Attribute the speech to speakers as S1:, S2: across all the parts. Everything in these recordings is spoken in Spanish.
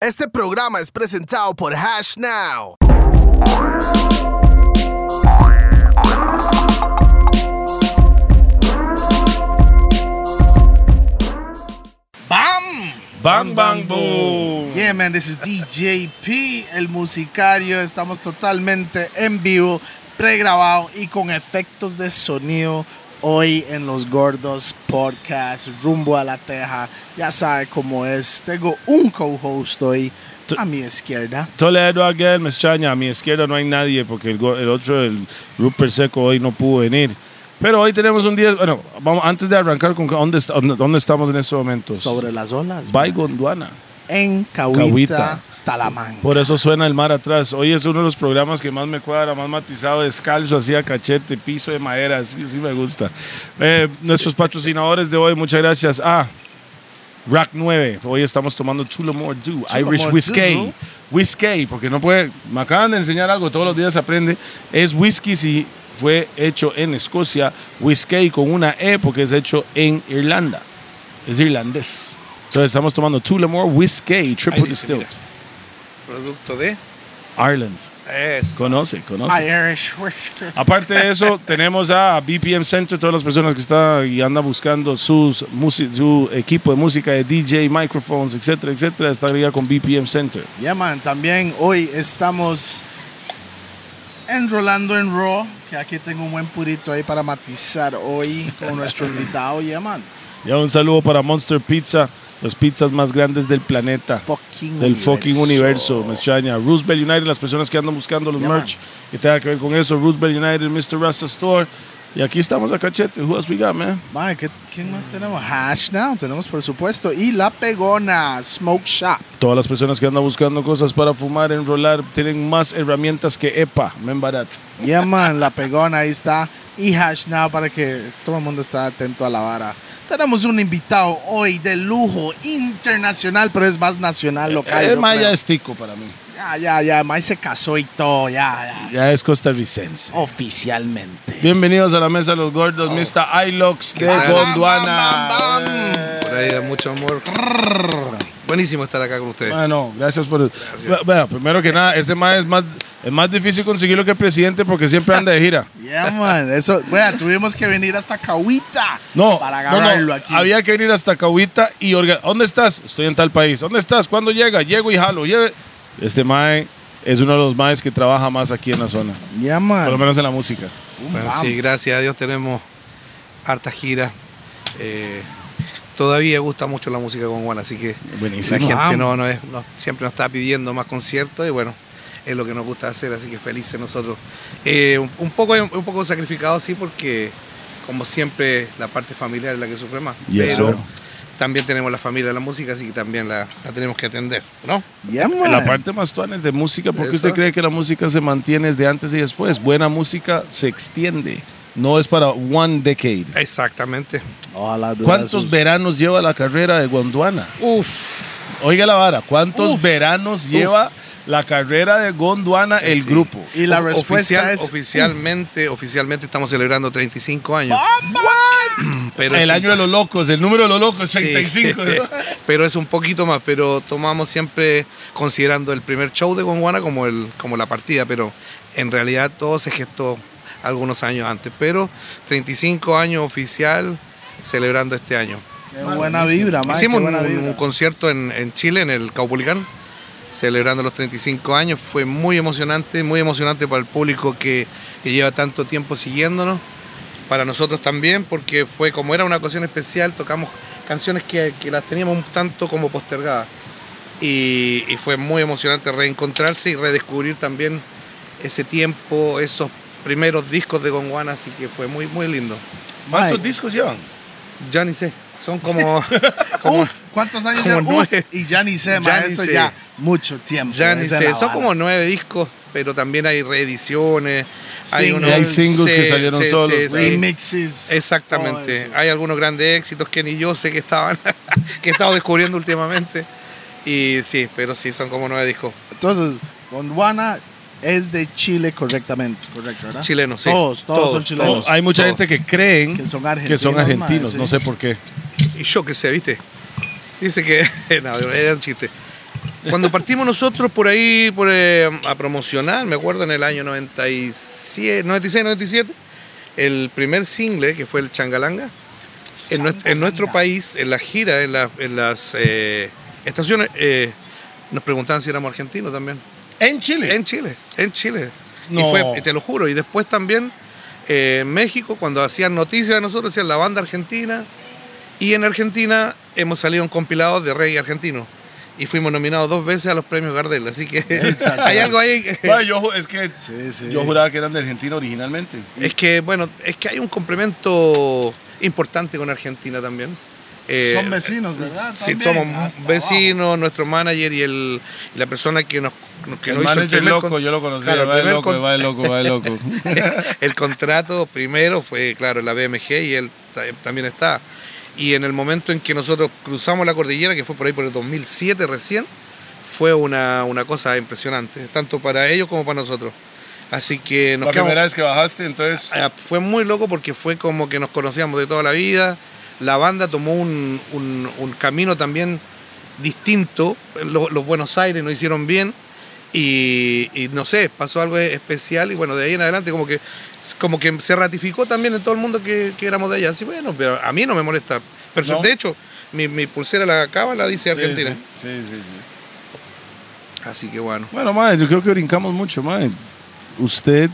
S1: Este programa es presentado por Hash Now.
S2: ¡Bam!
S3: Bang Bang Boom.
S2: Yeah, man, this is DJP, el musicario. Estamos totalmente en vivo, pregrabado y con efectos de sonido hoy en los Gordos Podcast, rumbo a la teja. Ya sabe cómo es. Tengo un co-host hoy a mi izquierda.
S3: Toledo again, me extraña. A mi izquierda no hay nadie porque el, go- el otro, el Rupert Seco, hoy no pudo venir. Pero hoy tenemos un día. Bueno, vamos, antes de arrancar, con ¿dónde, est- dónde- dónde estamos en este momento?
S2: Sobre las olas.
S3: Bay Gondwana.
S2: En Cahuita,
S3: Cahuita.
S2: Talamán.
S3: Por eso suena el mar atrás. Hoy es uno de los programas que más me cuadra, más matizado, descalzo, así a cachete, piso de madera. Sí, sí me gusta. Eh, nuestros patrocinadores de hoy, muchas gracias. Ah, Rack 9. Hoy estamos tomando Tullamore Dew, Irish
S2: Tullamore Dew.
S3: Whiskey. Whiskey, porque no puede. Me acaban de enseñar algo, todos los días se aprende. Es whisky si fue hecho en Escocia, whiskey con una E porque es hecho en Irlanda. Es irlandés. Entonces estamos tomando Tullamore Whiskey, Triple
S4: dice,
S3: Distilled.
S4: Producto de.
S3: Ireland.
S4: Es.
S3: Conoce, conoce.
S2: Irish Whiskey.
S3: Aparte de eso, tenemos a BPM Center, todas las personas que están y andan buscando sus musi- su equipo de música de DJ, microphones, etcétera, etcétera, estaría con BPM Center.
S2: Yeah, man, también hoy estamos enrolando en Raw, que aquí tengo un buen purito ahí para matizar hoy con nuestro invitado, yeah, man.
S3: Ya un saludo para Monster Pizza, las pizzas más grandes del planeta.
S2: Fucking
S3: del fucking universo, me extraña. Roosevelt United, las personas que andan buscando los
S2: Yeah,
S3: merch que tenga que ver con eso. Roosevelt United, Mr. Rasta Store. Y aquí estamos a cachete. Who else we got, man?
S2: Man, ¿qué- ¿quién más tenemos? Hash Now, tenemos por supuesto. Y La Pegona, Smoke Shop.
S3: Todas las personas que andan buscando cosas para fumar, enrolar, tienen más herramientas que EPA. Men barat.
S2: Yeah, man, La Pegona, ahí está. Y Hash Now para que todo el mundo esté atento a la vara. Tenemos un invitado hoy de lujo internacional, pero es más nacional, local.
S3: El
S2: yo
S3: Maya
S2: creo.
S3: es tico para mí.
S2: Ya, ya, ya, Mae se casó y todo, ya, ya.
S3: Ya es costarricense.
S2: Oficialmente.
S3: Bienvenidos a la mesa de los gordos, Mr. Ilox de
S4: bam,
S3: Gondwana. Eh,
S4: Por ahí da mucho amor. Buenísimo estar acá con ustedes.
S3: Bueno, Ah, gracias por. Bueno, primero que nada, este más es más, es más difícil conseguirlo que el presidente porque siempre anda de gira.
S2: Yeah, man. Eso, bueno, tuvimos que venir hasta Cahuita
S3: No,
S2: para
S3: no,
S2: agarrarlo
S3: no,
S2: aquí.
S3: Había que venir hasta Cahuita y orga- ¿Dónde estás? Estoy en tal país. ¿Dónde estás? ¿Cuándo llega? Llego y jalo. Lleve- Este mae es uno de los maes que trabaja más aquí en la zona,
S2: Yeah,
S3: por lo
S2: man.
S3: menos en la música.
S2: Un
S4: Bueno,
S2: bam.
S4: sí, gracias a Dios tenemos harta gira. Eh, todavía gusta mucho la música con Juan, así que la
S3: Buenísimo.
S4: gente
S2: Vamos.
S4: no, no es, no- siempre nos está pidiendo más conciertos y bueno, es lo que nos gusta hacer, así que felices nosotros. Eh, un, un poco, un poco sacrificado, sí, porque como siempre la parte familiar es la que sufre más.
S3: Yes,
S4: pero
S3: sir.
S4: también tenemos la familia de la música, así que también la, la tenemos que atender, ¿no?
S2: Yeah, man.
S3: La parte más tuana es de música, porque
S4: Eso.
S3: usted cree que la música se mantiene desde antes y después. Buena música se extiende, no es para one decade.
S4: Exactamente.
S2: Ojalá dure
S3: ¿Cuántos
S2: sus-
S3: veranos lleva la carrera de Gondwana? Oiga la vara, ¿cuántos
S2: Uf.
S3: veranos lleva la carrera de Gondwana el
S4: Sí.
S3: grupo?
S2: Y la
S4: Of-
S2: respuesta
S4: oficial-
S2: es.
S4: oficialmente, oficialmente estamos celebrando 35 años. Pero es
S3: el
S4: un-
S3: año de los locos, el número de los locos,
S4: sí.
S3: 35. ¿no?
S4: pero es un poquito más, pero tomamos siempre considerando el primer show de Gonguana como el como la partida, pero en realidad todo se gestó algunos años antes, pero 35 años oficial celebrando este año.
S2: Qué buena vibra, man.
S4: Hicimos
S2: qué
S4: un,
S2: buena
S4: un
S2: vibra.
S4: concierto en, en Chile, en el Caupolicán, celebrando los 35 años. Fue muy emocionante, muy emocionante para el público que, que lleva tanto tiempo siguiéndonos. Para nosotros también, porque fue como era una ocasión especial, tocamos canciones que, que las teníamos un tanto como postergadas. Y, y fue muy emocionante reencontrarse y redescubrir también ese tiempo, esos primeros discos de Gonguana, así que fue muy, muy lindo.
S3: ¿Cuántos
S2: Mae.
S3: discos llevan?
S4: Ya ni sé, son como... como
S2: Uf, ¿cuántos años
S4: como
S2: ya? Uf,
S4: nueve.
S2: y ya ni sé,
S4: Ya
S2: man.
S4: ni
S2: Eso
S4: sé.
S2: ya, mucho tiempo.
S4: Ya ni
S2: esa es
S4: sé,
S2: la
S4: son
S2: vara.
S4: como nueve discos, pero también hay reediciones.
S2: Singles.
S4: unos-
S2: Hay
S3: singles que salieron solos,
S2: Sí, mixes. todo
S4: Exactamente.
S2: Oh, eso.
S4: Hay algunos grandes éxitos que ni yo sé que estaban, que he estado descubriendo últimamente. Y sí, pero sí, son como nueve discos.
S2: Entonces, Gondwana es de Chile correctamente, correcto, ¿verdad?
S4: Chilenos, sí.
S2: Todos, todos,
S4: Todos,
S2: son chilenos.
S4: todos.
S3: hay mucha
S4: todos.
S3: gente que creen
S2: Que
S3: que
S2: son
S3: son
S2: argentinos,
S3: argentinos,
S2: mae, sí.
S3: no sé por qué.
S4: Y yo qué sé, ¿viste? Dice que. no, era un chiste. Cuando partimos nosotros por ahí por, eh, a promocionar, me acuerdo en el año 97, 96, 97, el primer single que fue el Changalanga, en, nues- en nuestro país, en la gira, en, la- en las eh, estaciones, eh, nos preguntaban si éramos argentinos también.
S3: En Chile.
S4: En Chile, en Chile.
S3: No.
S4: Y fue, te lo juro. Y después también eh, en México, cuando hacían noticias de nosotros, decían la banda argentina. Y en Argentina hemos salido en compilados de reggae argentino. Y fuimos nominados dos veces a los premios Gardel. Así que hay algo ahí. que-
S3: Bueno, yo, ju- es que
S2: Sí, sí.
S3: yo juraba que eran de Argentina originalmente.
S4: es que, bueno, es que hay un complemento importante con Argentina también. Eh,
S2: Son vecinos, ¿verdad?
S4: Sí,
S2: También,
S4: somos
S3: Ah,
S2: hasta
S4: vecinos, nuestro manager y el, y la persona que nos, que
S3: el
S4: nos hizo el
S3: manager
S4: primer
S3: loco,
S4: con-
S3: yo lo conocí.
S4: Claro, el
S3: va de
S4: primer
S3: loco,
S4: con-
S3: va de loco, va de loco.
S4: el contrato primero fue, claro, la BMG y él ta- también está. Y en el momento en que nosotros cruzamos la cordillera, que fue por ahí por el 2007 recién, fue una, una cosa impresionante, tanto para ellos como para nosotros. Así que nos
S3: La
S4: quedamos-
S3: primera vez que bajaste, entonces.
S4: Ah, Fue muy loco porque fue como que nos conocíamos de toda la vida. La banda tomó un, un- un camino también distinto. Lo- los Buenos Aires nos hicieron bien. Y, y no sé, pasó algo especial. Y bueno, de ahí en adelante, como que, como que se ratificó también en todo el mundo que, que éramos de allá. Así bueno, pero a mí no me molesta. Pero
S3: No.
S4: de hecho, mi, mi pulsera la acaba, la dice
S3: Sí,
S4: Argentina.
S3: Sí, sí, sí. sí.
S4: Así que bueno.
S3: Bueno, mae, yo creo que brincamos mucho, mae. Usted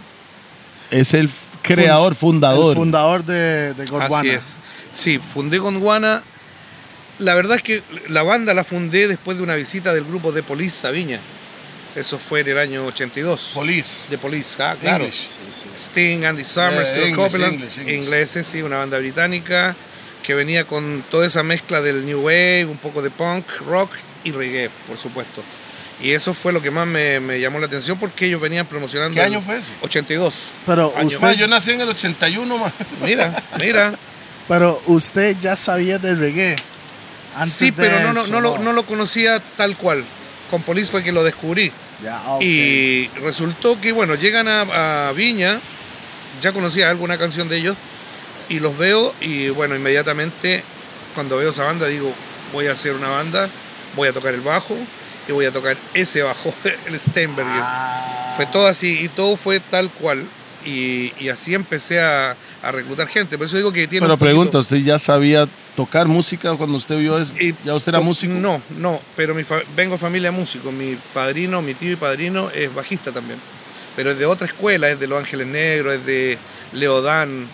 S3: es el creador, fundador.
S2: El fundador de, de Gondwana.
S4: Así es. Sí, fundé Gondwana. La verdad es que la banda la fundé después de una visita del grupo de Police Sabiña. Eso fue en el año 82.
S3: Police.
S4: De Police, ah, claro. Sting, Andy
S3: Yeah,
S4: Summers, Stuart
S3: Eh, English,
S4: Copeland,
S3: English, English.
S4: ingleses, sí, una banda británica que venía con toda esa mezcla del new wave, un poco de punk, rock y reggae, por supuesto. Y eso fue lo que más me, me llamó la atención porque ellos venían promocionando.
S3: ¿Qué año
S4: el
S3: fue eso?
S4: 82.
S2: Pero
S4: Año.
S2: usted,
S3: Mae, yo nací en el 81, mae.
S4: Mira, mira.
S2: pero usted ya sabía de reggae. Antes
S4: sí,
S2: de
S4: pero no, no,
S2: eso,
S4: no lo, no lo conocía tal cual. Con Police fue que lo descubrí.
S2: Ya, ah, ok.
S4: Y resultó que, bueno, llegan a, a Viña, ya conocía alguna canción de ellos, y los veo, y bueno, inmediatamente cuando veo esa banda digo, voy a hacer una banda, voy a tocar el bajo, y voy a tocar ese bajo, el Steinberger.
S2: Ah,
S4: Fue todo así, y todo fue tal cual, y, y así empecé a, a reclutar gente. Por eso digo que tiene...
S3: Pero
S4: un poquito-
S3: pregunta, ¿usted ya sabía tocar música cuando usted vio eso?
S4: Y
S3: ¿Ya usted era
S4: to-
S3: músico?
S4: No, no, pero mi fa- vengo de familia de músicos. Mi padrino, mi tío y padrino es bajista también. Pero es de otra escuela, es de Los Ángeles Negros, es de Leodán.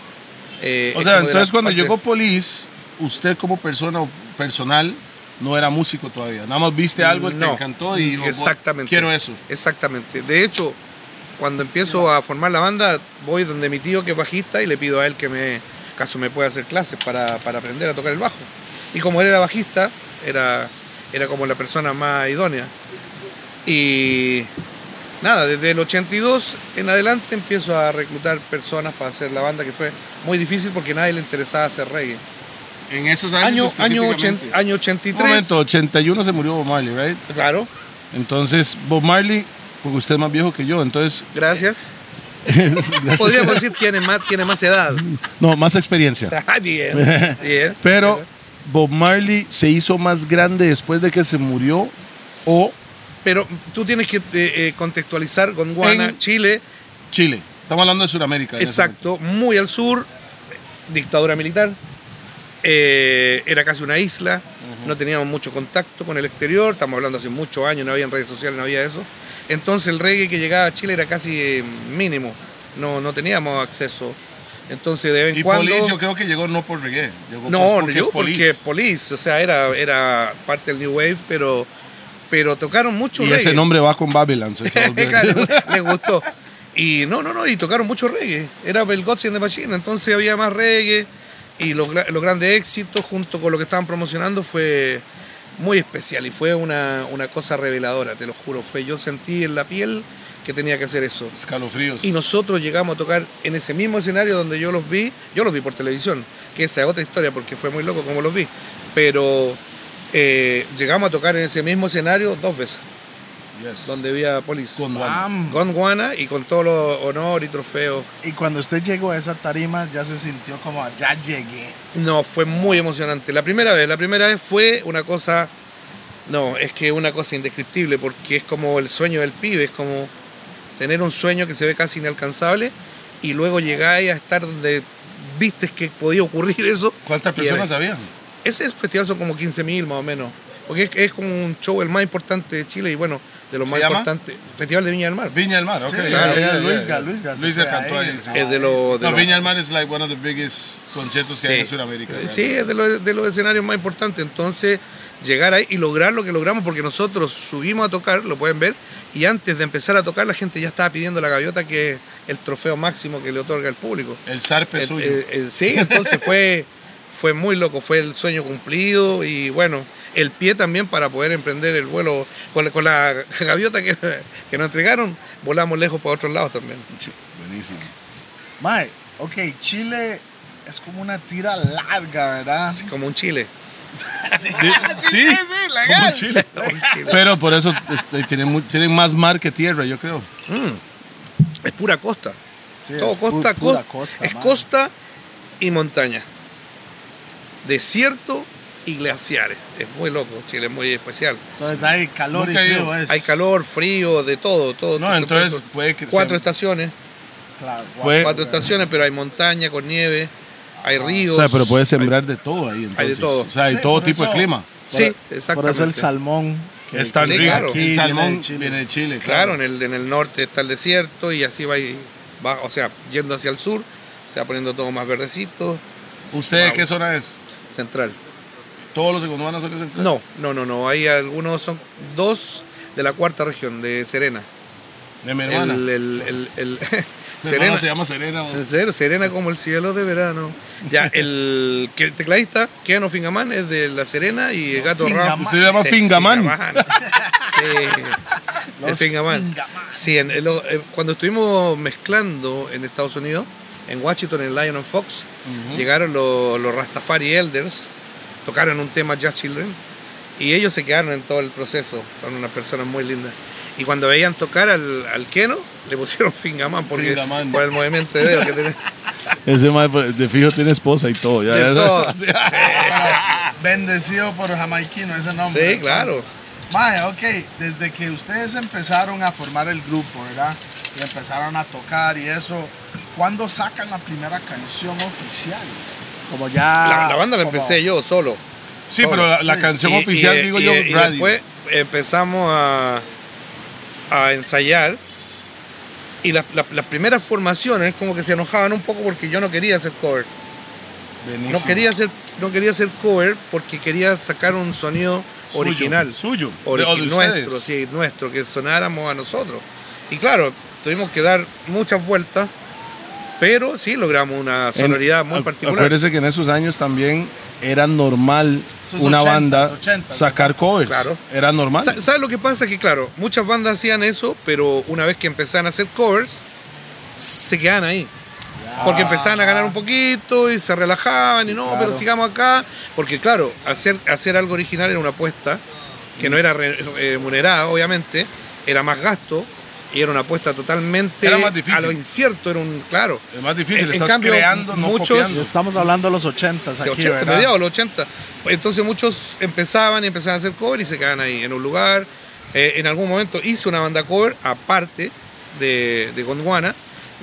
S4: eh,
S3: O
S4: es
S3: sea,
S4: como de
S3: entonces
S4: la
S3: cuando
S4: parte-
S3: llegó Police, usted como persona o personal no era músico todavía. Nada más viste algo, él te
S4: No,
S3: encantó y dijo,
S4: exactamente.
S3: quiero eso.
S4: Exactamente. De hecho, cuando empiezo a formar la banda, voy donde mi tío que es bajista y le pido a él que me, caso me pueda hacer clases para, para aprender a tocar el bajo. Y como él era bajista, era, era como la persona más idónea. Y nada, desde el 82 en adelante empiezo a reclutar personas para hacer la banda, que fue muy difícil porque a nadie le interesaba hacer reggae.
S3: En esos
S4: Año,
S3: años
S4: año,
S3: específicamente.
S4: 80 año
S3: Un
S4: 83.
S3: momento, 81 se murió Bob Marley, ¿right?
S4: Claro,
S3: Entonces, Bob Marley, porque usted es más viejo que yo, entonces...
S4: gracias. Podríamos decir quién es más, tiene más edad.
S3: No, más experiencia.
S4: Ah, bien, bien.
S3: Pero Bob Marley se hizo más grande después de que se murió o
S4: Pero tú tienes que eh, eh, contextualizar Gondwana,
S3: En-
S4: Chile,
S3: Chile. Estamos hablando de Sudamérica. en ese
S4: exacto, muy al sur, dictadura militar, eh, era casi una isla, no teníamos mucho contacto con el exterior, estamos hablando hace muchos años, no había redes sociales, no había eso. Entonces el reggae que llegaba a Chile era casi eh, mínimo, no, no teníamos acceso. Entonces de vez en
S3: Y
S4: cuando...
S3: Police yo creo que llegó no por reggae. Llegó
S4: No,
S3: pues porque
S4: yo
S3: es
S4: porque
S3: Police.
S4: Police, o sea, era, era parte del New Wave, pero, pero tocaron mucho
S3: Y
S4: reggae.
S3: ese nombre va con Babylon. se sabe bien.
S4: Claro, les gustó. Y no, no, no, y tocaron mucho reggae. Era el Gods and the Machine, entonces había más reggae. Y los, gra- los grandes éxitos, junto con lo que estaban promocionando, fue muy especial. Y fue una, una cosa reveladora, te lo juro. Fue yo sentí en la piel que tenía que hacer eso.
S3: Escalofríos.
S4: Y nosotros llegamos a tocar en ese mismo escenario donde yo los vi, yo los vi por televisión, que esa es otra historia porque fue muy loco como los vi, pero eh, llegamos a tocar en ese mismo escenario dos veces,
S3: Yes.
S4: donde había Police.
S3: Gondwana.
S2: bam.
S4: Con Guana y con todos los honores y trofeos.
S2: Y cuando usted llegó a esa tarima, ya se sintió como, ya llegué.
S4: No, fue muy emocionante. La primera vez, la primera vez fue una cosa No, es que es una cosa indescriptible porque es como el sueño del pibe, es como tener un sueño que se ve casi inalcanzable y luego llegáis a estar donde viste que podía ocurrir eso.
S5: ¿Cuántas
S4: Y
S5: personas
S4: era-
S5: habían?
S4: Ese festival son como 15.000 más o menos. Porque es, es como un show el más importante de Chile y bueno, de los
S5: ¿Se
S4: más
S5: llama?
S4: importantes. Festival de Viña del Mar.
S5: Viña del Mar, ok.
S2: Sí,
S5: ya,
S4: claro,
S5: ya, ya,
S2: Luisga,
S5: ya.
S2: Luisga se
S5: Luisga
S2: fue
S5: cantó
S2: ahí,
S5: ahí.
S2: sí.
S4: Es de los. de
S5: No,
S4: los-
S5: Viña del Mar es like one of the biggest conciertos que hay en
S4: Sí. Eh,
S5: Sudamérica.
S4: Sí, es de los, de los escenarios más importantes. Entonces, llegar ahí y lograr lo que logramos, porque nosotros subimos a tocar, lo pueden ver, y antes de empezar a tocar, la gente ya estaba pidiendo la gaviota, que es el trofeo máximo que le otorga el público.
S5: El zarpe
S4: Eh,
S5: Este suyo.
S4: eh, eh, sí, entonces fue, fue muy loco, fue el sueño cumplido y bueno, el pie también para poder emprender el vuelo con la, con la gaviota que, que nos entregaron, volamos lejos para otros lados también.
S5: Buenísimo.
S2: Mae, ok, Chile es como una tira larga, ¿verdad?
S4: Así como un Chile.
S5: Sí, sí, como en Chile.
S4: Un Chile.
S5: Pero por eso este, tienen, mu- tienen más mar que tierra, yo creo.
S4: Mm, es pura costa.
S2: Sí,
S4: Todo
S2: es pu-
S4: costa,
S2: pura
S4: cos-
S2: costa,
S4: es
S2: mae.
S4: costa y montaña. Desierto y glaciares. Es muy loco, Chile es muy especial.
S2: Entonces hay calor
S5: Nunca he
S2: y
S5: ido.
S2: frío. Es,
S4: Hay calor, frío, de todo, todo.
S5: No,
S4: todo,
S5: entonces
S4: todo.
S5: puede que
S4: cuatro
S5: sea-
S4: estaciones,
S2: Claro,
S5: Pues-
S4: cuatro estaciones, pero hay montaña con nieve, hay
S2: Ah,
S5: O
S4: ríos.
S5: sea, pero puedes sembrar de todo ahí. Entonces.
S4: todo.
S5: O sea, hay
S2: Sí,
S5: todo
S2: por
S5: tipo de
S2: eso-
S5: clima.
S4: Sí,
S2: Por, por eso el
S4: exactamente.
S2: salmón. que-
S5: Es tan
S2: que
S4: sí,
S5: rico.
S4: claro.
S2: aquí
S5: El
S2: viene
S5: salmón
S2: de Chile.
S5: viene de Chile.
S4: Claro, en el, en el norte está el desierto y así va, y- va, o sea, yendo hacia el sur, se va poniendo todo más verdecito,
S5: ¿Usted de
S4: Wow.
S5: qué zona es?
S4: central.
S5: ¿Todos los economanos son de Central?
S4: No, no, no, no. Hay algunos, son dos de la cuarta región, de Serena.
S5: De mi hermana.
S4: El, el- el- el-
S5: Mi hermana
S4: Serena.
S5: se llama Serena.
S4: En serio, Serena como el cielo de verano. Ya, el que el tecladista, Keanu Fingamán, es de La Serena y el gato
S2: Fingamán.
S4: Ramos.
S5: Se llama
S4: Sí,
S5: Fingamán.
S4: Sí,
S2: Los
S4: es Fingamán.
S2: Fingamán.
S4: Sí, en- en lo- eh, cuando estuvimos mezclando en Estados Unidos, en Washington, en Lion and Fox, llegaron los, los Rastafari Elders, tocaron un tema Jazz Children y ellos se quedaron en todo el proceso. Son unas personas muy lindas. Y cuando veían tocar al, al Keno, le pusieron Fingamán porque es-
S5: Fingamán.
S4: por el movimiento de dedo que tenía.
S5: Ese madre de fijo tiene esposa y todo. Ya,
S4: De todo.
S2: Bendecido por jamaiquino, ese nombre.
S4: Sí, claro.
S2: Entonces, Mae, ok, desde que ustedes empezaron a formar el grupo, ¿verdad? Y empezaron a tocar y eso, ¿cuándo sacan la primera canción oficial? Como ya...
S4: La, la banda la
S2: como-
S4: empecé yo solo.
S5: Sí, pero la, la
S2: Sí.
S5: canción
S4: Y- y-
S5: oficial, digo
S4: y-
S5: yo,
S4: y
S5: radio.
S4: después empezamos a, a ensayar. Y las las- las primeras formaciones como que se enojaban un poco porque yo no quería hacer cover.
S5: Buenísimo.
S4: No quería hacer, no quería hacer cover porque quería sacar un sonido
S5: Suyo,
S4: original.
S5: Suyo. de- o de
S4: Origi-
S5: ustedes.
S4: nuestro, sí, nuestro, que sonáramos a nosotros. Y claro, tuvimos que dar muchas vueltas, pero sí logramos una
S5: En-
S4: sonoridad muy
S5: acu-
S4: particular.
S5: Acuérdese que en esos años también era normal
S2: Sus
S5: una
S2: 80s,
S5: banda
S2: 80s,
S5: sacar covers.
S4: Claro.
S5: Era normal.
S4: Sa- ¿Sabes lo que pasa? Que claro, muchas bandas hacían eso, pero una vez que empezaban a hacer covers, se quedaban ahí. Porque empezaban a ganar un poquito y se relajaban y no, pero sigamos acá. Porque claro, hacer, hacer algo original era una apuesta que no era re- eh, remunerada, obviamente, era más gasto y era una apuesta totalmente
S5: Era más difícil.
S4: a lo incierto, era un claro.
S5: es más difícil,
S4: en
S5: estás
S4: cambio,
S5: creando, no
S4: muchos-
S2: Y
S5: copiando.
S2: Estamos hablando de los ochentas
S4: Sí,
S2: aquí,
S4: 80,
S2: ¿verdad?
S4: mediados de los 80. Entonces muchos empezaban y empezaban a hacer cover y se quedaban ahí en un lugar. Eh, en algún momento hice una banda cover aparte de, de Gondwana.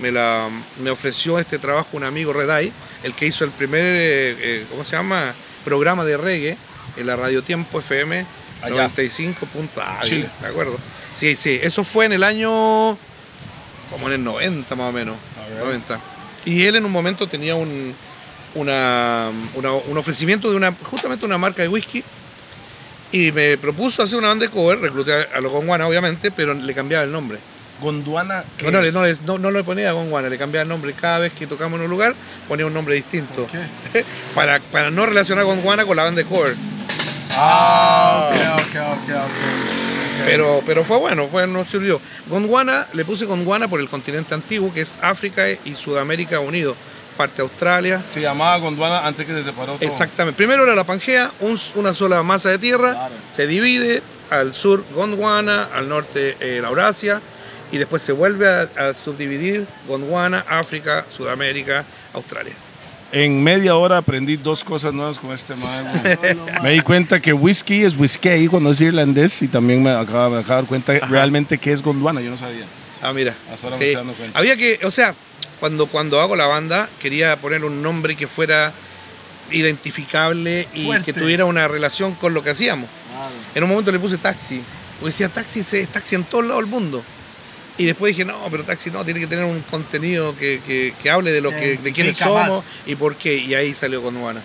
S4: Me, la, me ofreció este trabajo un amigo Redai, el que hizo el primer, eh, eh, ¿cómo se llama? Programa de reggae en la Radio Tiempo FM
S5: Allá.
S4: 95. punto- ah,
S5: Chile.
S4: bien, De acuerdo. Sí, sí, eso fue en el año como en el 90 más o menos. 90. Y él en un momento tenía un, una- una- un ofrecimiento de una justamente una marca de whisky y me propuso hacer una banda de cover, recluté a- a los Gonguana obviamente, pero le cambiaba el nombre.
S5: Gondwana. ¿qué
S4: No, no, le-
S5: es?
S4: no, le- no, no le ponía Gonguana, le cambiaba el nombre. Cada vez que tocamos en un lugar ponía un nombre distinto.
S2: ¿Por qué?
S4: para, para no relacionar Gonguana con la banda de cover.
S2: Ah, ok, ok, ok, ok.
S4: Pero, pero fue bueno, fue, no sirvió. Gondwana, le puse Gondwana por el continente antiguo, que es África y Sudamérica unidos. Parte de Australia,
S5: Se llamaba Gondwana antes que se separó todo.
S4: Exactamente. Primero era la Pangea, un- una sola masa de tierra,
S2: Claro.
S4: se divide al sur Gondwana, al norte eh, la Eurasia, y después se vuelve a, a subdividir Gondwana, África, Sudamérica, Australia.
S3: En media hora aprendí dos cosas nuevas con este man. me di cuenta que whisky es whisky cuando es irlandés y también me acabo, me acabo de dar cuenta realmente que es gondwana, yo no sabía.
S4: Ah, mira.
S3: Hasta ahora me
S4: Sí.
S3: estoy dando cuenta.
S4: Había que, o sea, cuando, cuando hago la banda, quería poner un nombre que fuera identificable y
S2: Fuerte.
S4: que tuviera una relación con lo que hacíamos. En un momento le puse taxi. Porque decía taxi, se- es taxi en todos lados del mundo. Y después dije, no, pero taxi no, tiene que tener un contenido que, que- que hable de lo
S2: Que
S4: que, de quiénes
S2: identifica
S4: somos
S2: Eh, más.
S4: y por qué. Y ahí salió con Urbana.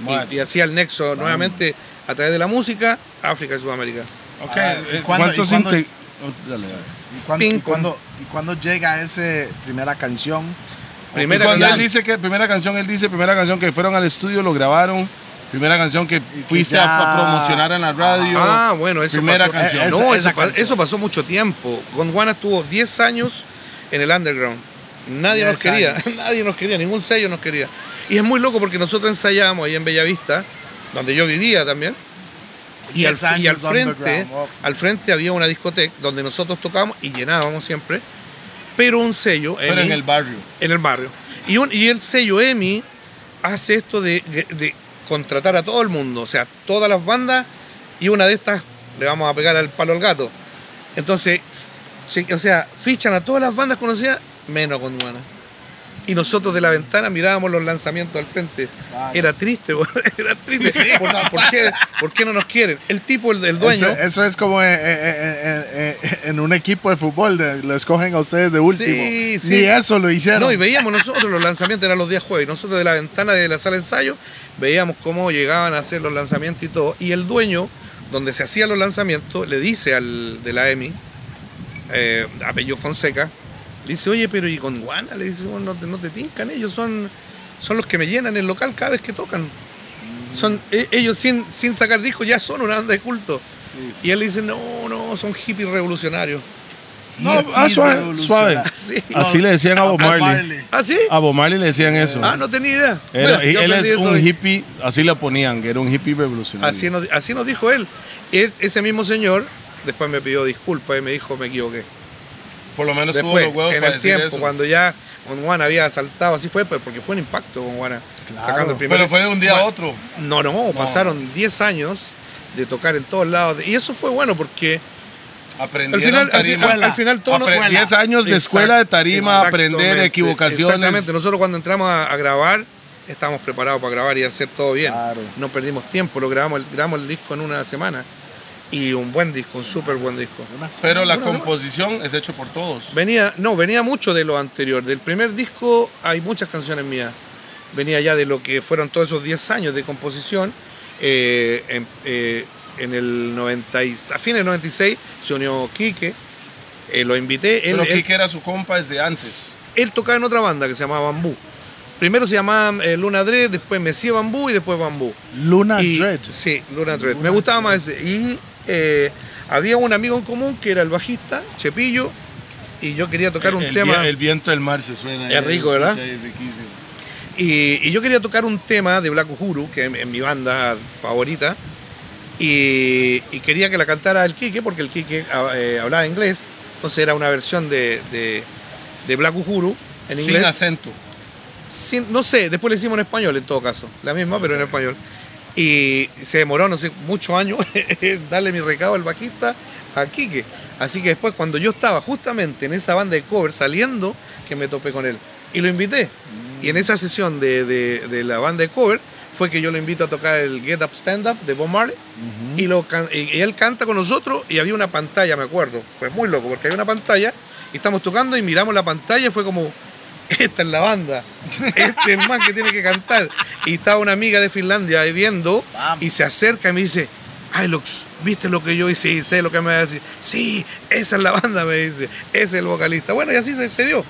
S3: Bueno.
S4: Y, y hacía el nexo nuevamente a través de la música, África y Sudamérica.
S3: Ok,
S2: Ah, ¿y
S3: eh,
S2: cuándo-
S3: ¿cuántos
S2: y cuándo-
S3: inte- oh, dale, dale.
S2: ¿Y cuándo,
S4: Ping
S2: y cuándo- y cuándo llega esa primera canción?
S4: Primera
S3: Y cuando él
S4: canción.
S3: dice que primera canción, él dice primera canción que fueron al estudio, lo grabaron. Primera canción que fuiste
S2: ya-
S3: a, a promocionar en la radio.
S4: Ah, bueno, eso
S3: Primera
S4: pasó.
S3: canción.
S2: Eh,
S4: No,
S2: esa-
S4: eso,
S2: esa
S4: pa-
S2: canción.
S4: eso pasó mucho tiempo. Gondwana estuvo 10 años en el underground. Nadie nos
S2: 10
S4: quería,
S2: años.
S4: nadie nos quería, ningún sello nos quería. Y es muy loco porque nosotros ensayábamos ahí en Bellavista, donde yo vivía también. Y al,
S2: 10
S4: y al
S2: años
S4: frente,
S2: underground, wow.
S4: al frente había una discoteca donde nosotros tocábamos y llenábamos siempre, pero un sello
S3: pero en
S4: Emmy,
S3: el barrio.
S4: en el barrio. Y, un- y el sello EMI hace esto de, de contratar a todo el mundo, o sea, todas las bandas, y una de estas le vamos a pegar al palo al gato. Entonces, sí, o sea, fichan a todas las bandas conocidas, menos con Duana. Y nosotros de la ventana mirábamos los lanzamientos al frente.
S2: Claro.
S4: Era triste, güey, era triste. ¿Por, por qué, por qué no nos quieren? El tipo, el, el dueño,
S2: Eso, eso es como eh, eh, eh, eh, eh, en un equipo de fútbol, de- lo escogen a ustedes de último.
S4: Sí, sí.
S2: Ni eso lo hicieron.
S4: No, y veíamos nosotros los lanzamientos, eran los días jueves. y Nosotros de la ventana de la sala de ensayo veíamos cómo llegaban a hacer los lanzamientos y todo. Y el dueño, donde se hacían los lanzamientos, le dice al de la EMI, eh, apellido Fonseca, le dice, oye, pero ¿y con Guana? Le dice, "Bueno, no, te- no te tincan, ellos son, son los que me llenan el local cada vez que tocan. Son, e- ellos sin, sin sacar disco ya son una banda de culto. Y él le dice, no, no, son hippies revolucionarios.
S3: No,
S2: Y-
S3: ah,
S2: y
S3: suave, suave.
S2: revolucionar.
S4: Así.
S3: Así le decían a Bob
S2: A
S3: Marley.
S2: Marley.
S4: ¿Ah, sí?
S3: A Bob Marley le decían eso.
S4: Ah, no tenía idea.
S3: Era-
S4: Bueno,
S3: y
S4: yo
S3: él
S4: aprendí
S3: es
S4: eso
S3: un
S4: hoy.
S3: hippie, así lo ponían, que era un hippie revolucionario.
S4: Así nos, así nos dijo él. Es- ese mismo señor después me pidió disculpas y me dijo me equivoqué.
S3: Por lo menos tuvo
S4: Después,
S3: los huevos
S4: en
S3: para
S4: el
S3: decir
S4: tiempo,
S3: eso.
S4: cuando ya Juan había asaltado, así fue, pero porque fue un impacto con Juana. Sacando el primer
S3: Pero fue de un día a
S4: Bueno,
S3: otro.
S4: No, no, pasaron 10 años de tocar en todos lados. Y eso fue bueno porque al
S3: Aprendieron
S4: final, al,
S3: tarima.
S4: final- al final todo nos-
S3: Apre- 10 años de escuela de tarima,
S4: Exact-
S3: aprender
S4: exactamente,
S3: equivocaciones.
S4: Exactamente, nosotros cuando entramos a, a grabar, estábamos preparados para grabar y hacer todo bien.
S2: Claro.
S4: No perdimos tiempo, lo grabamos, el- grabamos el disco en una semana. Y un buen disco, un súper buen disco.
S3: Pero la
S4: Una semana.
S3: composición es hecho por todos.
S4: Venía, no, venía mucho de lo anterior. Del primer disco hay muchas canciones mías. Venía ya de lo que fueron todos esos 10 años de composición. Eh, en, eh, en el 90, y- a fines del 96 se unió Quique. Eh, lo invité. Él,
S3: Pero
S4: él-
S3: Kike era su compa desde antes.
S4: él tocaba en otra banda que se llamaba Bambú. Primero se llamaba eh, Luna Dread, después Messi Bambú y después Bambú.
S2: Luna
S4: Y-
S2: Dread.
S4: Sí, Luna Dread. Me gustaba más ese. Y eh, había un amigo en común que era el bajista, Chepillo, y yo quería tocar un
S3: el,
S4: tema.
S3: vi- el viento del mar se suena.
S4: Es
S3: eh,
S4: rico,
S3: se
S4: ¿verdad?
S3: escucha ahí riquísimo.
S4: Y, y yo quería tocar un tema de Black Uhuru, que es mi- es mi banda favorita, y, y quería que la cantara el Quique, porque el Quique ah, eh, hablaba inglés, entonces era una versión de, de, de Black Uhuru en
S3: Sin
S4: inglés.
S3: acento.
S4: Sin- no sé, después le hicimos en español en todo caso, la misma, pero en español. Y se demoró, no sé, muchos años en darle mi recado al vaquista a Quique. Así que después, cuando yo estaba justamente en esa banda de cover saliendo, que me topé con él y lo invité. Y en esa sesión de, de- de la banda de cover fue que yo lo invito a tocar el Get Up Stand Up de Bob Marley y, lo can- y- y él canta con nosotros y había una pantalla, me acuerdo. Fue muy loco porque había una pantalla y estamos tocando y miramos la pantalla y fue como, esta es la banda, este es más que tiene que cantar. Y estaba una amiga de Finlandia ahí viendo
S2: Vamos.
S4: y se acerca y me dice, ay, Lux, ¿viste lo que yo hice? Y sé lo que me va a decir. Sí, esa es la banda, me dice, ese es el vocalista. Bueno, y así se, se dio.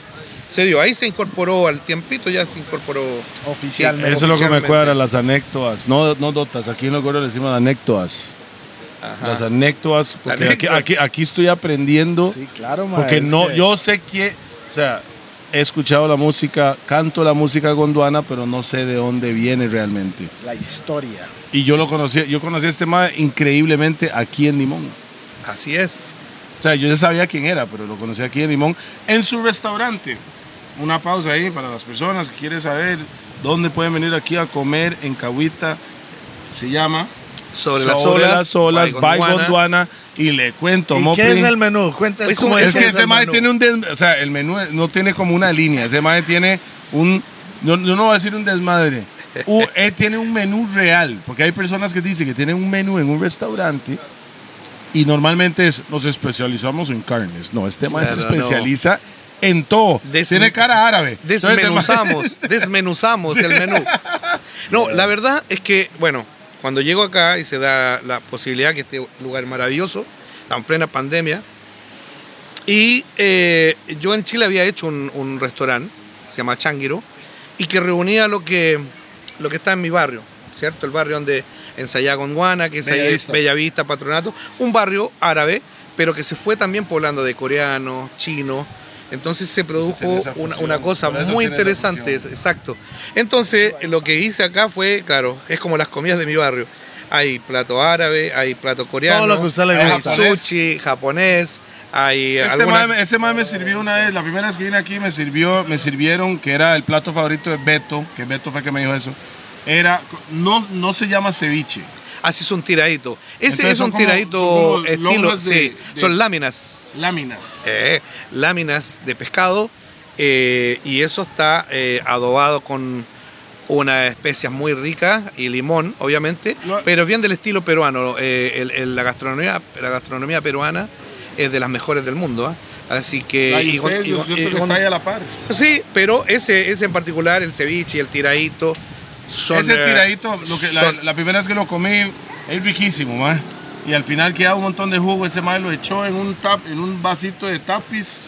S4: Se dio, ahí se incorporó al tiempito, ya se incorporó.
S2: Oficialmente.
S4: Sí,
S3: Eso es lo que me
S4: oficialmente.
S3: cuadra, las anécdotas. No, no dotas, aquí en los gordos le decimos anécdotas. Las anécdotas, porque aquí,
S4: Anécdotas.
S3: aquí, aquí estoy aprendiendo.
S2: Sí, claro, mae,
S3: Porque
S2: es
S3: no,
S2: que-
S3: yo sé que, o sea, he escuchado la música, canto la música gondwana, pero no sé de dónde viene realmente.
S2: La historia.
S3: Y yo lo conocí, yo conocí a este tema increíblemente aquí en Limón.
S4: Así es.
S3: O sea, yo ya sabía quién era, pero lo conocí aquí en Limón, en su restaurante. Una pausa ahí para las personas que quieren saber donde pueden venir aquí a comer en Cahuita. Se llama
S4: Sobre,
S3: Sobre las olas,
S4: Baigon
S3: by
S4: Duana.
S3: Gondwana. Y le cuento,
S2: ¿Y
S3: Mopri,
S2: qué es el menú? Cuéntame
S4: Es
S2: cómo
S4: un-
S2: es,
S3: es que
S2: el
S3: ese mae
S2: menú.
S3: tiene un des- o sea, el menú no tiene como una línea, ese mae tiene un yo, yo no voy a decir un desmadre. U- eh, tiene un menú real, porque hay personas que dicen que tienen un menú en un restaurante y normalmente es nos especializamos en carnes. No, este mae se
S4: Claro, no.
S3: especializa en todo.
S4: Des-
S3: tiene cara árabe. Entonces, el mae-
S4: Desmenuzamos, desmenuzamos el menú. No, la verdad es que, bueno, cuando llego acá y se da la posibilidad que este lugar maravilloso, está en plena pandemia, y eh, yo en Chile había hecho un, un restaurante, se llama Changuiro, y que reunía lo que, lo que está en mi barrio, ¿cierto? El barrio donde ensayaba Gondwana, que es ahí
S3: Bellavista.
S4: Bellavista, Patronato, un barrio árabe, pero que se fue también poblando de coreanos, chinos. Entonces se
S3: tiene
S4: produjo
S3: esa
S4: una,
S3: fusión,
S4: una cosa
S3: por eso
S4: muy
S3: tiene esa
S4: interesante,
S3: fusión.
S4: exacto. Entonces lo que hice acá fue, claro, es como las comidas de mi barrio. Hay plato árabe, hay plato coreano,
S2: lo que a usted le
S4: hay
S3: gusta.
S4: sushi, japonés, hay
S3: Este,
S4: alguna-
S3: mae, este mae me sirvió una vez, la primera vez que vine aquí me sirvió, me sirvieron que era el plato favorito de Beto, que Beto fue el que me dijo eso. Era no no se llama ceviche.
S4: Así es un tiradito. Ese
S3: Entonces
S4: es
S3: son
S4: un
S3: como-
S4: tiradito
S3: son como
S4: estilo,
S3: lonjas de-
S4: sí,
S3: de-
S4: son láminas.
S3: láminas.
S4: eh, láminas de pescado eh, y eso está eh, adobado con una especias muy rica y limón, obviamente,
S3: No.
S4: pero bien del estilo peruano. eh, el- el- la, gastronomía, la gastronomía peruana es de las mejores del mundo. ¿ah? Así que...
S3: Ay,
S4: y con-
S3: ustedes,
S4: y
S3: yo
S4: con-
S3: siento
S4: y
S3: que
S4: con-
S3: está ahí a la par.
S4: Sí, pero ese, ese en particular, el ceviche y el tiradito, son...
S3: Ese
S4: eh,
S3: tiradito, lo que, la,
S4: son-
S3: la primera vez que lo comí, es riquísimo, ma. Y al final queda un montón de jugo, ese mae lo echó en un tap, en un vasito de tapis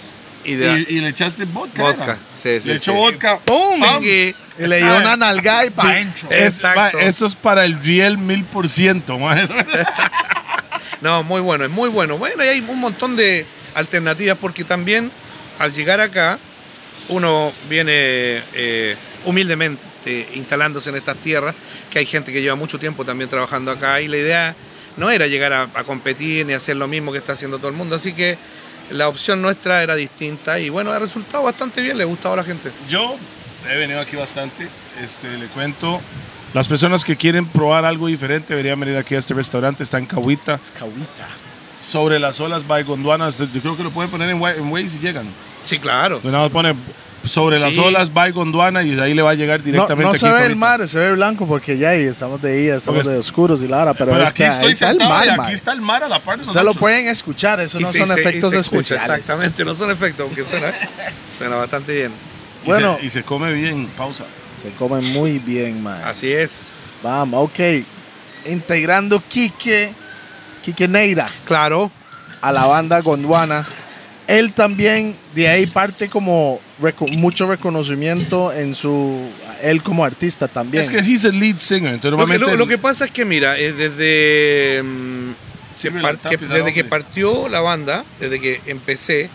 S4: y
S3: y,
S4: de-
S3: y le echaste vodka.
S4: Vodka,
S3: ¿era?
S4: sí, sí,
S3: Le echó
S4: sí.
S3: vodka.
S2: ¡Pum!
S3: ¡Pam!
S4: que-
S2: Y le dio una nalgada y pa' dentro.
S3: Es- ma,
S4: Exacto.
S3: eso es para el riel mil por ciento, ma.
S4: No, muy bueno, es muy bueno. Bueno, y hay un montón de alternativas porque también al llegar acá uno viene eh, humildemente instalándose en estas tierras, que hay gente que lleva mucho tiempo también trabajando acá y la idea no era llegar a, a competir ni hacer lo mismo que está haciendo todo el mundo, así que la opción nuestra era distinta y bueno, ha resultado bastante bien, le ha gustado a la gente.
S3: Yo he venido aquí bastante. Este, le cuento. Las personas que quieren probar algo diferente deberían venir aquí a este restaurante. Está en Cahuita,
S2: Cahuita.
S3: sobre las olas by Gondwana. Este, Yo creo que lo pueden poner en, Wa- en Waze y llegan. Pues
S4: Sí, claro.
S3: Nada más pone sobre las
S4: Sí.
S3: olas by Gondwana y ahí le va a llegar
S2: No,
S3: directamente.
S2: no
S3: aquí
S2: se ve el
S3: Cahuita.
S2: mar, se ve blanco porque ya ahí estamos de día, estamos
S3: Porque
S2: de
S3: es-
S2: oscuros y la hora, pero,
S3: Pero
S2: está,
S3: aquí estoy
S2: está el
S3: sentado
S2: mar,
S3: y
S2: man.
S3: aquí está el mar a la par de
S2: Ustedes lo
S3: nosotros.
S2: pueden escuchar, eso
S4: Y
S2: no
S4: se-
S2: son
S4: y se- y
S2: efectos
S4: se escucha,
S2: especiales.
S4: Exactamente, no son efectos, aunque suena, suena bastante bien.
S3: Y se-
S2: Bueno.
S3: y se come bien, pausa.
S2: Se come muy bien, man.
S4: Así es.
S2: Vamos, ok. Integrando Quique, Quique Neira
S4: Claro,
S2: a la banda Gondwana. Él también de ahí parte como reco- mucho reconocimiento en su él como artista también.
S3: Es que he's el lead singer, entonces
S4: Lo que,
S3: normalmente
S4: lo- lo que pasa es que, mira, eh, desde, mm, que
S3: Sirve
S4: par-
S3: la tapa
S4: que-
S3: y se la
S4: desde que
S3: hombre.
S4: partió la banda, desde que empecé,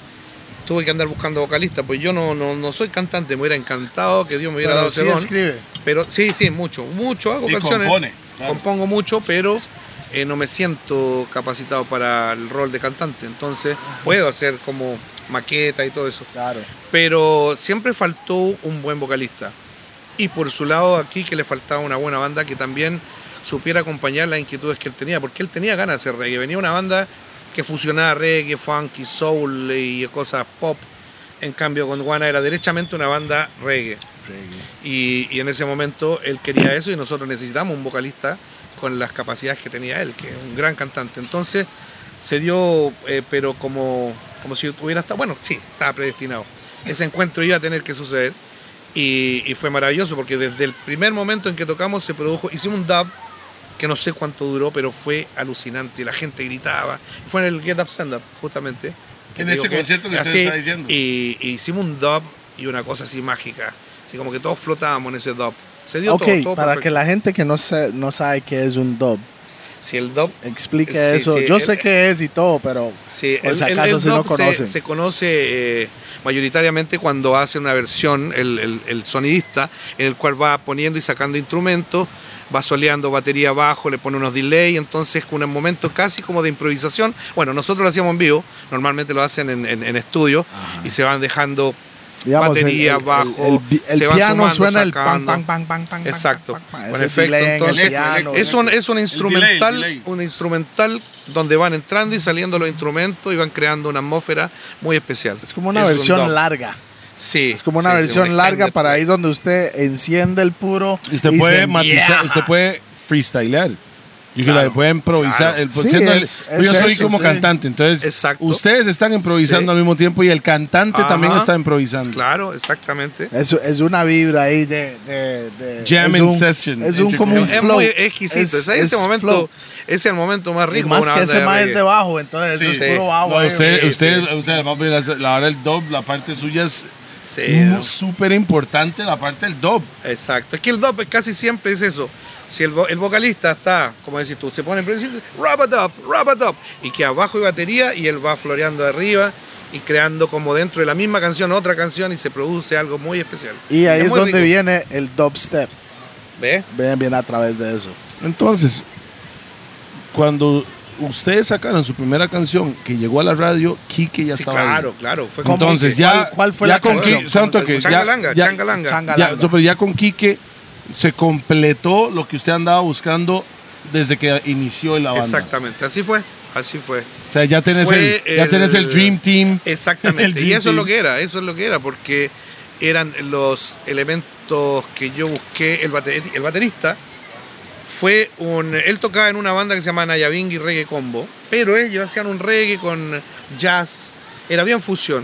S4: tuve que andar buscando vocalista, pues yo no, no, no soy cantante, me hubiera encantado que Dios me hubiera
S2: Pero
S4: dado ese
S2: sí
S4: don,
S2: escribe.
S4: Pero sí, sí, mucho, mucho hago
S3: Y
S4: canciones.
S3: compone, claro.
S4: Compongo mucho, pero eh, no me siento capacitado para el rol de cantante, entonces puedo hacer como maqueta y todo eso
S2: Claro.
S4: pero siempre faltó un buen vocalista. Y por su lado aquí que le faltaba una buena banda que también supiera acompañar las inquietudes que él tenía, porque él tenía ganas de hacer reggae. Venía una banda que fusionaba reggae, funky, soul y cosas pop. En cambio, con Juana era derechamente una banda reggae. Y, y en ese momento él quería eso y nosotros necesitamos un vocalista con las capacidades que tenía él, que es un gran cantante. Entonces se dio, eh, pero como, como si hubiera estado, bueno, sí, estaba predestinado. Ese encuentro iba a tener que suceder y, y fue maravilloso porque desde el primer momento en que tocamos se produjo, hicimos un dub que no sé cuánto duró, pero fue alucinante. y La gente gritaba. Fue en el Get Up Stand Up, justamente. que
S3: En
S4: te
S3: ese
S4: digo
S3: concierto que usted
S4: así,
S3: está diciendo.
S4: Y, y hicimos un dub y una cosa así mágica. Así como que todos flotábamos en ese dub. Se dio
S2: Ok,
S4: todo, todo
S2: para que
S4: perfecto.
S2: la gente que no, se, no sabe qué es un dub,
S4: Si el dub
S2: explique
S4: Sí,
S2: eso.
S4: sí,
S2: Yo
S4: el-
S2: sé qué es y todo, pero
S4: Sí,
S2: Por si acaso si no
S4: dub se-
S2: conocen.
S4: Se, conoce eh, mayoritariamente cuando hace una versión el, el- el sonidista, en el cual va poniendo y sacando instrumentos, va soleando batería abajo, le pone unos delay, entonces con un momento casi como de improvisación. Bueno, nosotros lo hacíamos en vivo, normalmente lo hacen en, en- en estudio y se van dejando
S2: Digamos, el-
S4: batería,
S2: el- el-
S4: bajo,
S2: el pi- el
S4: se van
S2: piano
S4: sumando,
S2: suena el
S4: sacando.
S2: pan, pan, pan, pan, pan,
S4: Exacto.
S2: pan, pan, pan.
S4: Con
S2: Ese
S4: efecto,
S2: delay en el
S4: entonces,
S2: piano,
S4: es un, es un
S3: delay,
S4: instrumental,
S3: el delay.
S4: un instrumental donde van entrando y saliendo los instrumentos y van creando una atmósfera muy especial.
S2: Es como una
S4: un
S2: versión
S4: dub.
S2: larga.
S4: Sí.
S2: Es como una
S4: sí, sí,
S2: versión
S4: un
S2: larga
S4: extended
S2: para
S4: play.
S2: ahí donde usted enciende el puro.
S3: Y usted
S2: y
S3: puede
S2: se-
S3: matizar,
S2: Yeah.
S3: usted puede freestylear. Yo creo que
S4: Claro,
S3: puede improvisar.
S4: claro.
S3: El-
S2: Sí,
S3: siendo el-
S2: es-
S3: yo
S2: es
S3: soy
S2: eso,
S3: como
S2: sí.
S3: cantante, entonces
S4: Exacto.
S3: ustedes están improvisando
S4: Sí.
S3: al mismo tiempo y el cantante
S4: Ajá.
S3: también está improvisando.
S4: Claro, exactamente.
S2: Es, es una vibra ahí de. de, de-
S3: Jamming
S2: es un-
S3: session.
S2: Es un, como un
S4: Es
S2: flow.
S4: muy exquisito. Es, ese momento, ese es el momento más rico.
S2: más
S4: para
S2: que
S4: una banda
S2: ese más
S4: de
S2: es de
S4: reggae.
S2: bajo, entonces
S4: Sí,
S2: eso es
S4: sí.
S2: puro bajo.
S3: No,
S2: ahí,
S3: usted,
S4: sí,
S3: usted,
S4: sí.
S3: o sea, papi, la, la hora del dub, la parte suya es
S4: Sí,
S3: mu-
S4: no.
S3: súper importante, la parte del dub.
S4: Exacto. Es que el dub casi siempre es eso. Si el, vo- el vocalista está, como decís tú, se pone en principio, rap it up, rap it up, y que abajo hay batería y él va floreando arriba y creando como dentro de la misma canción otra canción y se produce algo muy especial.
S2: Y ahí es,
S4: muy
S2: donde
S4: rico.
S2: viene el dubstep.
S4: ¿Ve?
S2: Ven bien a través de eso.
S3: Entonces, cuando ustedes sacaron su primera canción que llegó a la radio, Kike ya
S4: Sí,
S3: estaba ahí.
S4: claro, claro. Fue como
S3: Entonces
S4: que-
S3: ya,
S2: ¿Cuál- cuál fue
S3: ya
S2: la
S3: con
S2: canción?
S3: Quique- tanto que ya-
S4: Changalanga,
S3: ya-
S4: changalanga.
S2: Changa-
S3: ya,
S2: Changalanga.
S3: no, pero ya con Quique se completó lo que usted andaba buscando desde que inició la banda.
S4: Exactamente, así fue, así fue.
S3: O sea, ya tenés, el,
S4: Fue
S3: ya tenés el Dream Team. El
S4: Exactamente.
S3: Dream
S4: y eso es
S3: Team.
S4: lo que era, eso es lo que era, porque eran los elementos que yo busqué. El, bate- el baterista fue un. Él tocaba en una banda que se llama Nayabing y Reggae Combo, pero ellos hacían un reggae con jazz, era bien fusión,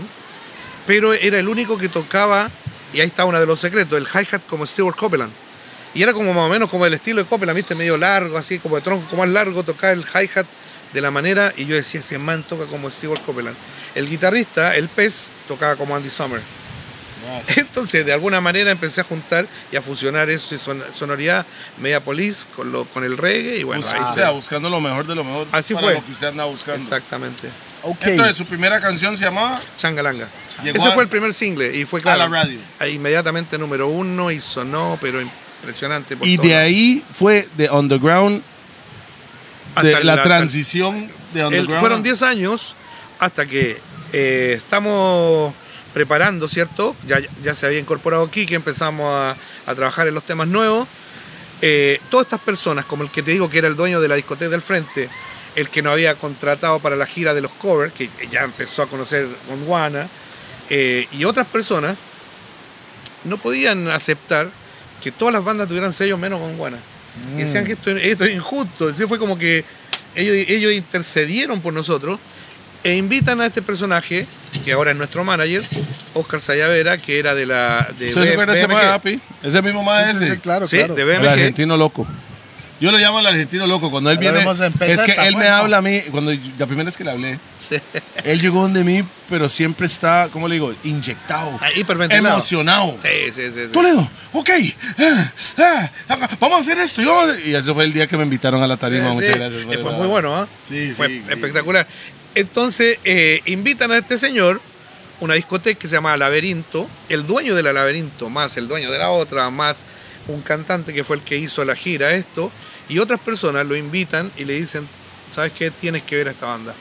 S4: pero era el único que tocaba, y ahí está uno de los secretos, el hi-hat como Stewart Copeland. Y era como más o menos como el estilo de Copeland, viste, medio largo, así como de tronco, como más largo, tocar el hi-hat de la manera. Y yo decía, ese man toca como Stewart Copeland. El guitarrista, el pez, tocaba como Andy Summer. Entonces, de alguna manera empecé a juntar y a fusionar eso, son- sonoridad media police con, lo, con el reggae. Y bueno,
S3: Bus-
S4: ahí
S3: Ah, o
S4: se-
S3: sea, buscando lo mejor de lo mejor
S4: Así
S3: para
S4: fue.
S3: lo que usted andaba buscando.
S4: Exactamente.
S2: Ok.
S3: Entonces, su primera canción se llamaba
S4: Changalanga.
S3: Llegó
S4: Ese
S3: a-
S4: fue el primer single y fue
S3: A la
S4: claro.
S3: radio.
S4: ahí Inmediatamente número uno y sonó, pero impresionante. por
S3: Y
S4: todos
S3: de
S4: lados.
S3: ahí fue de Underground, de
S4: Hasta
S3: la,
S4: hasta-
S3: transición de
S4: El-
S3: Underground.
S4: fueron 10 años hasta que eh, estamos preparando, ¿cierto? Ya, ya se había incorporado aquí, que empezamos a, a trabajar en los temas nuevos. Eh, todas estas personas, como el que te digo que era el dueño de la discoteca del frente, el que nos había contratado para la gira de los covers, que ya empezó a conocer Gondwana, eh, y otras personas, no podían aceptar que todas las bandas tuvieran sellos menos Gondwana. Y decían que esto, esto es injusto. Entonces fue como que ellos, ellos intercedieron por nosotros e invitan a este personaje, que ahora es nuestro manager, Oscar Sayavera, que era de la. De
S3: ¿Usted se acuerda de ese
S4: BMG.
S3: mae, papi? Ese mismo mae
S2: Sí, sí,
S3: ese.
S2: sí, claro,
S4: Sí,
S2: claro.
S4: de
S3: El
S4: BMG.
S3: argentino loco. Yo lo llamo el argentino loco. Cuando él viene.
S2: Hablemos en peseta,
S3: Es que él me
S2: bueno.
S3: habla a mí. Cuando yo- la primera vez que le hablé,
S4: Sí.
S3: él llegó donde mí, pero siempre está, ¿cómo le digo? Inyectado.
S4: Ah, hiperventilado.
S3: Emocionado.
S4: Sí, sí, sí. sí.
S3: Toledo, ok, ah, ah, ah, vamos a hacer esto. Y, vamos a- y eso fue el día que me invitaron a la tarima.
S4: Sí,
S3: Muchas
S4: sí.
S3: gracias.
S4: Eh, Fue muy bueno, ¿ah?
S3: Sí,
S4: Fue
S3: sí, sí.
S4: espectacular. Entonces, eh, invitan a este señor una discoteca que se llama Laberinto, el dueño de la Laberinto, más el dueño de la otra, más un cantante que fue el que hizo la gira, esto, y otras personas lo invitan y le dicen, ¿sabes qué? Tienes que ver a esta banda.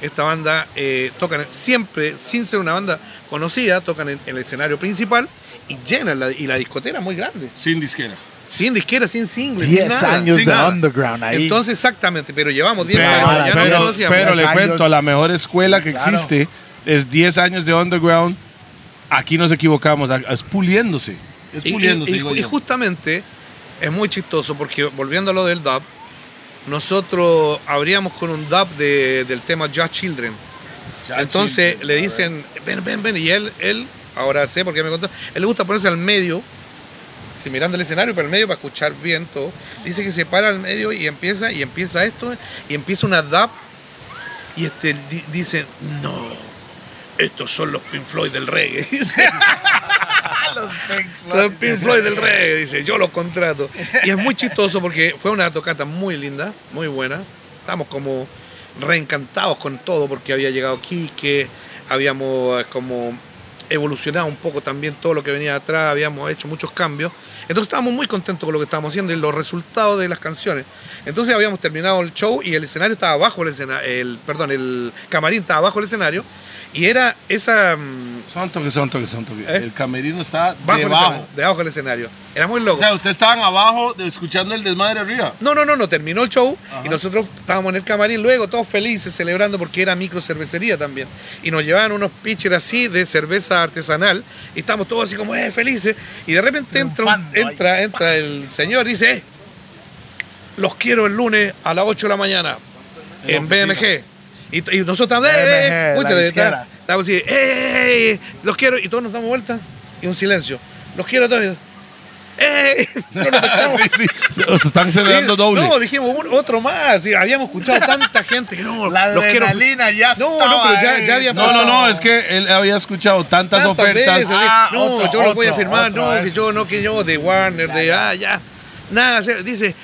S4: Esta banda eh, tocan siempre, sin ser una banda conocida, tocan en, en el escenario principal y llenan la, y la discoteca era muy grande.
S3: Sin disquera.
S4: Sin disquera, sin single, sin
S2: 10
S4: nada,
S2: años
S4: sin
S2: de
S4: nada.
S2: underground ahí.
S4: Entonces, exactamente, pero llevamos 10
S3: Pero,
S2: Sí,
S4: años. ya no
S3: pero-
S4: lo hacíamos.
S3: pero le
S2: Diez
S3: cuento,
S2: años.
S3: la mejor escuela
S2: Sí,
S3: que
S2: claro.
S3: existe es 10 años de underground. Aquí nos equivocamos, a- es puliéndose. Es
S4: Y- y-
S3: puliéndose,
S4: y,
S3: digo
S4: y
S3: yo.
S4: justamente es muy chistoso porque volviendo a lo del dub, nosotros abríamos con un dub de- del tema Just Children. Entonces le dicen, ven, ven, ven. Y él, él, ahora sé porque me contó, él le gusta ponerse al medio, si mirando el escenario, pero al medio para escuchar bien todo. Dice que se para al medio y empieza, y empieza esto, y empieza una DAP. Y este, di- dicen, no, estos son los Pink Floyd del reggae. Dice,
S2: los Pink
S4: los Pink Floyd del reggae, dice, yo los contrato. Y es muy chistoso porque fue una tocata muy linda, muy buena. Estamos como reencantados con todo porque había llegado Quique, habíamos eh, como evolucionado un poco también todo lo que venía atrás, habíamos hecho muchos cambios. Entonces estábamos muy contentos con lo que estábamos haciendo y los resultados de las canciones. Entonces habíamos terminado el show y el escenario estaba abajo el escenario, el, perdón, el camarín estaba abajo el escenario y era esa mm,
S3: Son toques, son toques, son toques.
S4: ¿Eh?
S3: El camerino está
S4: bajo el
S3: debajo.
S4: escenario, debajo del escenario. Era muy
S3: O
S4: loco.
S3: sea, ustedes estaban abajo de- escuchando el desmadre arriba.
S4: No, no, no, no, terminó el show y nosotros estábamos en el camarín luego, todos felices, celebrando porque era micro cervecería también. Y nos llevaban unos pitchers así de cerveza artesanal y estábamos todos así como, eh, felices. Y de repente entra, un-
S2: Triunfando ahí.
S4: entra, entra el señor y dice, eh, los quiero el lunes a las 8 de la mañana
S3: En
S4: en,
S3: la oficina.
S4: BMG. Y, y nosotros estábamos, eh, eh, eh,
S2: BMG,
S4: pucha,
S2: la
S4: de-
S2: disquera.
S4: estábamos así, eh, eh, eh, los quiero. Y todos nos damos vuelta y un silencio. Los quiero a todos. Y- Eh, no nos pescamos.
S3: sí, sí. O sea, están celebrando
S4: Sí,
S3: doble.
S4: No, dijimos un- otro más. y habíamos escuchado tanta gente que no,
S2: La
S4: los quiero.
S2: adrenalina ya
S4: No, no,
S2: estaba
S4: pero ya-
S2: ahí.
S4: ya había
S3: No, no, no,
S4: pasado.
S3: es que él había escuchado tantas,
S4: tantas
S3: ofertas.
S4: veces, así,
S2: Ah,
S4: no,
S2: otro,
S4: yo lo voy a
S2: otro,
S4: firmar.
S2: otro,
S4: no, que
S2: eso,
S4: yo,
S2: sí,
S4: no,
S2: sí,
S4: que
S2: sí,
S4: yo,
S2: sí,
S4: de
S2: sí.
S4: Warner,
S2: Ya,
S4: de
S2: ya.
S4: ah, ya. Nada, se- dice,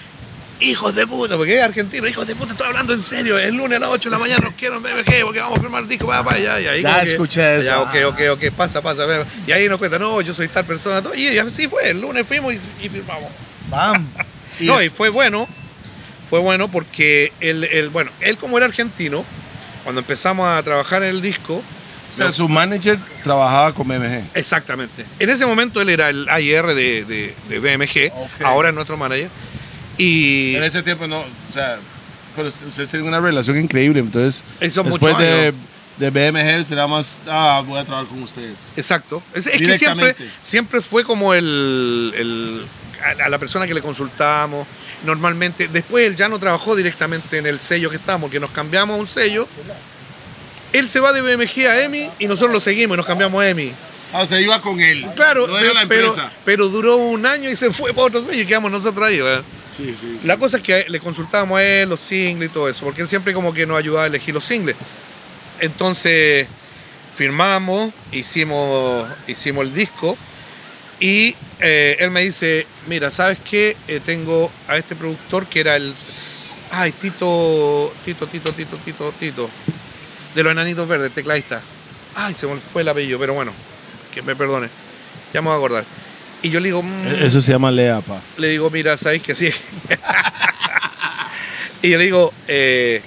S4: hijos de puta, porque es argentino, hijos de puta, estoy hablando en serio. El lunes a las 8 de la mañana nos quiero en BBG porque vamos a firmar el disco. Va, va, ya, ya,
S2: Ya escuché eso.
S4: Ya, ok, ok, ok, pasa, pasa. va, va. Y ahí nos cuenta, no, yo soy tal persona. todo, Y así fue, el lunes fuimos y- y firmamos.
S2: Bam.
S4: No, y fue bueno, fue bueno porque él, él- bueno, él como era argentino, cuando empezamos a trabajar en el disco,
S3: O sea, su manager trabajaba con BMG.
S4: exactamente, en ese momento él era el AIR de, de, de BMG,
S3: Ok.
S4: ahora es nuestro manager, y
S3: En ese tiempo no, o sea, pero ustedes tienen una relación increíble, entonces
S4: Hizo mucho
S3: después de,
S4: año.
S3: de BMG usted nada más, ah, voy a trabajar con ustedes.
S4: exacto, es, es que siempre,
S3: Directamente.
S4: siempre fue como el, el- a, a la persona que le consultábamos, normalmente, después él ya no trabajó directamente en el sello que estamos, que nos cambiamos a un sello, él se va de BMG a EMI y nosotros lo seguimos y nos cambiamos a EMI.
S3: Ah, o sea, iba con él.
S4: Claro,
S3: no era
S4: pero,
S3: la
S4: pero-
S3: empresa.
S4: pero duró un año y se fue para otro sello y quedamos nosotros ahí. ¿verdad?
S3: sí, sí, sí.
S4: La cosa es que le consultábamos a él los singles y todo eso, porque él siempre como que nos ayudaba a elegir los singles. Entonces firmamos, hicimos, hicimos el disco y eh, él me dice, mira, ¿sabes qué? Eh, tengo a este productor que era el... Ay, Tito, Tito, Tito, Tito, Tito, Tito. De los enanitos verdes, tecladista. Ay, se me fue el apellido, pero bueno, que me perdone. Ya me voy a acordar. Y yo le digo... "Mm,
S3: E, Eso se llama Lea, pa.
S4: le digo, mira, ¿sabéis que sí? y yo le digo, eh,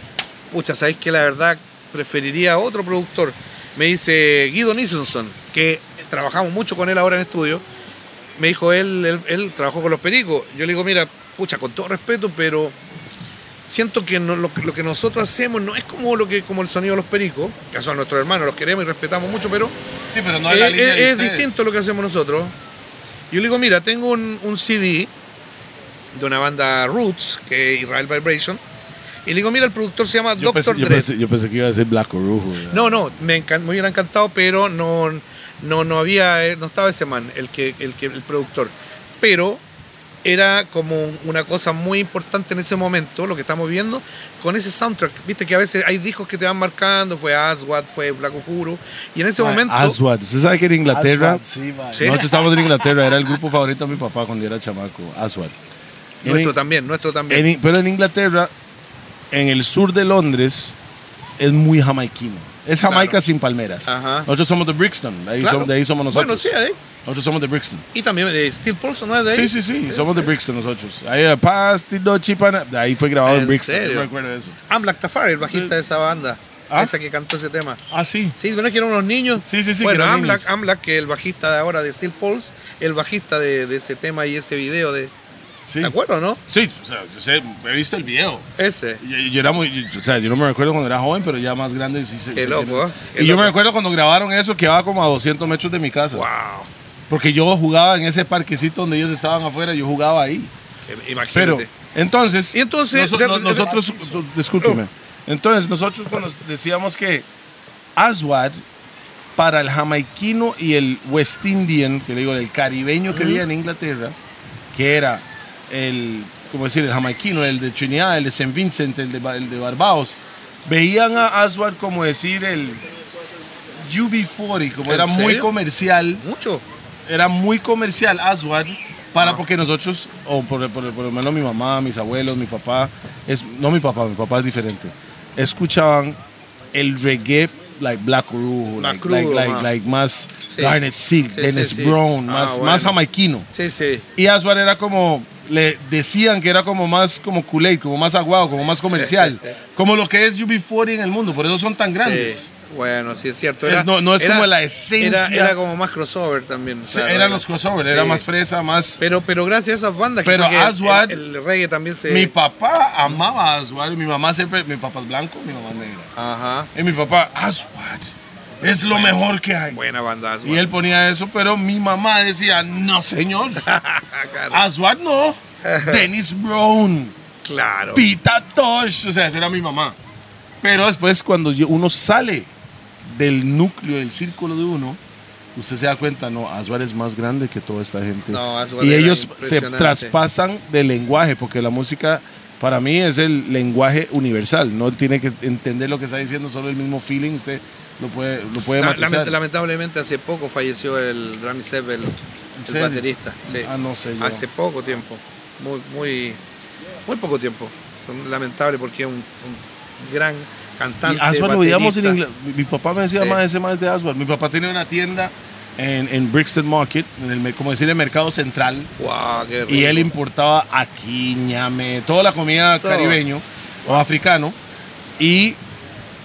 S4: pucha, ¿sabéis que la verdad preferiría a otro productor? Me dice Guido Nissenson, que trabajamos mucho con él ahora en estudio. Me dijo, él, él, él trabajó con los pericos. Yo le digo, mira, pucha, con todo respeto, pero siento que no- lo, lo que nosotros hacemos no es como, lo que, como el sonido de los pericos, que son nuestros hermanos, los queremos y respetamos mucho, pero
S3: Sí, pero no
S4: es,
S3: era la línea
S4: Eh, es-
S3: de
S4: es
S3: ustedes.
S4: distinto lo que hacemos nosotros. Yo le digo, mira, tengo un, un CD de una banda Roots, que es Israel Vibration. Y le digo, mira, el productor se llama
S3: Yo pensé,
S4: Doctor
S3: yo,
S4: Dre.
S3: pensé, yo pensé que iba a decir Blanco Rujo. ¿verdad?
S4: No, no, me, encan- me hubiera encantado, pero no, no, no había, eh, no estaba ese man, el que, el que, el productor. Pero era como un- una cosa muy importante en ese momento, lo que estamos viendo, con ese soundtrack. Viste que a veces hay discos que te van marcando, fue Aswad, fue Black Uhuru, y en ese
S3: Ma,
S4: momento.
S3: Aswad. Usted sabe que en Inglaterra.
S2: Asphalt, sí, man.
S4: Sí.
S3: Nosotros estábamos en Inglaterra, era el grupo favorito de mi papá cuando yo era chamaco, Aswad. En
S4: Nuestro
S3: In-
S4: también, nuestro también.
S3: en In- pero en Inglaterra, en el sur de Londres, es muy jamaiquino. Es Jamaica
S4: Claro.
S3: sin palmeras.
S4: Ajá.
S3: Nosotros somos de Brixton, de ahí,
S4: Claro.
S3: somos, de ahí somos
S4: Bueno,
S3: nosotros.
S4: sí, ahí.
S3: Nosotros somos de Brixton.
S4: Y también eh, Steel Paulson, ¿no Eh, es de ahí?
S3: Sí, sí, sí, somos de Brixton nosotros. Ahí, eh, Pasti, no chipana. De ahí fue grabado en,
S4: ¿En
S3: Brixton.
S4: serio?
S3: Yo recuerdo eso.
S4: Ah, Black Tafari, el bajista de esa banda.
S3: Ah.
S4: Esa que cantó ese tema.
S3: Ah, sí.
S4: Sí, ¿no es que eran unos niños?
S3: Sí, sí, sí, que
S4: Bueno,
S3: eran
S4: Amlac,
S3: niños.
S4: Amlac, que el bajista de ahora de Steel Pulse, el bajista de, de ese tema y ese video de...
S3: Sí,
S4: ¿De acuerdo, no?
S3: sí o sea, yo sé, he visto el video.
S4: Ese.
S3: Yo, yo era muy, yo- o sea, yo no me recuerdo cuando era joven, pero ya más grande sí se-
S4: Qué
S3: se
S4: loco,
S3: tiene-
S4: ¿eh? Qué
S3: Y yo me
S4: loco.
S3: recuerdo cuando grabaron eso que iba como a 200 metros de mi casa.
S4: ¡Wow!
S3: Porque yo jugaba en ese parquecito donde ellos estaban afuera, yo jugaba ahí.
S4: Qué- Imagínate.
S3: Pero entonces,
S4: Y entonces,
S3: noso-
S4: de-
S3: no-
S4: de- Oh.
S3: nosotros, discúlpeme. Entonces, nosotros cuando decíamos que Aswad para el jamaiquino y el West Indian, que le digo, el caribeño que vivía en Inglaterra, que era el, como decir, el jamaiquino, el de Trinidad, el de St. Vincent, el de, Ba- el de Barbados, veían a Aswad como decir el UB40, como
S4: ¿En
S3: era muy
S4: serio?
S3: comercial
S4: Mucho.
S3: era muy comercial Aswad para porque nosotros, o por, por- por lo menos mi mamá, mis abuelos, mi papá, es, no mi papá, mi papá es diferente, escuchaban el reggae like Black Orujo,
S4: Más
S3: like,
S4: crudo,
S3: like, like,
S4: ma.
S3: like más
S4: Sí.
S3: Garnet Silk,
S4: Sí,
S3: Dennis
S4: sí, sí.
S3: Brown,
S4: Ah,
S3: más,
S4: bueno.
S3: más jamaiquino.
S4: Sí, sí.
S3: Y Aswad era como, le decían que era como más como culé, como más aguado, como más comercial. como lo que es UB40 en el mundo, por eso son tan grandes.
S4: Sí. Bueno, sí, es cierto.
S3: Es-
S4: Era,
S3: no- no es
S4: era-
S3: como la esencia.
S4: Era, era como más crossover también.
S3: Sí,
S4: claro,
S3: eran
S4: era.
S3: los crossovers,
S4: Sí.
S3: era más fresa, más...
S4: Pero, pero gracias a esas bandas que
S3: Pero
S4: fue que
S3: Aswad-
S4: el, el reggae también se.
S3: Mi papá amaba a Aswad, y mi mamá siempre, mi papá es blanco, mi mamá es negra.
S4: Ajá.
S3: Y mi papá, Aswad, es lo mejor que hay.
S4: Buena banda Aswad.
S3: Y él ponía eso, pero mi mamá decía, no señor,
S4: claro.
S3: Aswad no, Dennis Brown,
S4: claro.
S3: Pita Tosh, o sea, esa era mi mamá. Pero después cuando yo- uno sale del núcleo, del círculo de uno, usted se da cuenta, no, Aswad es más grande que toda esta gente.
S4: No, Aswad
S3: y
S4: era
S3: ellos se
S4: impresionante.
S3: traspasan del lenguaje, porque la música para mí es el lenguaje universal, no tiene que entender lo que está diciendo, solo el mismo feeling, usted lo puede, lo puede
S4: La-
S3: matizar.
S4: lament- lamentablemente hace poco falleció el Rami Sepp, el, el
S3: serio?
S4: baterista. sí.
S3: Ah, no sé yo.
S4: Hace poco tiempo. Muy, muy, muy poco tiempo. Lamentable porque es un, un gran cantante.
S3: Y Aswad lo veíamos en
S4: baterista.
S3: inglés. Mi, mi papá me decía,
S4: Sí.
S3: más ese más es de Aswad. Mi papá tenía una tienda en, en Brixton Market, en el, me- como decir, el mercado central.
S4: Guau, qué
S3: Y
S4: rico.
S3: él importaba aquí, ñame, toda la comida
S4: Todo.
S3: caribeño o africano. Y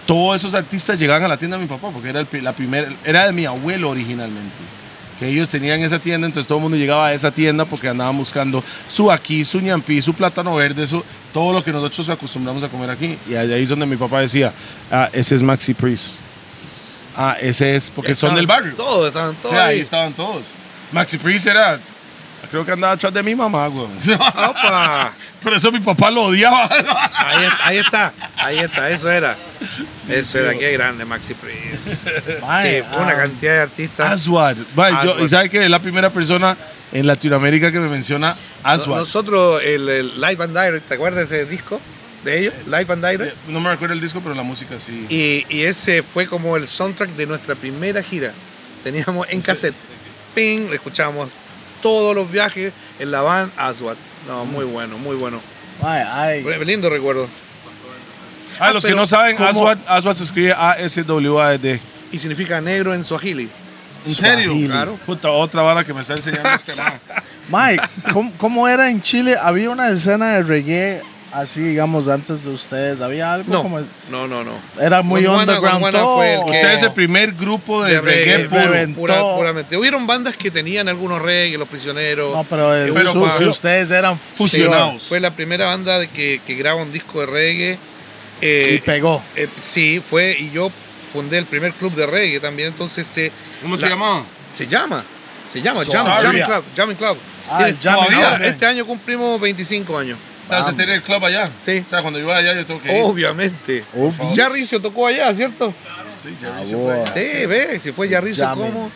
S3: todos esos artistas llegaban a la tienda de mi papá, porque era, el pri- la primera, era de mi abuelo originalmente. Que ellos tenían esa tienda, entonces todo el mundo llegaba a esa tienda porque andaban buscando su aquí, su ñampí, su plátano verde, su, todo lo que nosotros acostumbramos a comer aquí. Y ahí ahí es donde mi papá decía, ah, ese es Maxi Priest. Ah, ese es, porque son
S4: Estaban
S3: del barrio.
S4: Todos, estaban
S3: O
S4: todos.
S3: sea, ahí
S4: ahí.
S3: estaban todos. Maxi Priest era. Creo que andaba atrás de mi mamá, güey.
S4: ¡Opa!
S3: Por eso mi papá lo odiaba.
S4: Ahí, está, ahí está, ahí está, eso era. eso era,
S3: tío.
S4: qué grande Maxi Prince.
S2: Mae,
S4: sí, una
S2: ah,
S4: cantidad de artistas.
S3: Aswad. Vale, yo-
S4: Aswad.
S3: y sabe que es la primera persona en Latinoamérica que me menciona Aswad.
S4: No- Nosotros, el, el Live and Direct, ¿te acuerdas de ese disco de ellos? Live and Direct.
S3: Eh, No me recuerdo el disco, pero la música sí.
S4: Y, y ese fue como el soundtrack de nuestra primera gira. Teníamos en cassette. Ping, le escuchábamos todos los viajes en la van Aswad. No, muy bueno, muy bueno.
S2: mae, ay.
S4: Lindo recuerdo.
S3: Ah,
S4: Ah,
S3: los que
S4: pero
S3: no saben,
S4: ¿cómo?
S3: Aswad, Aswad se escribe A-S-W-A-D.
S4: Y significa negro en Swahili.
S3: ¿En serio?
S2: Swahili.
S4: Claro.
S3: Puta, otra vara que me está enseñando este man.
S2: Mae, ¿cómo, cómo era en Chile? ¿Había una escena de reggae así, digamos, antes de ustedes? ¿Había algo
S4: No,
S2: como.?
S4: no, no, no.
S2: Era muy
S4: Gondwana,
S2: underground
S4: Gondwana
S2: todo.
S4: fue el que-
S3: Usted es el primer grupo de,
S4: de
S3: reggae,
S4: reggae,
S3: puro.
S2: reventó.
S4: pura- puramente. Hubieron bandas que tenían algunos reggae, los prisioneros.
S2: No, pero, el-
S4: Pero
S2: su-
S4: fue-
S2: si ustedes eran
S3: Fusionados.
S2: fusionados.
S4: Fue la primera banda de que, que graba un disco de reggae. eh,
S2: Y pegó.
S4: eh, sí, fue, y yo fundé el primer club de reggae también, entonces se...
S3: ¿Cómo se
S4: la-
S3: llamaba?
S4: Se llama, se llama,
S2: Sorry.
S4: Jam, Jamming Club, Jamming Club.
S2: Ah,
S4: Tiene-
S2: el Jamming
S4: todavía,
S2: Club, eh.
S4: Este año cumplimos 25 años,
S3: O sea, se tiene el club allá.
S4: Sí. Oh.
S3: O sea, cuando yo vaya allá, yo tengo que ir.
S4: obviamente.
S2: Obvio.
S4: Jarry se tocó allá, ¿cierto?
S3: Sí, Jerry, sí
S2: Ah,
S3: fue.
S2: boa.
S4: Sí, ve, si fue Jarry,
S2: Jamming.
S4: ¿cómo?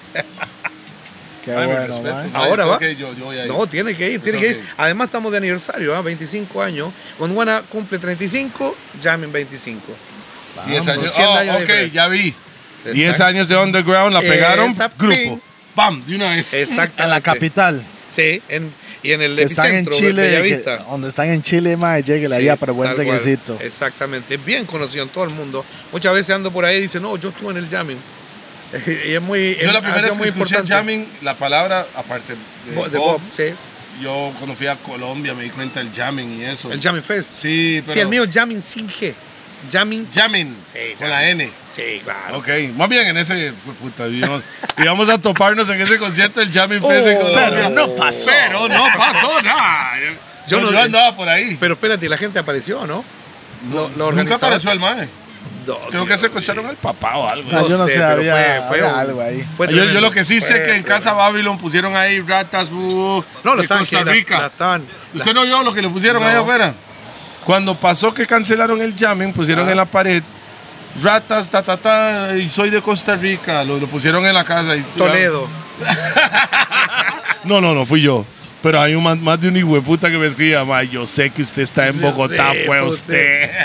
S2: Qué
S3: Ay, mi
S2: bueno,
S3: respeto.
S2: mae.
S3: Ay,
S4: Ahora
S3: tengo
S4: va.
S3: que ir yo, yo voy a ir.
S4: No, tiene que ir, tiene que
S3: Entonces-
S4: ir. Además estamos de aniversario, ¿ah? 25 años. Gondwana cumple 35, Jamming 25.
S3: 10
S4: Vamos,
S3: años.
S4: son 100
S3: Ah,
S4: años de
S3: ok,
S4: diferencia.
S3: ya vi. 10
S4: Exacto.
S3: años de underground, la pegaron,
S4: Esa
S3: grupo.
S4: ping.
S3: Pam, de una vez.
S4: Exactamente.
S2: En la capital.
S4: Sí, en- y en el
S2: Que están en
S4: epicentro de
S2: Chile. que-
S4: Bellavista.
S2: donde están en Chile, mae, llegue la
S4: Sí,
S2: guía para buen
S4: tal cual. Eh,
S2: reguecito.
S4: Exactamente, es bien conocido en todo el mundo. Muchas veces ando por ahí y dicen, no, yo estuve en el jamming. y es muy,
S3: Yo la primera
S4: es
S3: vez
S4: ha sido
S3: que
S4: muy
S3: escuché
S4: importante.
S3: jamming, la palabra, aparte de
S4: Bo- de
S3: Bob,
S4: Bob, sí.
S3: yo cuando fui a Colombia me di cuenta del jamming y eso.
S4: El jamming fest. Sí,
S3: Sí, pero...
S4: el mío jamming sin G. Jamming.
S3: Jamming,
S4: Sí,
S3: con
S4: jamming.
S3: la N.
S4: Sí, claro.
S3: Ok, más bien en ese, fue puta, íbamos, íbamos a toparnos en ese concierto del Jamming
S4: Oh,
S3: Fest en Colombia.
S2: Pero no pasó.
S3: Pero no pasó nada. Yo,
S4: Yo no-
S3: yo andaba por ahí.
S4: Pero espérate, la gente apareció, ¿no? Lo- lo
S3: Nunca
S4: organizador-
S3: apareció el mae.
S4: No,
S3: Creo
S4: Dios
S3: que se
S4: mío.
S3: escucharon el papá o algo.
S2: Ah, yo no sé,
S4: pero
S2: había- había
S4: un-
S2: algo ahí.
S4: fue
S3: Yo, yo
S4: tremendo.
S3: lo que sí sé
S4: Fue
S3: que en Casa
S4: tremendo.
S3: Babylon pusieron ahí ratas, bu,
S4: No, lo
S3: de
S4: estaban
S3: Costa
S4: que la-
S3: Rica.
S4: la estaban-
S3: ¿Usted no vio lo que le pusieron ahí
S4: No.
S3: afuera? Cuando pasó que cancelaron el jamming,
S4: Ah.
S3: pusieron en la pared ratas, ta, ta, ta, y soy de Costa Rica. Lo, lo pusieron en la casa. Y
S4: Toledo.
S3: No, no, no fui yo. Pero hay un, man- más de un hijo puta que me escribía, "Ma, yo sé que usted está en
S4: Yo
S3: Bogotá,
S4: sé,
S3: fue
S4: fue
S3: usted.
S4: usted.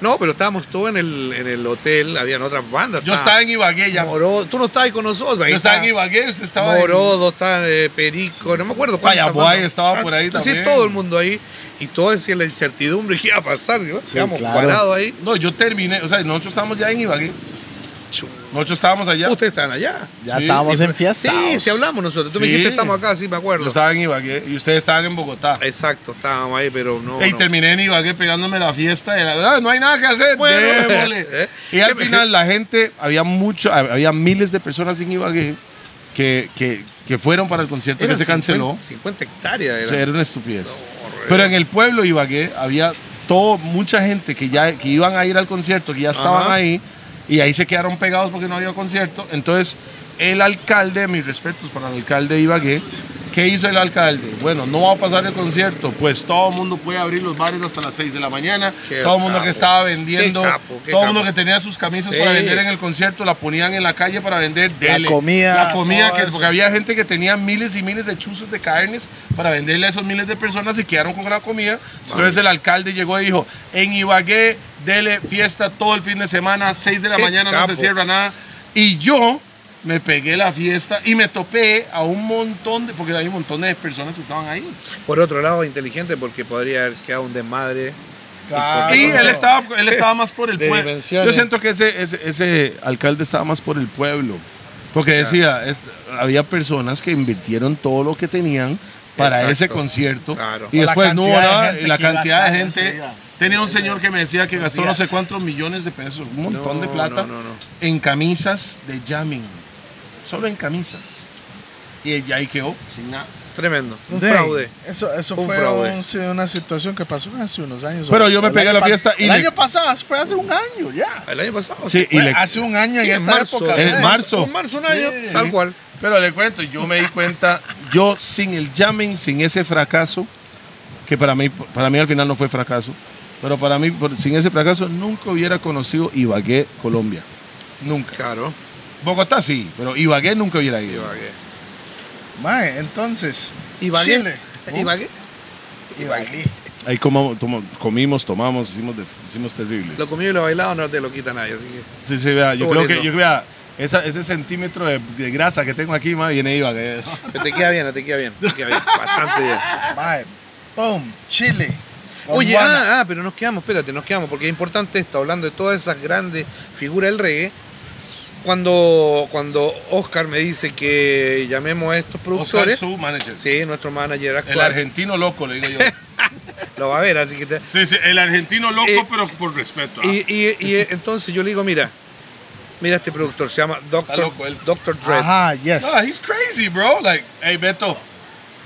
S4: No, pero estábamos todos en el, en el hotel, habían otras bandas.
S3: Yo estaba en Ibagué ya.
S4: Morodo, tú no estabas ahí con nosotros. Ahí
S3: Yo estaba en
S4: estaba
S3: Ibagué, usted estaba en-
S4: Morodo, estaba eh, Perico, no me acuerdo cuántas
S3: Payaboy
S4: bandas.
S3: estaba por ahí
S4: Ah, sí,
S3: también.
S4: todo el mundo ahí. Y todo decía la incertidumbre que iba a pasar. Digamos,
S2: claro.
S4: parados ahí.
S3: No, yo terminé, o sea, nosotros estábamos ya en Ibagué.
S4: Chu.
S3: Nosotros estábamos allá.
S4: Ustedes estaban allá.
S2: Ya
S3: Sí,
S2: estábamos
S4: Y-
S2: en fiesta.
S4: Sí, sí hablamos nosotros. Tú me
S3: Sí.
S4: dijiste estamos acá, sí me acuerdo.
S3: Yo estaba en Ibagué y ustedes estaban en Bogotá.
S4: Exacto, estábamos ahí, pero Eh, no.
S3: Y
S4: no.
S3: terminé en Ibagué pegándome la fiesta y la verdad no hay nada que hacer.
S4: Bueno.
S3: démosle.
S4: ¿Eh?
S3: Y al
S4: ¿Qué me-
S3: final la gente, había mucho, había miles de personas en Ibagué que, que, que fueron para el concierto
S4: Eran
S3: que se canceló.
S4: 50, 50 hectáreas.
S3: O
S4: eran.
S3: sea, era una estupidez.
S4: Horrible.
S3: Pero en el pueblo de Ibagué había todo, mucha gente que ya que iban a ir al concierto, que ya estaban
S4: Ajá.
S3: ahí, y ahí se quedaron pegados porque no había concierto. Entonces, el alcalde, mis respetos para el alcalde de Ibagué, ¿qué hizo el alcalde? Bueno, no va a pasar el concierto, pues todo el mundo puede abrir los bares hasta las 6 de la mañana,
S4: Qué
S3: todo el mundo
S4: capo.
S3: que estaba vendiendo,
S4: Qué capo, qué
S3: todo el mundo
S4: capo.
S3: que tenía sus camisas
S4: Sí.
S3: para vender en el concierto, la ponían en la calle para vender, dele.
S2: comida,
S3: la comida
S2: todo
S3: que,
S2: eso.
S3: porque había gente que tenía miles y miles de chuzos de carnes para venderle a esos miles de personas y quedaron con la comida. Entonces el alcalde llegó y dijo, en Ibagué, dele fiesta todo el fin de semana, 6 de la
S4: Qué
S3: mañana no
S4: capo.
S3: se cierra nada. Y yo me pegué la fiesta y me topé a un montón de, porque hay un montón de personas que estaban ahí.
S4: Por otro lado, inteligente porque podría haber quedado un desmadre.
S2: Claro.
S3: Y él
S2: Correcto.
S3: estaba, él estaba más por el
S4: Ah, De
S3: pueblo.
S4: dimensiones.
S3: Yo siento que ese, ese, ese alcalde estaba más por el pueblo. Porque decía, est- había personas que invirtieron todo lo que tenían para
S4: Exacto.
S3: ese concierto.
S4: Claro.
S3: Y
S2: O la
S3: después no
S2: cantidad de
S3: nada,
S2: gente
S3: y la
S2: que iba a
S3: cantidad de
S2: estar ese
S3: gente.
S2: día.
S3: Tenía un señor que me decía que
S2: esos
S3: gastó no sé
S2: días.
S3: cuántos millones de pesos, un montón
S4: No,
S3: de plata,
S4: no, no, no.
S3: en camisas de jamming. Solo en camisas. Y ella ahí quedó sin nada.
S4: Tremendo. Un
S2: Dang,
S4: fraude.
S2: Eso, eso
S4: Un
S2: fue
S4: fraude.
S2: un- sí, una situación que pasó hace unos años.
S3: Pero yo me
S2: El
S3: pegué a la
S2: año pas-
S3: fiesta y
S2: El
S3: le-
S2: año pasado, fue hace un año ya.
S4: El año pasado.
S3: Sí, y
S2: Fue
S3: le-
S2: Hace un año
S4: Sí,
S2: en esta
S4: marzo.
S2: época.
S3: En
S2: ¿no?
S3: marzo.
S4: Un marzo, un
S2: Sí.
S4: año. Tal cual.
S3: Pero le cuento, yo me di cuenta, yo sin el jamming, sin ese fracaso, que para mí, para mí al final no fue fracaso, pero para mí, por- sin ese fracaso, nunca hubiera conocido Ibagué, Colombia. Nunca.
S4: Claro.
S3: Bogotá sí, pero Ibagué nunca hubiera ido.
S4: Ibagué.
S2: Mae, entonces.
S4: Ibagué.
S2: Chile.
S4: Ibagué.
S2: Ibagué.
S3: Ahí como, tomo- comimos, tomamos, hicimos, de- hicimos terrible.
S4: Lo comido y lo bailado no te lo quita nadie, así que.
S3: Sí, sí, vea, yo
S4: Qué
S3: creo que,
S4: bonito.
S3: yo, vea, esa- ese centímetro de, de grasa que tengo aquí, más viene Ibagué.
S4: Pero te queda bien, te queda bien. Te queda bien. Bastante bien.
S2: Mae, boom, Chile.
S4: Oye,
S2: Gondwana.
S4: ah, ah, pero nos quedamos, espérate, nos quedamos, porque es importante esto, hablando de todas esas grandes figuras del reggae. Cuando, cuando Oscar me dice que llamemos a estos
S3: Oscar,
S4: productores,
S3: su manager.
S4: eh? sí, nuestro manager
S3: El
S4: actual,
S3: argentino loco, le digo yo.
S4: lo va a ver, así que te-
S3: Sí, sí, el argentino loco,
S4: Eh,
S3: pero por respeto. ah.
S4: y, y- y, eh, entonces yo le digo, mira, mira este productor, se llama Doctor,
S3: loco él.
S4: Dr. Dre.
S2: Ajá, yes.
S4: Ah,
S3: No, he's crazy, bro. Like, hey, Beto.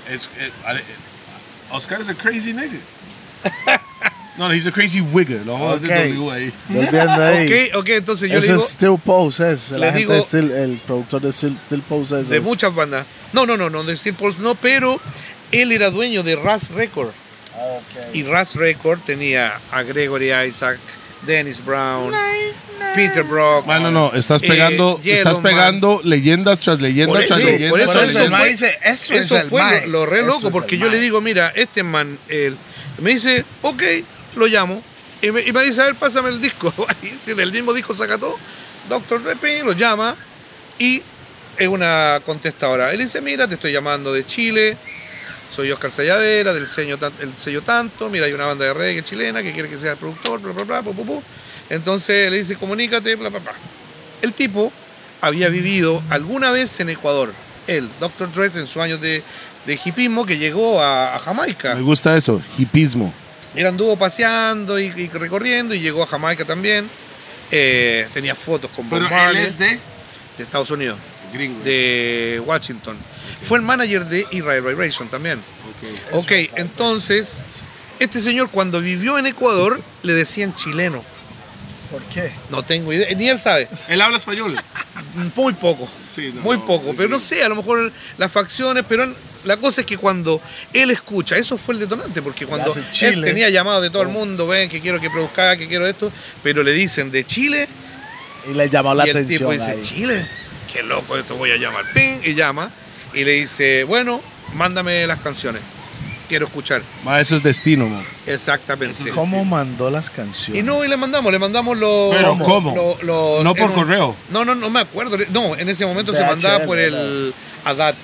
S3: Es, eh, ale- eh, Oscar is a crazy nigga. no, he's a crazy wigger. Lo vamos a
S2: Ok.
S3: decir ahí.
S2: Volviendo ahí.
S4: Ok, ok, entonces yo
S2: Eso
S4: le digo
S2: es Still Pose, es.
S4: le
S2: La gente
S4: digo-
S2: de Still- el productor de Still, Still Pose es.
S4: de
S2: el-
S4: muchas bandas. No, no, no, no, de Steel Pulse no, pero él era dueño de Raz Record.
S2: Ah, Ok.
S4: Y Raz Record tenía a Gregory Isaac, Dennis Brown, Peter Brooks.
S3: Mano, no, estás
S4: Eh,
S3: pegando, estás
S4: Yellowman.
S3: pegando leyendas tras leyendas
S4: Por eso,
S3: tras
S4: sí,
S3: leyendas.
S4: por eso,
S3: tras
S4: eso
S3: leyendas.
S4: fue-
S2: dice, eso,
S4: Eso
S2: es el
S4: fue
S2: mae.
S4: lo, lo re
S2: Eso
S4: loco,
S2: es
S4: porque
S2: el
S4: yo le
S2: mae.
S4: digo, mira, este man, él- me dice, ok, lo llamo. Y me, y me dice, a ver, pásame el disco. Y si del mismo disco saca todo, Doctor Repin lo llama y es una contestadora. Él dice, mira, te estoy llamando de Chile, soy Oscar Sayavera, del sello, tan- el sello tanto, mira, hay una banda de reggae chilena que quiere que sea el productor, bla, bla, bla, pu, pu, pu". Entonces le dice, comunícate, bla, bla, bla. El tipo había vivido alguna vez en Ecuador. Él, Dr. Dre, en sus años de, de hipismo, que llegó a, a Jamaica.
S3: Me gusta eso, hipismo.
S4: Él anduvo paseando y, y recorriendo y llegó a Jamaica también. Eh, tenía fotos con Bob Marley,
S3: de
S4: de Estados Unidos,
S3: gringo.
S4: de Washington. Fue el manager de Israel Vibration también. Ok, entonces, este señor cuando vivió en Ecuador le decían chileno.
S2: ¿Por qué?
S4: No tengo idea, ni él sabe.
S3: Él habla español.
S4: Muy poco.
S3: Sí, no,
S4: muy
S3: no,
S4: poco.
S3: muy
S4: pero no
S3: bien.
S4: sé, a lo mejor las facciones, pero él- la cosa es que cuando él escucha, eso fue el detonante, porque cuando
S2: hace Chile. Oh.
S4: él tenía llamado de todo el mundo, ven, que quiero que produzca, que quiero esto, pero le dicen de Chile,
S2: Y le llamó la
S4: y el
S2: atención.
S4: tipo dice,
S2: ahí.
S4: Chile, qué loco esto, voy a llamar. Ping, y llama, y le dice, bueno, mándame las canciones, quiero escuchar.
S3: Ma, eso es destino, man.
S4: Exactamente.
S2: ¿Cómo mandó las canciones?
S4: este Y no, y le mandamos, le mandamos los.
S3: Pero, ¿cómo?
S4: lo- los-
S3: No por
S4: era un-
S3: correo.
S4: No, no, no me acuerdo. No, en ese momento se
S2: DHL,
S4: mandaba por el ADAT.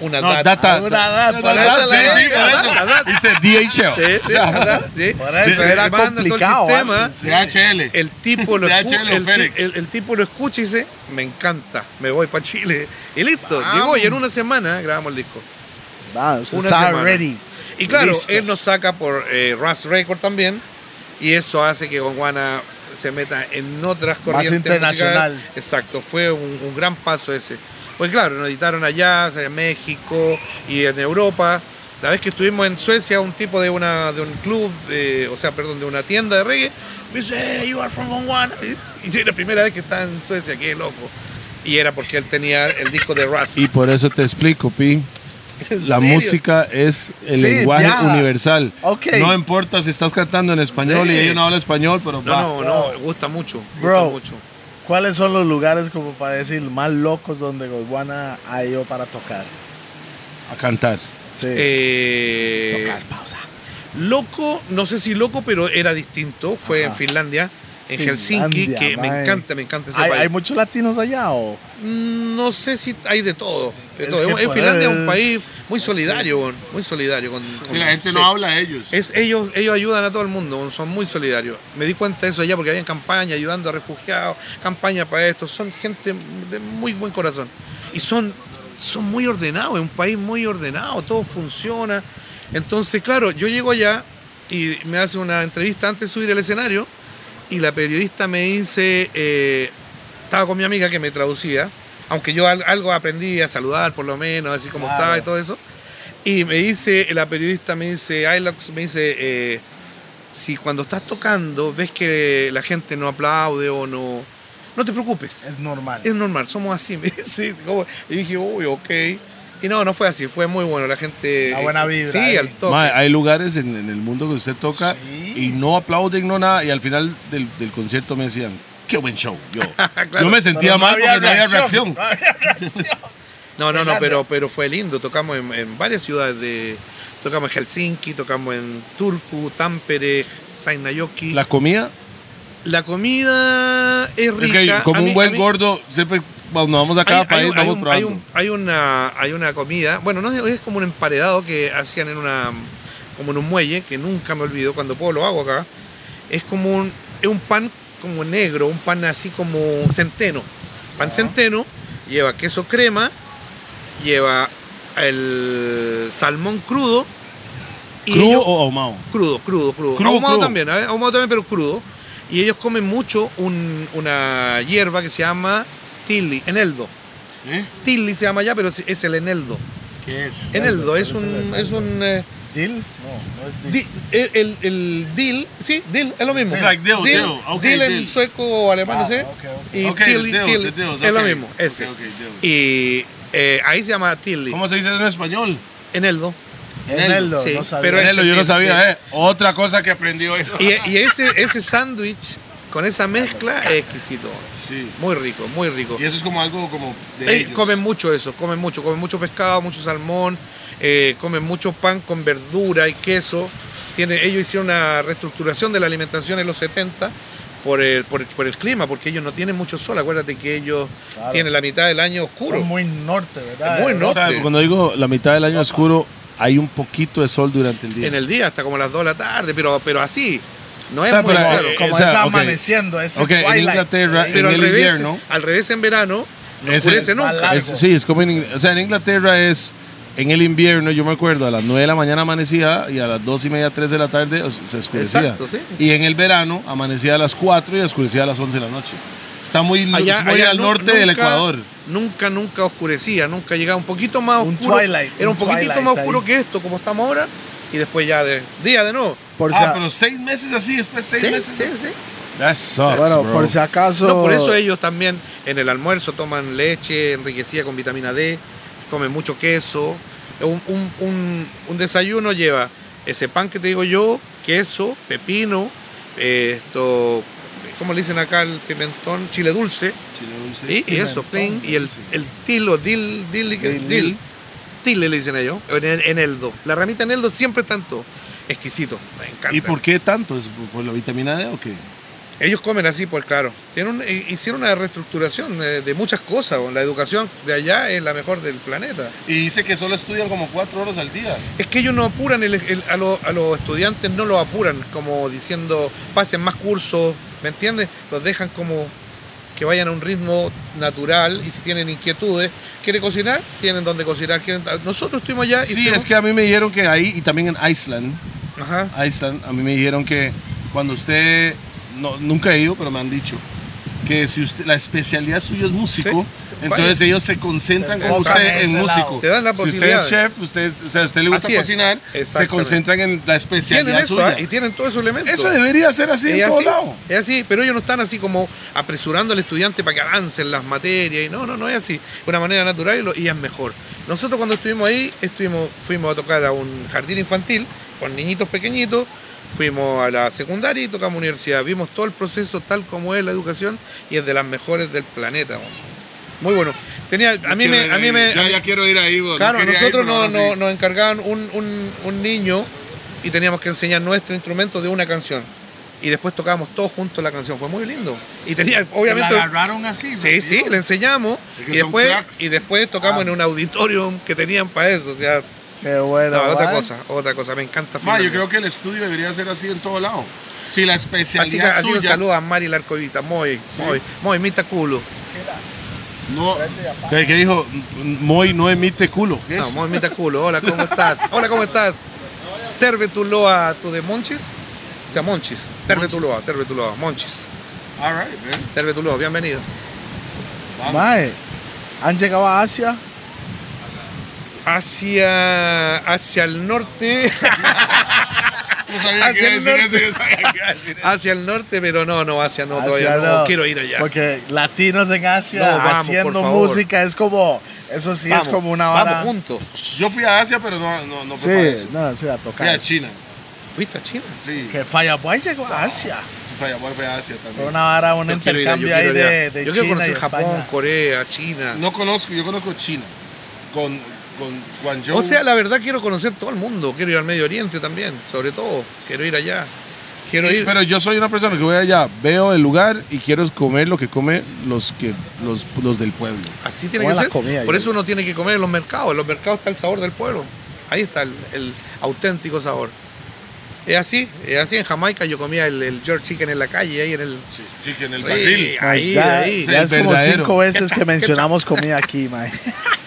S4: una
S3: No,
S4: data.
S3: data.
S2: Una data, por
S4: Una
S2: eso
S4: data,
S2: le digo,
S4: sí, sí, por
S2: una
S4: eso, una data.
S3: Viste, DHL.
S4: Sí, sí, una data, sí.
S2: Por eso
S4: Se
S2: era
S4: manda todo el
S2: complicado ¿ah?
S4: sistema,
S2: antes.
S3: DHL.
S4: el tipo lo, escu-
S3: DHL o
S4: el,
S3: FedEx.
S4: ti- el- el tipo lo escucha y dice, me encanta, me voy para Chile. Y listo, llegó y en una semana grabamos el disco.
S2: Va, usted
S4: Una
S2: estaba
S4: semana.
S2: ready.
S4: Y claro,
S2: Listos.
S4: él nos saca por eh, Ras Record también. Y eso hace que Don Juana se meta en otras corrientes.
S2: internacional.
S4: musicales. Exacto, fue un, un gran paso ese. Pues claro, nos editaron allá, o sea, en México y en Europa. La vez que estuvimos en Suecia, un tipo de, una, de un club, de- o sea, perdón, de una tienda de reggae, me dice, hey, you are from Don Juana. Y, y yo era la primera vez que estaba en Suecia, qué loco. Y era porque él tenía el disco de Ras.
S3: Y por eso te explico, Pi.
S4: ¿En
S3: La
S4: serio?
S3: música es el
S2: Sí,
S3: lenguaje
S2: viaja.
S3: universal.
S2: Ok.
S3: No importa si estás cantando en español
S4: Sí.
S3: y ella no habla español, pero va.
S4: No, no, no, gusta mucho. Gusta
S2: Bro.
S4: mucho.
S2: ¿Cuáles son los lugares, como para decir, más locos donde Goguana ha ido para tocar?
S3: a cantar.
S2: Sí.
S4: Eh,
S2: tocar, pausa.
S4: Loco, no sé si loco, pero era distinto. Fue en
S2: Ajá.
S4: Finlandia, en Helsinki,
S2: Finlandia,
S4: que me
S2: mae.
S4: encanta, me encanta ese
S2: ¿Hay,
S4: país. Mm,
S2: hay muchos latinos allá o...?
S4: No sé si hay de todo. de
S2: Es
S4: todo.
S2: que
S4: En
S2: por
S4: Finlandia es
S2: eso-
S4: un país muy solidario, weón, muy solidario. Con,
S3: Si la gente no habla ellos.
S4: Es, ellos, ellos ayudan a todo el mundo, weón, son muy solidarios. Me di cuenta de eso allá porque habían campaña ayudando a refugiados, campaña para esto. Son gente de muy buen corazón. Y son, son muy ordenados, es un país muy ordenado, todo funciona. Entonces, claro, yo llego allá y me hace una entrevista antes de subir al escenario y la periodista me dice, eh, estaba con mi amiga que me traducía, aunque yo al- algo aprendí a saludar por lo menos, así como
S2: Claro.
S4: estaba y todo eso. Y me dice, la periodista me dice, Ailox me dice, eh, si cuando estás tocando ves que la gente no aplaude o no, no te preocupes,
S2: Es normal.
S4: es normal, somos así, me dice. como- y dije, uy, ok. Y no, no fue así, fue muy bueno, la gente... eh,
S2: La buena vibra,
S4: Sí,
S2: ahí.
S4: al toque.
S3: Mae, hay lugares en, en el mundo que usted toca
S2: Sí.
S3: y no aplauden, no nada. Y al final del, del concierto me decían, qué buen show. Yo,
S4: Claro.
S3: yo me
S2: Pero
S3: sentía
S2: no
S3: mal
S2: había
S3: porque no había reacción.
S2: No había reacción.
S4: No, no, no,
S2: Finlandia.
S4: pero, pero fue lindo. Tocamos en, en varias ciudades de. Tocamos en Helsinki, tocamos en Turku, Tampere, Sainajoki.
S3: La
S4: La,
S3: comida,
S4: comida es rica.
S3: es que como
S4: A mí-
S3: un
S4: a
S3: buen
S4: mí-
S3: gordo, siempre cuando vamos a
S4: hay-
S3: cada
S4: hay
S3: país
S4: un- hay
S3: vamos
S4: un- hay
S3: probando.
S4: un- hay una, hay una comida, bueno, no es es como un emparedado que hacían en una, como en un muelle, que nunca me olvido, cuando puedo lo hago acá. Es como un, es un pan como negro, un pan así como centeno. Pan centeno, lleva queso crema, lleva el salmón crudo. y
S3: ¿Crudo
S4: ellos-
S3: o ahumado?
S4: Crudo, crudo, crudo.
S3: Crudo,
S4: ahumado
S3: crudo.
S4: también, ¿eh? ahumado también, pero crudo. Y ellos comen mucho un- una hierba que se llama tilli, eneldo.
S3: ¿Eh?
S4: Tilli se llama ya, pero es- es el eneldo.
S3: ¿Qué es?
S4: Eneldo es
S2: ¿cuál es
S4: un...
S2: el
S4: Es un eh,
S2: ¿Dil? No, no es dil.
S4: di- el, el, el dil, sí, dil, es lo mismo.
S3: It's like dill, dill, ok,
S4: Dill en
S3: dill.
S4: sueco o alemán, no
S2: Ah,
S4: sé.
S2: ok,
S4: Y
S3: ok. Ok,
S4: tilli,
S3: dedos,
S4: tilli,
S3: de dedos,
S4: es lo
S3: ok,
S4: mismo,
S3: ok,
S4: ese.
S3: ok, dedos.
S4: Y eh, ahí se llama tilli,
S3: ¿Cómo se dice en español?
S4: eneldo.
S2: Eneldo,
S4: Sí,
S2: no sabía.
S4: pero
S2: Pero
S4: el-
S3: Nelo, yo no
S4: sentido, sí.
S3: sabía, ¿eh? Otra cosa que aprendió eso.
S4: Y, y ese, ese sándwich con esa mezcla es exquisito.
S3: Sí.
S4: Muy rico, muy rico.
S3: Y eso es como algo como de
S4: Ey,
S3: ellos.
S4: comen mucho eso, comen mucho, comen mucho pescado, mucho salmón, eh, comen mucho pan con verdura y queso. Tiene, ellos hicieron una reestructuración de la alimentación en los 70 por el, por, el- por el clima, porque ellos no tienen mucho sol. Acuérdate que ellos
S2: Claro.
S4: tienen la mitad del año oscuro.
S2: Son muy norte, ¿verdad?
S4: Muy
S2: Eh,
S4: norte.
S3: O sea, cuando digo la mitad del año oscuro, hay un poquito de sol durante el día.
S4: En el día, hasta como las 2 de la tarde, pero, pero así. No es
S3: sea,
S4: muy
S3: pero,
S4: claro.
S3: eh,
S2: Como
S3: o sea,
S2: es
S3: ok.
S2: amaneciendo, es
S3: Ok, en
S2: twilight.
S3: Inglaterra-
S2: Eh,
S4: pero
S3: en
S4: al
S3: el
S4: revés,
S3: invierno-
S4: al revés en verano, no
S3: Ese
S4: oscurece
S3: es
S4: nunca.
S2: más
S3: Es-
S2: largo.
S3: sí, es como en, Ing- o sea, en Inglaterra es en el invierno, yo me acuerdo, a las 9 de la mañana amanecía y a las 2 y media, 3 de la tarde o sea, se oscurecía.
S4: Exacto, sí.
S3: Y en el verano amanecía a las 4 y oscurecía a las 11 de la noche. Está muy,
S4: allá,
S3: muy
S4: allá
S3: al
S4: nu-
S3: norte del
S4: nunca-
S3: Ecuador.
S4: Nunca, nunca oscurecía, nunca llegaba un poquito más
S2: Un
S4: oscuro.
S2: twilight,
S4: era un,
S2: un
S4: poquitito
S2: twilight
S4: más oscuro
S2: ahí.
S4: que esto, como estamos ahora, y después ya de día de nuevo.
S2: Por si a-
S3: 6 Ah, meses así, después
S4: Sí, sí, sí.
S3: That sucks,
S2: bueno,
S3: bro.
S2: por si acaso...
S4: Ah, No, por eso ellos también en el almuerzo toman leche enriquecida con vitamina D, comen mucho queso. Un, un- un- un desayuno lleva ese pan que te digo yo, queso, pepino, eh, esto, ¿cómo le dicen acá el pimentón? Chile dulce.
S3: Chile dulce.
S4: Sí, y eso,
S2: pimentón,
S4: plin, y el,
S2: sí.
S4: el til o dil, dil,
S2: Dil.
S4: dil, dil, le dicen ellos, en, el- en eldo. La ramita eneldo siempre tanto exquisito, me encanta.
S3: ¿Y por qué tanto? ¿Es por- ¿Por la vitamina D o qué?
S4: Ellos comen así, pues claro. Tienen, un- eh, hicieron una reestructuración eh, de, muchas cosas. bueno. La educación de allá es la mejor del planeta.
S3: Y dice que solo estudian como cuatro horas al día.
S4: Es que ellos no apuran, el- el- a, los- a los estudiantes no los apuran, como diciendo, pasen más cursos, ¿me entiendes? Los dejan como que vayan a un ritmo natural y si tienen inquietudes, ¿quieren cocinar? Tienen donde cocinar. quieren- Nosotros estuvimos allá Ah, y...
S3: Sí,
S4: estuvimos-
S3: es que a mí me dijeron que ahí, y también en Iceland,
S4: Ajá.
S3: Iceland, a mí me dijeron que cuando usted, no, nunca he ido, pero me han dicho, que si usted, la especialidad suya es músico,
S4: Sí,
S3: entonces
S4: vaya.
S3: ellos se concentran
S2: Te
S3: con
S4: enfocan
S3: usted
S2: en
S3: en
S2: ese
S3: músico.
S2: lado.
S4: Te dan la
S3: si usted es
S4: posibilidad.
S3: chef, usted, o sea, a usted le gusta
S4: Así es.
S3: cocinar, se
S4: Exactamente.
S3: concentran en la
S4: Tienen
S3: especialidad
S4: eso,
S3: suya.
S4: ¿ah? y tienen todos esos elementos.
S3: Eso debería ser así
S4: es
S3: en todo
S4: así,
S3: lado.
S4: es así, pero ellos no están así como apresurando al estudiante para que avancen las materias y no, no, no es así. De una manera natural y, lo- y es mejor. Nosotros cuando estuvimos ahí, estuvimos, fuimos a tocar a un jardín infantil con niñitos pequeñitos, fuimos a la secundaria y tocamos universidad. Vimos todo el proceso tal como es la educación y es de las mejores del planeta. bueno. Muy bueno. Tenía, a mí me, a mí me,
S3: ya, ya quiero ir ahí. bro. No
S4: Claro, a
S3: quería ir,
S4: nosotros
S3: pero
S4: no-
S3: ahora
S4: no-
S3: sí.
S4: nos encargaban un, un- un niño y teníamos que enseñar nuestro instrumento de una canción. Y después tocábamos todos juntos la canción. Fue muy lindo. Y tenía, obviamente.
S2: La agarraron así.
S4: Sí, sí, le enseñamos.
S3: Es que
S4: Y
S3: son
S4: después,
S3: cracks.
S4: y después tocamos en un auditorium que tenían para eso. O sea,
S2: Qué bueno.
S4: no, otra
S2: ¿va?
S4: cosa, otra cosa. Me encanta.
S3: Ma, yo
S4: Finlandia.
S3: creo que el estudio debería ser así en todo lado. Si la
S4: Así que
S3: especialidad
S4: así un
S3: suya
S4: saludo a Mari Larcovita, muy, muy, muy, mita culo.
S3: no, ¿qué, qué dijo? Moy no emite culo. ¿Qué
S4: No,
S3: es?
S4: muy mita culo. Hola, ¿cómo estás? Hola, ¿cómo estás? Terve tu loa, tu de Monchis. O sea, Monchis. Terve tu loa, terve tu loa, Monchis.
S3: All right, man.
S4: Terve Tuló, bienvenido.
S2: Mae, han llegado a Asia.
S4: Hacia, hacia el norte,
S3: No sabía
S4: Hacia
S3: que iba a
S4: el
S3: decir eso,
S4: norte. Ah.
S3: yo sabía que iba a decir eso.
S4: hacia el norte, pero no, no, hacia no,
S2: Asia
S4: todavía no,
S2: no,
S4: quiero ir allá.
S2: Porque latinos en Asia
S4: No, vamos, por
S2: haciendo
S4: favor.
S2: música es como. Eso sí es como una vara.
S4: Vamos juntos.
S3: Yo fui a Asia, pero no, no, no fue para
S2: Sí,
S3: eso.
S2: no, sí, a
S3: Fui a
S2: tocar.
S3: China.
S4: ¿Fuiste a China?
S3: Sí,
S2: Que Fireboy llegó a Asia.
S3: sí fue, allá, bueno, fue a Asia
S2: Fue
S3: también.
S2: una vara, un
S4: Yo quiero ir a- yo
S2: intercambio ahí
S4: quiero ir a-
S2: de, de
S4: Yo quiero
S2: China y
S4: conocer Japón,
S2: España.
S4: Corea, China.
S3: No conozco, yo conozco China. Con, con Guangzhou.
S4: O sea, la verdad quiero conocer todo el mundo. Quiero ir al Medio Oriente también, sobre todo. Quiero ir allá. Quiero ir.
S5: Pero yo soy una persona que voy allá, veo el lugar y quiero comer lo que comen los, que, los, los del pueblo.
S4: Así tiene
S2: Toda
S4: que
S2: la
S4: ser.
S2: comida,
S4: Por
S2: yo
S4: eso uno tiene que comer en los mercados. En los mercados está el sabor del pueblo. Ahí está el, el auténtico sabor. Es así, es así. En Jamaica yo comía el, el George Chicken en la calle, ahí en el.
S3: Sí, sí, que en el
S4: Sí,
S3: barril.
S4: Ahí,
S2: Pues ya
S4: ahí.
S2: ya
S5: Sí,
S2: es como
S5: verdadero.
S2: cinco veces que mencionamos comida aquí, mae.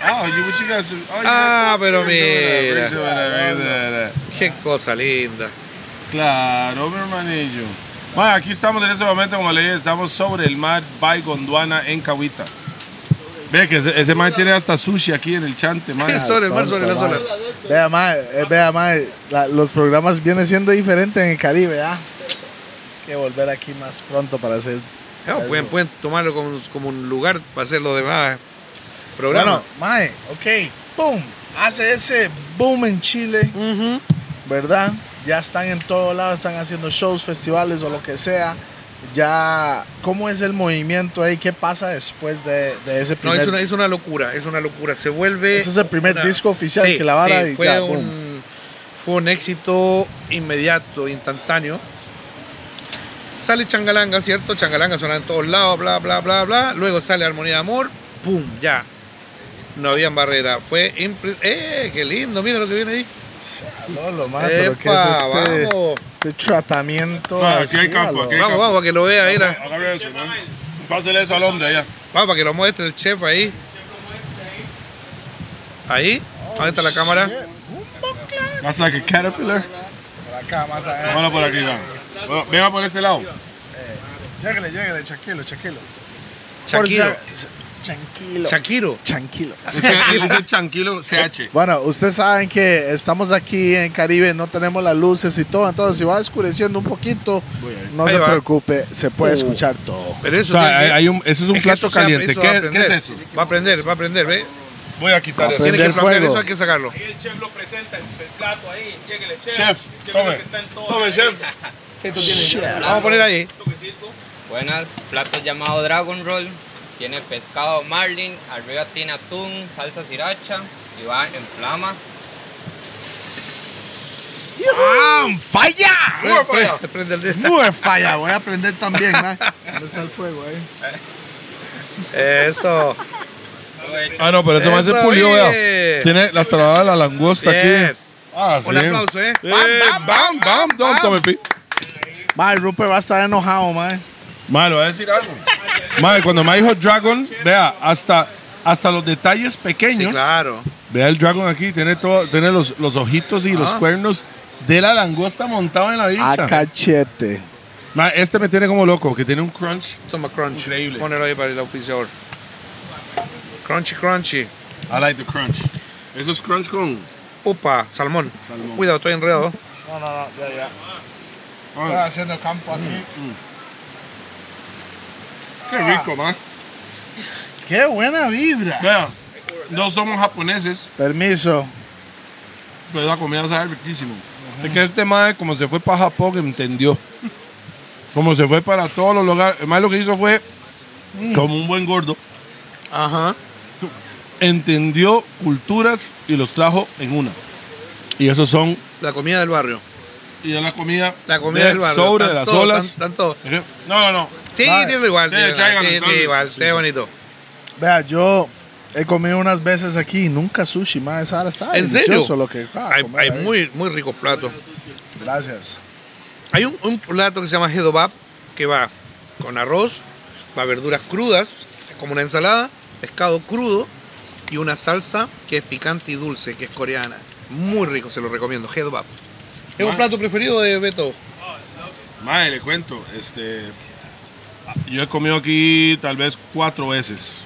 S3: Ah, you- what you guys- oh, you-
S4: Ah, pero
S3: Venezuela,
S4: mira.
S3: Venezuela, Venezuela.
S4: Qué
S2: Ah.
S4: cosa linda. Eh,
S3: Claro, mi hermanillo. Bueno, aquí estamos en ese momento, como le dije, estamos sobre el mar Bay Gondwana en Cahuita. Ve que ese, ese man tiene hasta sushi aquí en el chante, man.
S4: Sí, sobre el mar, sobre la zona.
S2: Ah, Vea, mae, eh, vea, mae, la- los programas vienen siendo diferentes en el Caribe, ¿ah? Hay que volver aquí más pronto para hacer.
S4: No, pueden, pueden tomarlo como, como un lugar para hacer los demás
S2: Bueno,
S4: programas.
S2: mae, ok, boom, hace ese boom en Chile, ¿verdad? Ya están en todo lado, están haciendo shows, festivales o lo que sea. Ya, ¿cómo es el movimiento ahí? ¿Qué pasa después de, de ese
S4: no,
S2: primer
S4: es una, es una locura, es una locura. Se vuelve.
S2: Ese es el primer
S4: una-
S2: disco oficial
S4: Sí,
S2: que la vara
S4: sí,
S2: y
S4: fue,
S2: ya, boom.
S4: un, fue un éxito inmediato, instantáneo. Sale Changalanga, ¿cierto? Changalanga suena en todos lados, bla, bla, bla, bla. Luego sale Armonía de Amor, ¡pum! Ya. No habían barrera. Fue impre- ¡Eh! ¡Qué lindo! Mira lo que viene ahí.
S2: Lolo, mae, pero ¿qué es
S4: Epa,
S2: este,
S4: vamos.
S2: este tratamiento?
S3: Ah, aquí
S2: así
S3: hay campo,
S2: a lo-
S3: aquí hay
S4: Vamos, vamos, para que lo vea ahí. la-
S3: Agarra eso, man. Pásale eso al hombre allá.
S4: Vamos, para que lo muestre el chef ahí. Ahí. Ahí está la cámara.
S3: That's like a caterpillar.
S2: Por acá, más allá.
S3: Bueno, por aquí, va. Bueno, venga por este lado.
S2: Lléguele, lléguele, tranquilo, tranquilo.
S4: Shakiro.
S2: Por si- Tranquilo.
S4: Shakiro.
S2: Tranquilo.
S3: Ese, él dice tranquilo CH.
S2: Bueno, ustedes saben que estamos aquí en Caribe, no tenemos las luces y todo, entonces si va oscureciendo un poquito, no
S4: Ahí
S2: se
S4: va.
S2: preocupe, se puede
S4: Uh.
S2: escuchar todo.
S4: Pero
S5: O
S4: eso,
S5: sea,
S4: tiene que-
S5: hay- hay un- eso es un
S4: es que
S5: plato
S4: eso se-
S5: caliente.
S4: eso va a
S5: ¿Qué, qué
S4: aprender.
S5: es eso?
S4: Va a aprender, va a aprender, ¿ve?
S3: Voy a quitar eso.
S4: Tiene que
S2: Prender
S4: plantear
S2: fuego.
S4: eso, hay que sacarlo.
S6: Ahí el chef lo presenta, el, el plato ahí, llega el chef.
S3: Chef,
S6: el chef es
S3: tome.
S6: el que está en todo.
S3: Tome,
S6: ahí.
S3: chef.
S2: Ah,
S4: Vamos a poner ahí.
S6: Toquecito.
S7: Buenas, plato llamado Dragon Roll. Tiene pescado marlin, arriba tiene atún, salsa sriracha y va en flama.
S4: ¡Ah!
S2: on fire!
S4: Prende- prende- Te prende el dedo.
S2: Muy falla, voy a aprender también, man. ¿Dónde está el fuego ahí?
S4: Eso.
S3: Ah, no, pero ese más se
S4: Eso,
S3: pulió,
S4: bien.
S3: vea. Tiene la trabada de la langosta
S4: Bien.
S3: aquí. Ah, sí.
S4: Un aplauso, ¿eh?
S3: Eh, bam, bam, bam, don Tommy P.
S2: Mae, Rupert va a estar enojado, mae.
S3: Mae, le voy a decir algo. Mae, cuando me dijo Dragon, vea, hasta, hasta los detalles
S4: Sí,
S3: pequeños.
S4: claro.
S3: Vea el Dragon aquí, tiene, todo, tiene los, los ojitos y los
S4: Ah.
S3: cuernos de la langosta montado en la
S2: A
S3: bicha.
S2: cachete.
S3: Mae, este me tiene como loco, que tiene un crunch
S4: Toma crunch.
S3: Increíble.
S4: Ponelo ahí para el auspiciador. Crunchy, crunchy.
S3: I like the crunch. Eso es crunch con.
S4: Upa, salmón. Cuidado, estoy enredado.
S2: No, no, no, ya, ya.
S4: Ah.
S2: Estoy haciendo campo aquí.
S3: Qué rico, man.
S2: ¡Qué buena vibra!
S3: Vea, no somos japoneses,
S2: Permiso.
S3: pero la comida sabe riquísimo. Es que este madre, como se fue para Japón, entendió. Como se fue para todos los lugares. El mae lo que hizo fue, como un buen gordo,
S4: Ajá.
S3: entendió culturas y los trajo en una. Y esos son
S4: La comida del barrio.
S3: y de la comida.
S4: La comida
S3: de
S4: del barrio.
S3: Sobre
S4: Tan
S3: las
S4: todo,
S3: olas. ¿Eh?
S4: tan- tanto.
S3: No, no, no.
S4: Sí,
S3: Vale.
S4: tiene igual.
S3: Sí,
S4: tiene
S3: traigan
S4: igual, tiene
S3: entonces.
S4: igual.
S3: Sí,
S4: Se ve
S3: sí.
S4: bonito.
S2: Vea, yo he comido unas veces aquí y nunca sushi, mae. Esa hora está
S4: ¿En
S2: Ah, delicioso
S4: serio?
S2: lo que acaba de
S4: Hay,
S2: comer
S4: hay
S2: ahí.
S4: muy, muy ricos platos.
S2: Gracias.
S4: Hay un, un plato que se llama Hedobab, que va con arroz, va verduras crudas, como una ensalada, pescado crudo y una salsa que es picante y dulce, que es coreana. Muy rico, se lo recomiendo. Hedobab. Es un plato preferido de Beto.
S3: Madre, le cuento. Este, yo he comido aquí tal vez cuatro veces.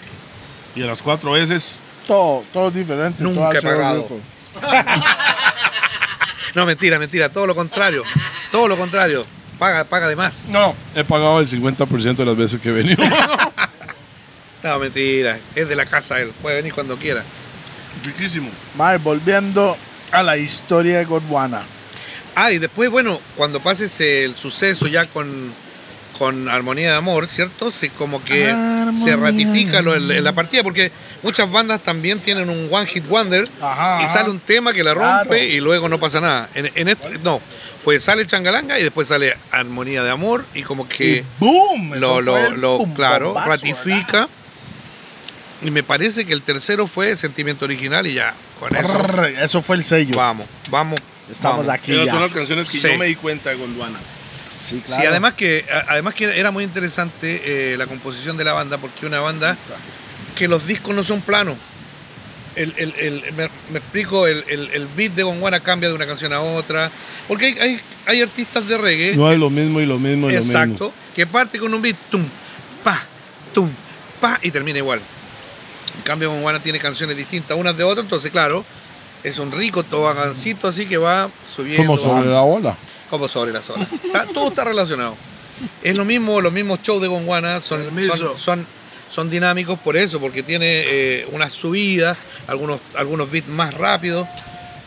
S3: Y a las cuatro veces.
S2: Todo, todo diferente.
S4: Nunca
S2: todo
S4: he
S2: ha sido
S4: pagado.
S2: rico.
S4: No, mentira, mentira, todo lo contrario. Todo lo contrario. Paga, paga de más.
S3: No, he pagado el 50% de las veces que he venido.
S4: No, mentira. Es de la casa él. Puede venir cuando quiera.
S3: Riquísimo.
S2: Mae, volviendo a la historia de Gondwana.
S4: Ah, y después, bueno, cuando pases el suceso ya con, con Armonía de Amor, ¿cierto? Se, como que
S2: Armonía
S4: se
S2: de
S4: ratifica lo- el- la partida, porque muchas bandas también tienen un One Hit Wonder
S2: Ajá,
S4: y
S2: ajá.
S4: sale un tema que la rompe
S2: Claro.
S4: y luego no pasa nada. En, en esto, no, fue sale Changalanga y después sale Armonía de Amor y como que
S2: ¡Boom! Eso
S4: lo,
S2: fue
S4: lo,
S2: el
S4: lo-
S2: pum,
S4: claro,
S2: bombazo,
S4: ratifica. Y me parece que el tercero fue Sentimiento Original y ya, con
S2: ¿verdad?
S4: eso
S2: Brr, Eso fue el sello.
S4: vamos, vamos.
S2: Estamos
S4: vamos.
S2: aquí ya.
S3: canciones
S4: Sí.
S3: di cuenta de Gondwana.
S2: Sí,
S4: Sí, además que, a- además que era muy interesante eh, la composición de la banda, porque una banda que los discos no son planos. El, el- el- me, me explico, el, el- el beat de Gonguana cambia de una canción a otra. Porque hay, hay, hay artistas de reggae,
S3: No hay lo mismo y lo mismo y lo mismo.
S4: exacto, que parte con un beat, tum, pa, tum, pa, y termina igual. En cambio, Gonguana tiene canciones distintas unas de otras, entonces, claro, es un rico tobagancito así que va subiendo.
S3: Como
S4: bajando
S3: sobre la ola.
S4: como sobre la zona. Está- todo está relacionado. Es lo mismo, los mismos shows de Gonguana son,
S2: Permiso.
S4: son, son, son dinámicos por eso, porque tiene eh, unas subidas, algunos, algunos beats más rápidos,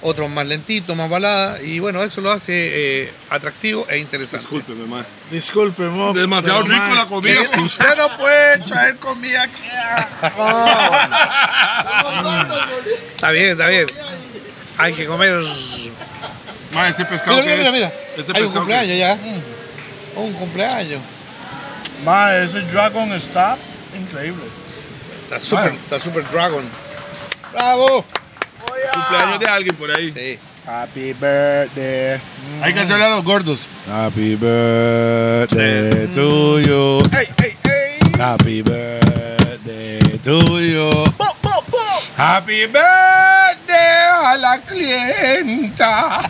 S4: otros más lentitos, más baladas, y bueno, eso lo hace eh, atractivo e interesante.
S3: madre.
S2: Disculpe, mo,
S3: Demasiado
S2: pero,
S3: rico
S2: mae,
S3: la comida.
S2: es que Usted no puede traer comida aquí.
S4: Está bien, está bien. Hay que comer.
S3: Madre, este pescado que es. Este
S4: Hay un
S3: pescado que
S4: cumpleaños
S3: es.
S4: ya. Mm. Un cumpleaños.
S2: Ma, ese Dragon está increíble.
S4: Está super,
S3: Bueno.
S4: está super dragon. ¡Bravo!
S3: Cumpleaños de alguien por ahí.
S4: Sí.
S2: Happy birthday.
S3: Hay que hacerle a los gordos. Happy birthday to you.
S2: ¡Ey, ey, ey!
S3: Happy birthday to you.
S2: ¡Po, po, po!
S3: Happy birthday a la clienta.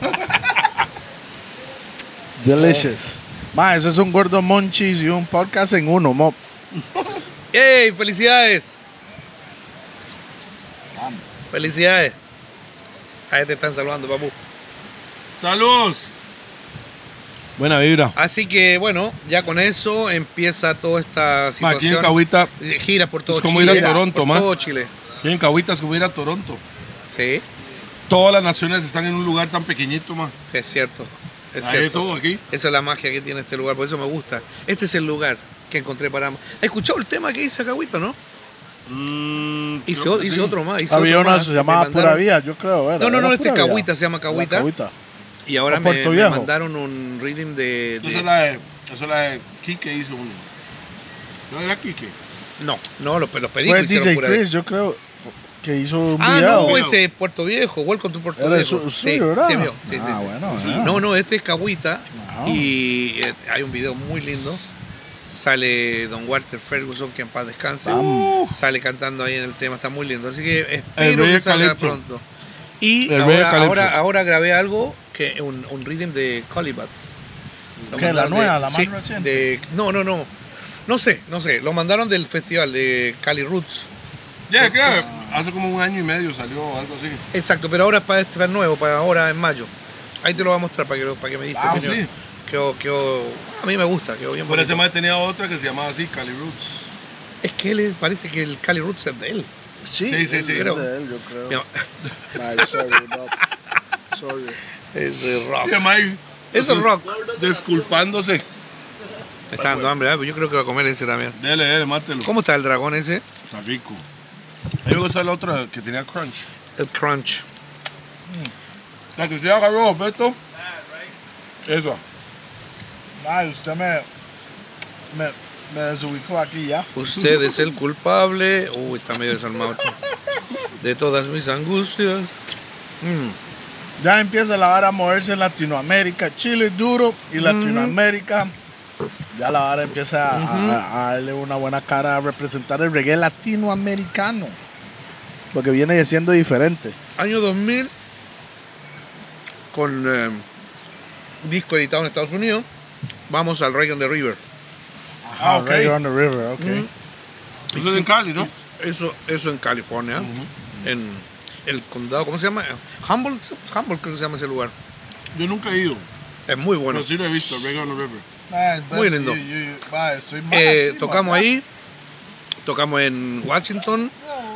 S2: Delicious. Oh. Ma, eso es un gordo monchis y un podcast en uno, mo.
S4: ¡Ey! ¡Felicidades! ¡Felicidades! Ahí te están saludando, papu.
S3: Saludos. Buena vibra.
S4: Así que bueno, ya con eso empieza toda esta
S3: Ma, aquí en
S4: situación.
S3: Cahuita,
S4: Gira por todo
S3: Es como
S4: Chile.
S3: ir a Toronto,
S4: por
S3: ma.
S4: todo Chile.
S3: aquí en Cahuita es como ir a Toronto.
S4: Sí,
S3: Todas las naciones están en un lugar tan pequeñito, más.
S4: es cierto. Es
S3: Hay de
S4: cierto.
S3: todo aquí.
S4: Esa es la magia que tiene este lugar, por eso me gusta. Este es el lugar que encontré para. ¿Has escuchado el tema que hice Cahuito, no?
S3: Mm,
S4: Hice,
S3: pues
S4: o- hice otro más. hice
S2: Había
S4: otro
S2: una
S4: más
S2: que se
S4: que me
S2: llamaba Pura
S4: mandaron.
S2: Vía, yo creo. era-
S4: No, no,
S2: era
S4: no, este
S2: Pura Vida.
S4: Cahuita se llama
S2: La
S4: Cahuita. Y ahora
S2: O
S4: me,
S2: Puerto
S4: me
S2: Viejo.
S4: mandaron un reading de. de-
S3: Eso es la de, eso es la de Quique hizo uno. ¿No era Quique?
S4: No, no, los, los pedidos
S2: Fue
S4: hicieron
S2: DJ
S4: pura
S2: Chris, yo creo, fu- que hizo un
S4: Ah,
S2: video.
S4: no, ese es Puerto Viejo, Welcome to Puerto
S2: Era
S4: Viejo.
S2: su- suyo, ¿verdad?
S4: se vio, sí, sí,
S2: Ah,
S4: sí.
S2: bueno,
S4: Sí.
S2: bueno.
S4: No, no, este es Cahuita
S2: Ah.
S4: y eh, hay un video muy lindo. Sale Don Walter Ferguson, que en paz descanse. Uh. Sale cantando ahí en el tema, está muy lindo. Así que espero
S3: Rey
S4: que salga
S3: Calypso.
S4: pronto. Y
S3: El Rey
S4: ahora,
S3: Calypso.
S4: ahora, ahora grabé algo, que un, un rhythm de Colibats. Lo
S2: ¿Qué, la
S4: mandaron
S2: nueva, la más reciente?
S4: de- no, no, no. No sé, no sé. Lo mandaron del festival de Cali Roots.
S3: Ya, claro. Pues, Hace como un año y medio salió o algo así.
S4: Exacto, pero ahora es para este nuevo, para ahora en mayo. Ahí te lo voy a mostrar para que, lo- para que me diste.
S3: Ah,
S4: opinión.
S3: sí.
S4: Quedó- quedó- a mí me gusta, quedó bien
S3: Por
S4: bonito.
S3: ese más tenía otra que se llamaba así, Cali Roots.
S4: Es que él es- parece que el Cali Roots es de él.
S2: Sí,
S3: Sí, sí, sí.
S2: es
S4: Creo.
S2: de él, yo
S3: Ah.
S2: creo.
S4: Mi am-
S2: Ay, sorry, no. Sorry.
S4: Ese es rock.
S3: Y además,
S4: Eso es rock.
S3: Disculpándose.
S4: Me está dando hambre, ¿eh? Pero yo creo que va a comer ese también.
S3: Dele, dele, mátelo.
S4: ¿Cómo está el dragón ese?
S3: Está rico. A mí me gusta la otra que tenía crunch.
S4: El crunch.
S3: La que usted agarró, Beto. Eso.
S2: Ay, usted me, me, me desubicó aquí ya.
S4: Usted es el culpable. Uy, está medio desarmado. De todas mis angustias. Mm.
S2: Ya empieza la vara a moverse en Latinoamérica. Chile es duro y Latinoamérica. Ya la vara empieza a- a, a darle una buena cara a representar el reggae latinoamericano. Porque viene siendo diferente.
S4: año 2000 con eh, disco editado en Estados Unidos vamos al Rey on the River
S2: Ah,
S3: ok.
S2: Reggae on the River, ok.
S3: Eso es en Cali, ¿no?
S4: eso eso en California en el condado ¿cómo se llama? Humboldt Humboldt creo que se llama ese lugar
S3: Yo nunca he ido.
S4: es muy
S3: Pero
S4: bueno
S3: Pues sí lo he visto, Reggae on the River.
S2: Man,
S4: Muy
S2: but
S4: lindo.
S2: you- you- you- man, estoy mal
S4: Eh,
S2: aquí,
S4: tocamos
S2: man.
S4: ahí tocamos en Washington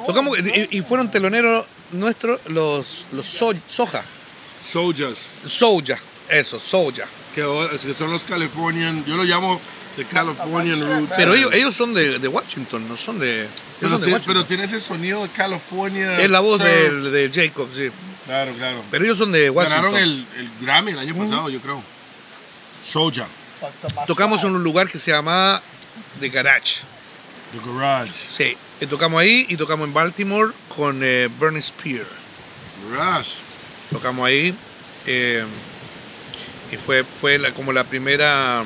S4: tocamos y, y fueron teloneros nuestros los los So- Soja
S3: Sojas.
S4: Soja eso Soja
S3: Que, ahora- es que son los Californian. Yo lo llamo The Californian Roots.
S4: pero ellos, ellos son de, de Washington no son de ellos
S3: Pero,
S4: son de
S3: tiene,
S4: Washington.
S3: pero tiene ese sonido de California.
S4: Es la voz
S3: surf.
S4: del- de Jacob, sí.
S3: Claro, claro.
S4: Pero ellos son de Washington.
S3: Ganaron el, el Grammy el año
S2: Mm.
S3: pasado, yo creo. Soja.
S4: Tocamos en un lugar que se llama The Garage.
S3: The Garage.
S4: Sí. Y tocamos ahí y tocamos en Baltimore con eh, Bernie Spear.
S3: Garage.
S4: Tocamos ahí. eh, y fue, fue la- como la primera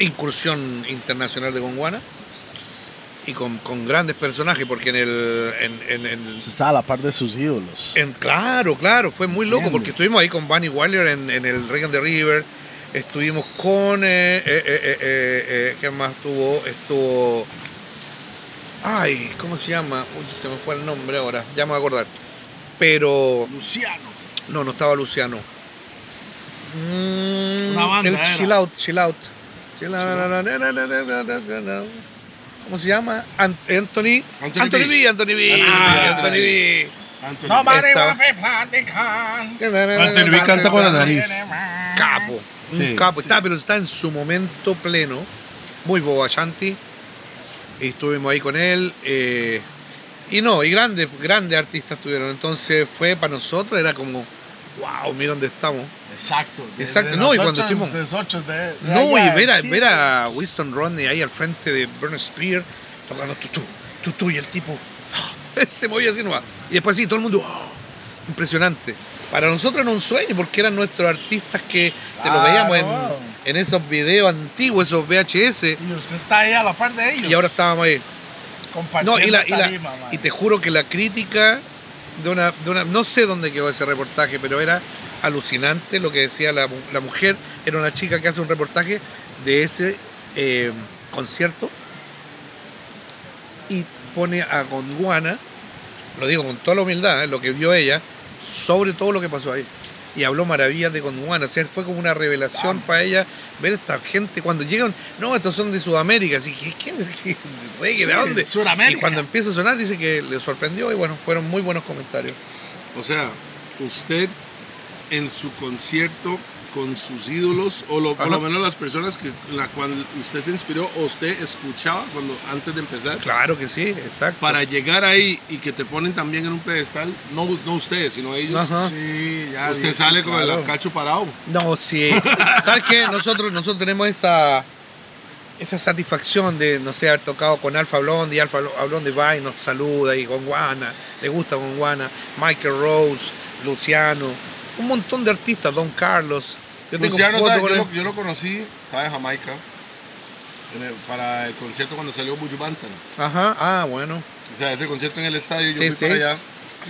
S4: incursión internacional de Gonguana. Y con, con grandes personajes, porque en el. en- en- en-
S2: Se Pues está a la par de sus ídolos.
S4: En- claro, claro, fue muy loco
S2: Entiendo.
S4: porque estuvimos ahí con Bunny Wilder en, en el Reagan de River, estuvimos con, eh, eh, eh, eh, eh, eh, ¿qué más estuvo? Estuvo, ay, ¿cómo se llama? Uy, se me fue el nombre ahora, ya me voy a acordar. Pero,
S2: Luciano.
S4: no, no estaba Luciano. Mm,
S2: Una banda
S4: El
S2: era.
S4: Chill Out, Chill Out. Chill out. ¿Cómo se llama? An- Anthony.
S3: Anthony
S4: Anthony,
S3: B.
S4: B. Anthony B.
S3: Ah,
S4: Anthony B.
S3: Anthony.
S2: No, vale,
S4: Esta-
S2: guafe, platican.
S3: Anthony B canta con la nariz.
S4: Capo.
S3: Sí,
S4: un capo.
S3: sí.
S4: Está, pero está en su momento pleno. Muy bobo Ashanti. Y estuvimos ahí con él. eh, y no, y grandes, grandes artistas tuvieron. Entonces fue para nosotros, era como, wow, mira dónde estamos.
S2: Exacto. de-
S4: Exacto,
S2: de
S4: no,
S2: los
S4: y cuando
S2: ochos,
S4: estuvimos-
S2: de los ochos de- de
S4: No,
S2: allá,
S4: y ver a,
S2: sí.
S4: ver a Winston Rodney ahí al frente de Bernard Spear tocando tutú, tutú, y el tipo ah, se movía así nomás. Y después sí, todo el mundo, ah, impresionante. Para nosotros era un sueño porque eran nuestros artistas que te lo veíamos en,
S2: Claro.
S4: en esos videos antiguos, esos VHS,
S2: Y usted está ahí a la par de ellos.
S4: y ahora estábamos ahí.
S2: compartiendo
S4: No, y, la, y, la-
S2: tarima, man.
S4: y te juro que la crítica de una, de una- No sé dónde quedó ese reportaje, pero era alucinante lo que decía la, mu- la mujer. Era una chica que hace un reportaje de ese eh, concierto y pone a Gondwana, lo digo con toda la humildad, eh, lo que vio ella, sobre todo lo que pasó ahí. Y habló maravillas de Gondwana. O sea, fue como una revelación para ella ver esta gente cuando llegan. No, estos son de Sudamérica. Así que, ¿quién es? ¿Qué- reggae, ¿De
S2: Sí,
S4: dónde?
S2: Sudamérica.
S4: Y cuando empieza a sonar, dice que le sorprendió. Y bueno, fueron muy buenos comentarios.
S3: O sea, usted en su concierto con sus ídolos o lo, por lo menos las personas que la cual usted se inspiró o usted escuchaba cuando antes de empezar
S4: Claro que sí, exacto.
S3: para llegar ahí y que te ponen también en un pedestal no, no ustedes sino ellos
S4: Ajá.
S2: Sí, ya.
S3: usted
S2: bien, sí,
S3: sale con
S2: claro.
S3: el cacho parado
S4: No, sí. sí. ¿Sabes qué? Nosotros, nosotros tenemos esa, esa satisfacción de, no sé, haber tocado con Alfa Blonde y Alfa Blonde va y nos saluda y con Guana, le gusta con Guana, Michael Rose, Luciano, un montón de artistas, Don Carlos. Yo tengo
S3: Luciano,
S4: foto
S3: ¿sabe?
S4: con
S3: Yo,
S4: él.
S3: lo, yo lo conocí estaba en Jamaica en el- para el concierto cuando salió Bujubantan
S4: Ajá, ah, bueno.
S3: o sea ese concierto en el estadio yo
S4: Sí,
S3: fui
S4: sí.
S3: para allá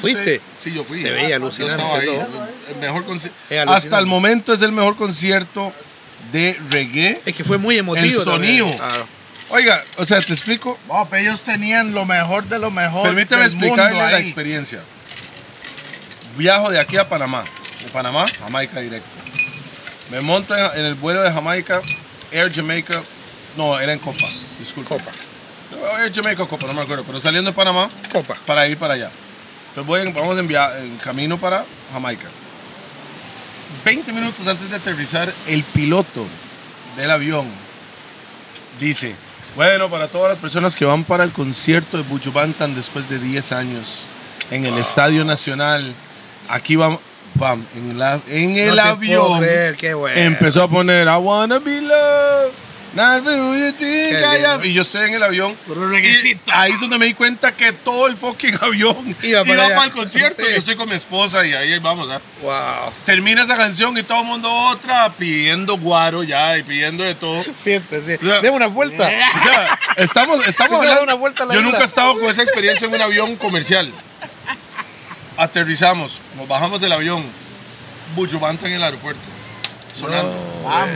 S4: ¿Fuiste?
S3: Sí, yo fui.
S4: Se veía
S3: Yo
S4: alucinante
S3: estaba ahí.
S4: todo.
S3: El mejor conci-
S4: Es alucinante.
S3: Hasta el momento es el mejor concierto de reggae.
S4: Es que fue muy emotivo.
S3: El
S4: también.
S3: sonido.
S4: Ah,
S3: Oiga, o sea, te explico.
S2: No, pero ellos tenían lo mejor de lo mejor.
S3: Permíteme
S2: del mundo
S3: explicarle la
S2: ahí.
S3: experiencia. Viajo de aquí a Panamá. De Panamá, Jamaica directo. Me monto en- en el vuelo de Jamaica, Air Jamaica. No, era en Copa. Disculpa. Copa. Air Jamaica o Copa, no me acuerdo. Pero saliendo de Panamá,
S4: copa.
S3: para ir para allá. Entonces voy en- vamos en, via- en camino para Jamaica. 20 minutos antes de aterrizar, el piloto del avión dice, bueno, para todas las personas que van para el concierto de Bujubantan después de 10 años en el Estadio Nacional, aquí vamos, bam, en, la- en el
S4: te puedo
S3: avión
S4: creer, qué bueno.
S3: empezó a poner I wanna be loved. not who you think
S4: Qué
S3: I
S4: lindo.
S3: am". Y yo estoy en el avión. Y ahí es donde me di cuenta que todo el fucking avión
S4: Iba
S3: iba
S4: para
S3: para,
S4: allá.
S3: el concierto.
S4: Sí.
S3: Yo estoy con mi esposa y ahí vamos. ¿ah?
S4: Wow.
S3: Termina esa canción y todo el mundo otra pidiendo guaro ya y pidiendo de todo.
S4: Fiesta, sí.
S3: sea,
S4: Deme una vuelta.
S3: O sea, estamos, estamos
S4: Eso le da
S3: hablando-
S4: una vuelta a la
S3: Yo
S4: isla.
S3: nunca he estado con esa experiencia en un avión comercial. Aterrizamos, nos bajamos del avión. Buchubanta en el aeropuerto. Sonando.
S2: Vamos.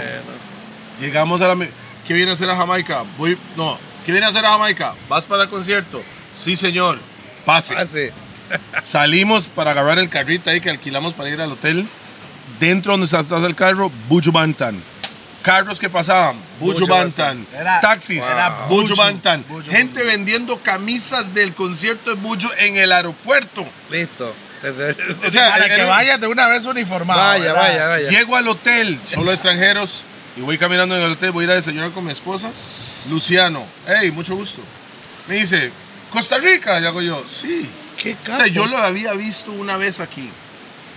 S3: Llegamos a la. me- ¿Qué viene a hacer a Jamaica? Voy. No. ¿Qué viene a hacer a Jamaica? ¿Vas para el concierto? Sí, señor. Pase.
S4: Ah, sí.
S3: Salimos para agarrar el carrito ahí que alquilamos para ir al hotel. Dentro donde está atrás del carro, Bujubantan. Carros que pasaban, Bujubantan.
S2: Era-
S3: Taxis,
S2: era Buju.
S3: Bujubantan.
S2: Buju.
S3: Gente vendiendo camisas del concierto de Buju en el aeropuerto.
S4: Listo. Desde-
S3: O sea,
S2: Para
S3: era-
S2: que vayas de una vez uniformado.
S4: Vaya,
S2: ¿verdad?
S4: vaya, vaya.
S3: Llego al hotel, solo extranjeros, y voy caminando en el hotel, voy a ir a desayunar con mi esposa, Luciano. Hey, mucho gusto. Me dice, Costa Rica. Y hago yo, sí.
S4: Qué
S3: O sea, yo lo había visto una vez aquí,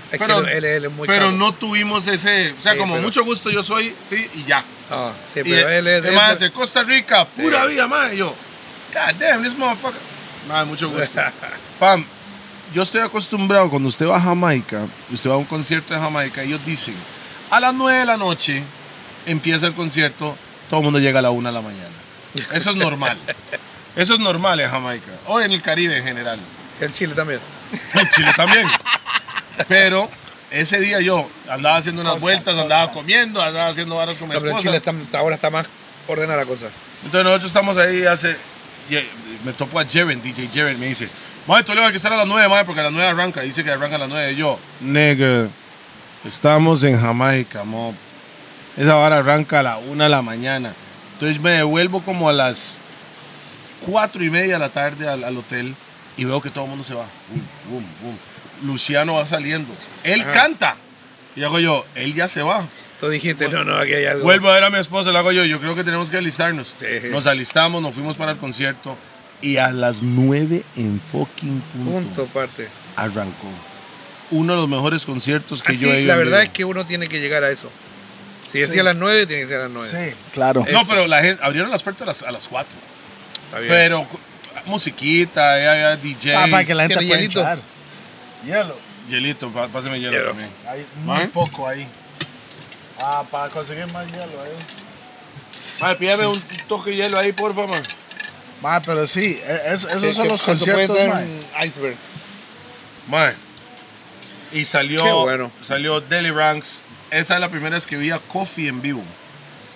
S4: Es
S3: pero-
S4: que él, él es muy
S3: pero
S4: capo.
S3: no tuvimos ese. O sea,
S4: Sí,
S3: como
S4: pero-
S3: mucho gusto yo soy, sí, y ya.
S4: Ah, sí,
S3: Y
S4: pero él es de-
S3: más, de Costa Rica,
S4: Sí.
S3: pura vida, más. Y yo, God damn, this motherfucker. Madre, mucho gusto. Pam, yo estoy acostumbrado cuando usted va a Jamaica, usted va a un concierto de Jamaica, ellos dicen, a las 9 de la noche empieza el concierto, todo el mundo llega a la 1 de la mañana. Eso es normal. Eso es normal en Jamaica, o en el Caribe en general.
S4: En Chile también.
S3: En Chile también. Pero ese día yo andaba haciendo unas
S2: Cosas,
S3: vueltas, andaba
S2: cosas.
S3: comiendo, andaba haciendo varas con mi
S4: No, pero en
S3: esposa.
S4: Chile está- está- ahora está más ordenada la cosa.
S3: Entonces nosotros estamos ahí hace... ye- Me topo a Jeren, DJ Jeren, me dice, Mae, tú le vas a estar a las 9, mae, porque a las 9 arranca. Dice que arranca a las 9. Y yo, nigga, estamos en Jamaica, mo. Esa hora arranca a la 1 de la mañana. Entonces me devuelvo como a las 4 y media de la tarde al, al hotel y veo que todo el mundo se va. Bum, bum, bum. Luciano va saliendo. Él canta. Y hago yo, él ya se va.
S4: Tú dijiste, no, no, aquí hay algo.
S3: Vuelvo a ver a mi esposa, le hago yo, yo creo que tenemos que alistarnos.
S4: Sí.
S3: Nos alistamos, nos fuimos para el concierto y a las 9 en fucking punto,
S4: Punto, parte.
S3: arrancó. Uno de los mejores conciertos que yo he
S4: Así,
S3: ido.
S4: Ah,
S3: en
S4: la
S3: mi
S4: verdad es
S3: vida.
S4: que uno tiene que llegar a eso. Si
S2: Sí.
S4: decía a las 9, tiene que ser a las 9.
S2: Sí, claro.
S3: No,
S4: eso.
S3: pero la gente, abrieron las puertas a las, a las 4.
S4: Está bien.
S3: Pero cu- musiquita, había DJ.
S2: Ah, para que la gente
S4: tiene
S2: pueda
S4: hielito.
S2: entrar. Hielo.
S3: Hielito, pa- pásame hielo,
S4: Hielo.
S3: también.
S2: Hay muy
S3: ¿Eh?
S2: poco ahí. Ah, para conseguir más hielo ahí.
S3: Madre, pídame un toque de hielo ahí, por favor.
S2: Ma, pero sí, e- es-
S4: Sí,
S2: esos son
S4: que-
S2: los
S4: que se puede
S2: conciertos,
S4: traer
S2: ma.
S4: un iceberg.
S3: Mae. Y salió,
S4: Qué bueno.
S3: salió Deli Ranks. Esa es la primera vez que vi a Coffee en vivo.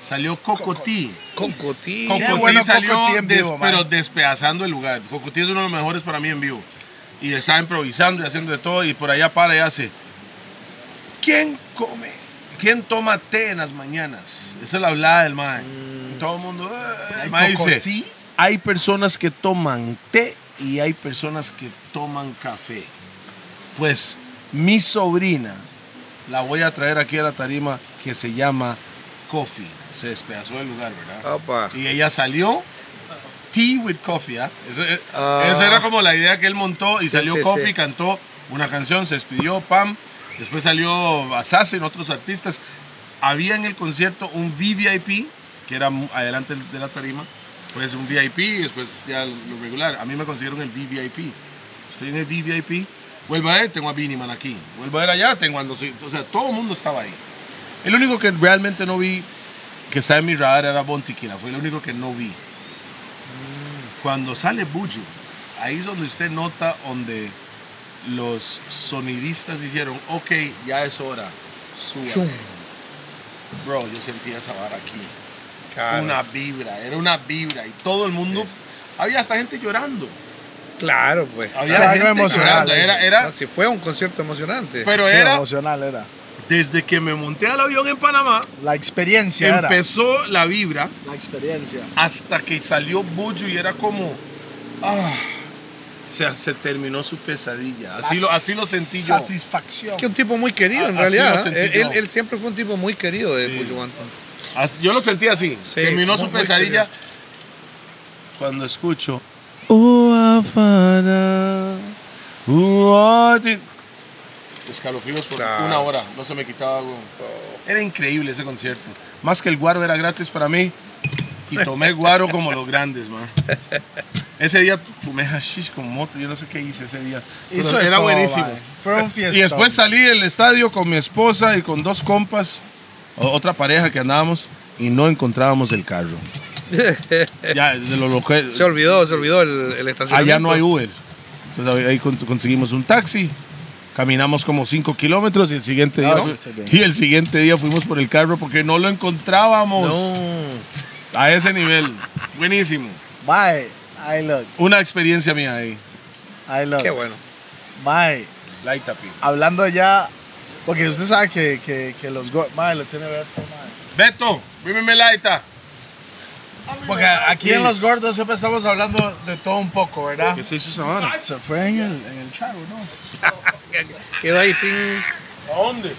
S3: Salió Cocotí.
S4: Con cotí.
S3: Cocotí
S2: Qué bueno
S3: salió,
S2: Cocotí en vivo,
S3: des-
S2: man.
S3: pero despedazando el lugar. Cocotí es uno de los mejores para mí en vivo. Y está improvisando y haciendo de todo. Y por allá para y hace. ¿Quién come? ¿Quién toma té en las mañanas? Esa es la hablada del mae. Todo el mundo. "Eh", el mae dice,
S2: Cocotí.
S3: hay personas que toman té y hay personas que toman café. Pues mi sobrina la voy a traer aquí a la tarima que se llama Coffee. Se despedazó el lugar, ¿verdad?
S4: Opa.
S3: Y ella salió Tea with Coffee. ¿ah? Ese-
S4: Ah.
S3: esa era como la idea que él montó y
S4: Sí,
S3: salió
S4: sí,
S3: Coffee,
S4: sí.
S3: cantó una canción, se despidió, pam. Después salió Assassin, otros artistas. Había en el concierto un VVIP, que era mu- adelante de la tarima. Pues un VIP, después ya lo regular. A mí me consiguieron el VVIP. Estoy en el VVIP. Vuelvo a ver, tengo a Biniman aquí. Vuelvo a ver allá, tengo a Andosito. O sea, todo el mundo estaba ahí. El único que realmente no vi que estaba en mi radar era Bontiquina. Fue el único que no vi. Cuando sale Buju, ahí es donde usted nota donde los sonidistas dijeron, ok, ya es hora, suba. Bro, yo sentía esa vara aquí. Una vibra, era una vibra. Y todo el mundo, había hasta gente llorando.
S4: Claro, pues.
S3: Había
S2: Claro,
S3: gente
S2: algo emocional,
S3: llorando, Ah, Era,
S2: eso.
S3: era-
S4: No, sí, fue un concierto emocionante.
S3: pero
S2: Sí,
S3: era
S2: emocional era.
S3: desde que me monté al avión en Panamá,
S2: La experiencia era.
S3: empezó la vibra
S2: La experiencia.
S3: hasta que salió Buju y era como, ah, se, se terminó su pesadilla. Así, lo, así lo sentí yo.
S2: Satisfacción.
S4: que un tipo muy querido, en
S3: A- así
S4: realidad.
S3: lo sentí
S4: Él,
S3: yo.
S4: él- él siempre fue un tipo muy querido de
S3: Sí.
S4: Puyo Guantán.
S3: Así- yo lo sentí así. Terminó su
S4: muy, muy
S3: pesadilla.
S4: curioso.
S3: Cuando escucho. "Oh, afana, oh, ti-". Escalofríos por
S4: Claro.
S3: una hora. No se me quitaba, güey. Era increíble ese concierto. Más que el guaro era gratis para mí. Y tomé guaro como los grandes, man. Ese día fumé hashish con moto. Yo no sé qué hice ese día. Pero
S2: Hizo de
S3: era
S2: todo,
S3: buenísimo.
S2: mae. Fue un fiesta.
S3: Y después salí del estadio con mi esposa y con dos compas, o- otra pareja que andábamos, y no encontrábamos el carro. ya, de lo local-
S4: Se olvidó, se olvidó el, el estacionamiento.
S3: allá no hay Uber. Entonces ahí- ahí con- conseguimos un taxi, caminamos como 5 kilómetros y el siguiente día,
S2: Ah, sí, está bien.
S3: y el siguiente día fuimos por el carro porque no lo encontrábamos
S4: No.
S3: a ese nivel. Buenísimo.
S2: Bye. I look.
S3: Una experiencia mía ahí.
S2: I look.
S4: Qué bueno.
S2: Bye.
S3: Light up, Pete.
S2: Hablando ya. Porque usted sabe que, que, que los. go- Mae, lo tiene Beto, mae.
S3: Beto, brímeme lighta.
S2: Porque aquí en Los Gordos siempre estamos hablando de todo un poco, ¿verdad?
S3: ¿Qué se hizo esa hora?
S2: Se fue en el, en el trago, ¿no?
S4: Quedó ahí, ping.
S3: ¿A dónde?